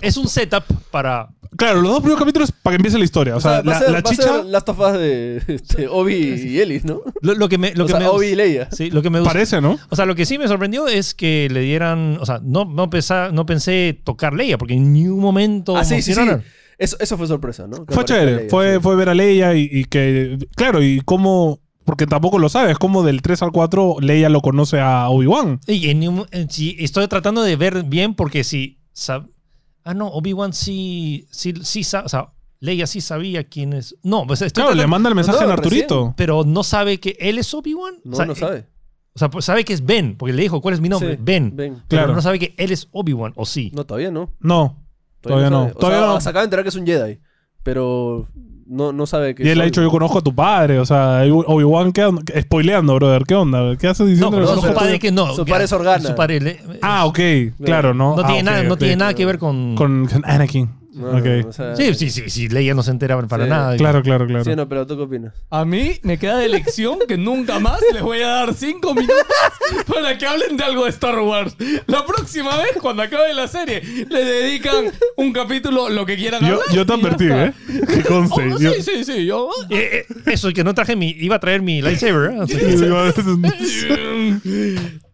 Speaker 4: Es un setup para.
Speaker 3: Claro, los dos primeros capítulos para que empiece la historia. O sea,
Speaker 2: va
Speaker 3: la,
Speaker 2: a ser-
Speaker 3: la
Speaker 2: va a
Speaker 3: chicha
Speaker 2: ser las tofas de este, Obi y Ellis, ¿no?
Speaker 4: Lo, lo que me. Lo
Speaker 2: o
Speaker 4: que
Speaker 2: sea,
Speaker 4: me
Speaker 2: Obi y Leia.
Speaker 4: sí, lo que me gusta-
Speaker 3: parece, ¿no?
Speaker 4: O sea, lo que sí me sorprendió es que le dieran. O sea, no, no, pensá- no pensé tocar Leia, porque en ningún momento.
Speaker 2: Ah, sí, sí, sí.
Speaker 4: mencionaron.
Speaker 2: Eso, eso fue sorpresa, ¿no? Que
Speaker 3: Fue
Speaker 2: aparezca
Speaker 3: chévere.
Speaker 2: Leia,
Speaker 3: fue,
Speaker 2: sí.
Speaker 3: fue ver a Leia y, y que. Claro, y cómo. Porque tampoco lo sabes, como del 3 al 4 Leia lo conoce a Obi-Wan.
Speaker 4: Y en ningún- en sí, estoy tratando de ver bien, porque si. sab- ah, no, Obi-Wan sí. Sí, sí sa- O sea, Leia sí sabía quién es. No, pues estoy
Speaker 3: Claro, le
Speaker 4: tratando-
Speaker 3: manda el mensaje
Speaker 2: no,
Speaker 3: a Arturito.
Speaker 4: pero no sabe que él es Obi-Wan.
Speaker 2: No,
Speaker 4: O sea,
Speaker 2: no
Speaker 4: eh,
Speaker 2: sabe.
Speaker 4: O sea, pues, sabe que es Ben, porque le dijo, ¿cuál es mi nombre?
Speaker 2: Sí,
Speaker 4: ben.
Speaker 2: Ben.
Speaker 4: Pero
Speaker 3: Claro.
Speaker 4: no sabe que él es Obi-Wan, o sí.
Speaker 2: No, todavía no.
Speaker 3: No. Todavía no.
Speaker 2: sabe. O
Speaker 3: Todavía
Speaker 2: sea,
Speaker 3: no.
Speaker 2: Se acaba de enterar que es un Jedi, pero no, no sabe que
Speaker 3: Y
Speaker 2: es
Speaker 3: él ha
Speaker 2: Obi.
Speaker 3: dicho, yo conozco a tu padre. O sea, Obi-Wan, ¿qué onda? Spoileando, brother. ¿Qué onda? ¿Qué haces
Speaker 4: No,
Speaker 3: diciendo que
Speaker 4: pero
Speaker 2: no,
Speaker 4: su
Speaker 3: conozco a
Speaker 2: pero-
Speaker 3: tu-
Speaker 4: padre que no.
Speaker 2: su padre es Organa.
Speaker 4: Su padre le-
Speaker 3: Ah, ok. Claro, ¿no?
Speaker 4: no
Speaker 3: Ah,
Speaker 4: tiene
Speaker 3: ok,
Speaker 4: nada, no
Speaker 3: ok.
Speaker 4: tiene nada que ver con.
Speaker 3: Con Anakin.
Speaker 2: No, no,
Speaker 3: Ok.
Speaker 2: o sea,
Speaker 4: Sí, sí, sí, sí, Leia no se entera para
Speaker 2: Sí,
Speaker 4: nada.
Speaker 3: Claro, claro, claro.
Speaker 2: Sí, no, pero ¿tú qué opinas?
Speaker 1: A mí me queda de lección que nunca más les voy a dar cinco minutos para que hablen de algo de Star Wars. La próxima vez, cuando acabe la serie, le dedican un capítulo, lo que quieran
Speaker 3: Yo,
Speaker 1: hablar
Speaker 3: yo te
Speaker 1: y ya
Speaker 3: advertí,
Speaker 1: está.
Speaker 3: ¿eh? Que conste.
Speaker 1: Oh,
Speaker 3: yo-
Speaker 1: Sí, sí, sí. Yo...
Speaker 4: Eh, eh, eso, que no traje mi. Iba a traer mi lightsaber. ¿eh? O sea,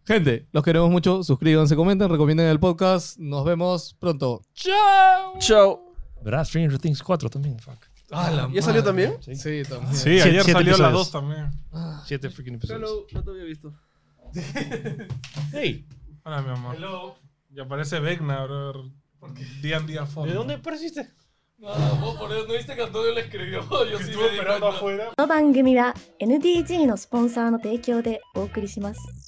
Speaker 1: Gente, los queremos mucho. Suscríbanse, comenten, recomienden el podcast. Nos vemos pronto. ¡Chao!
Speaker 2: Chao.
Speaker 4: ¿Verdad? Stranger Things 4 también. Fuck.
Speaker 1: A Ah, la
Speaker 2: ¿Ya salió
Speaker 1: madre.
Speaker 2: también?
Speaker 4: Sí.
Speaker 1: Sí, también.
Speaker 3: Sí,
Speaker 4: Siete-
Speaker 3: ayer
Speaker 4: siete
Speaker 3: salió la 2
Speaker 4: episodios.
Speaker 3: también.
Speaker 4: Siete freaking episodios.
Speaker 2: No te había visto.
Speaker 4: Hey,
Speaker 3: Hola, mi amor. Y aparece Vecna, bro. Día en día forma.
Speaker 4: apareciste?
Speaker 1: No, Ah, vos por Dios, no viste que Antonio le escribió. Yo sí me di cuenta.
Speaker 5: この番組は NDG のスポンサーの提供でお送りします。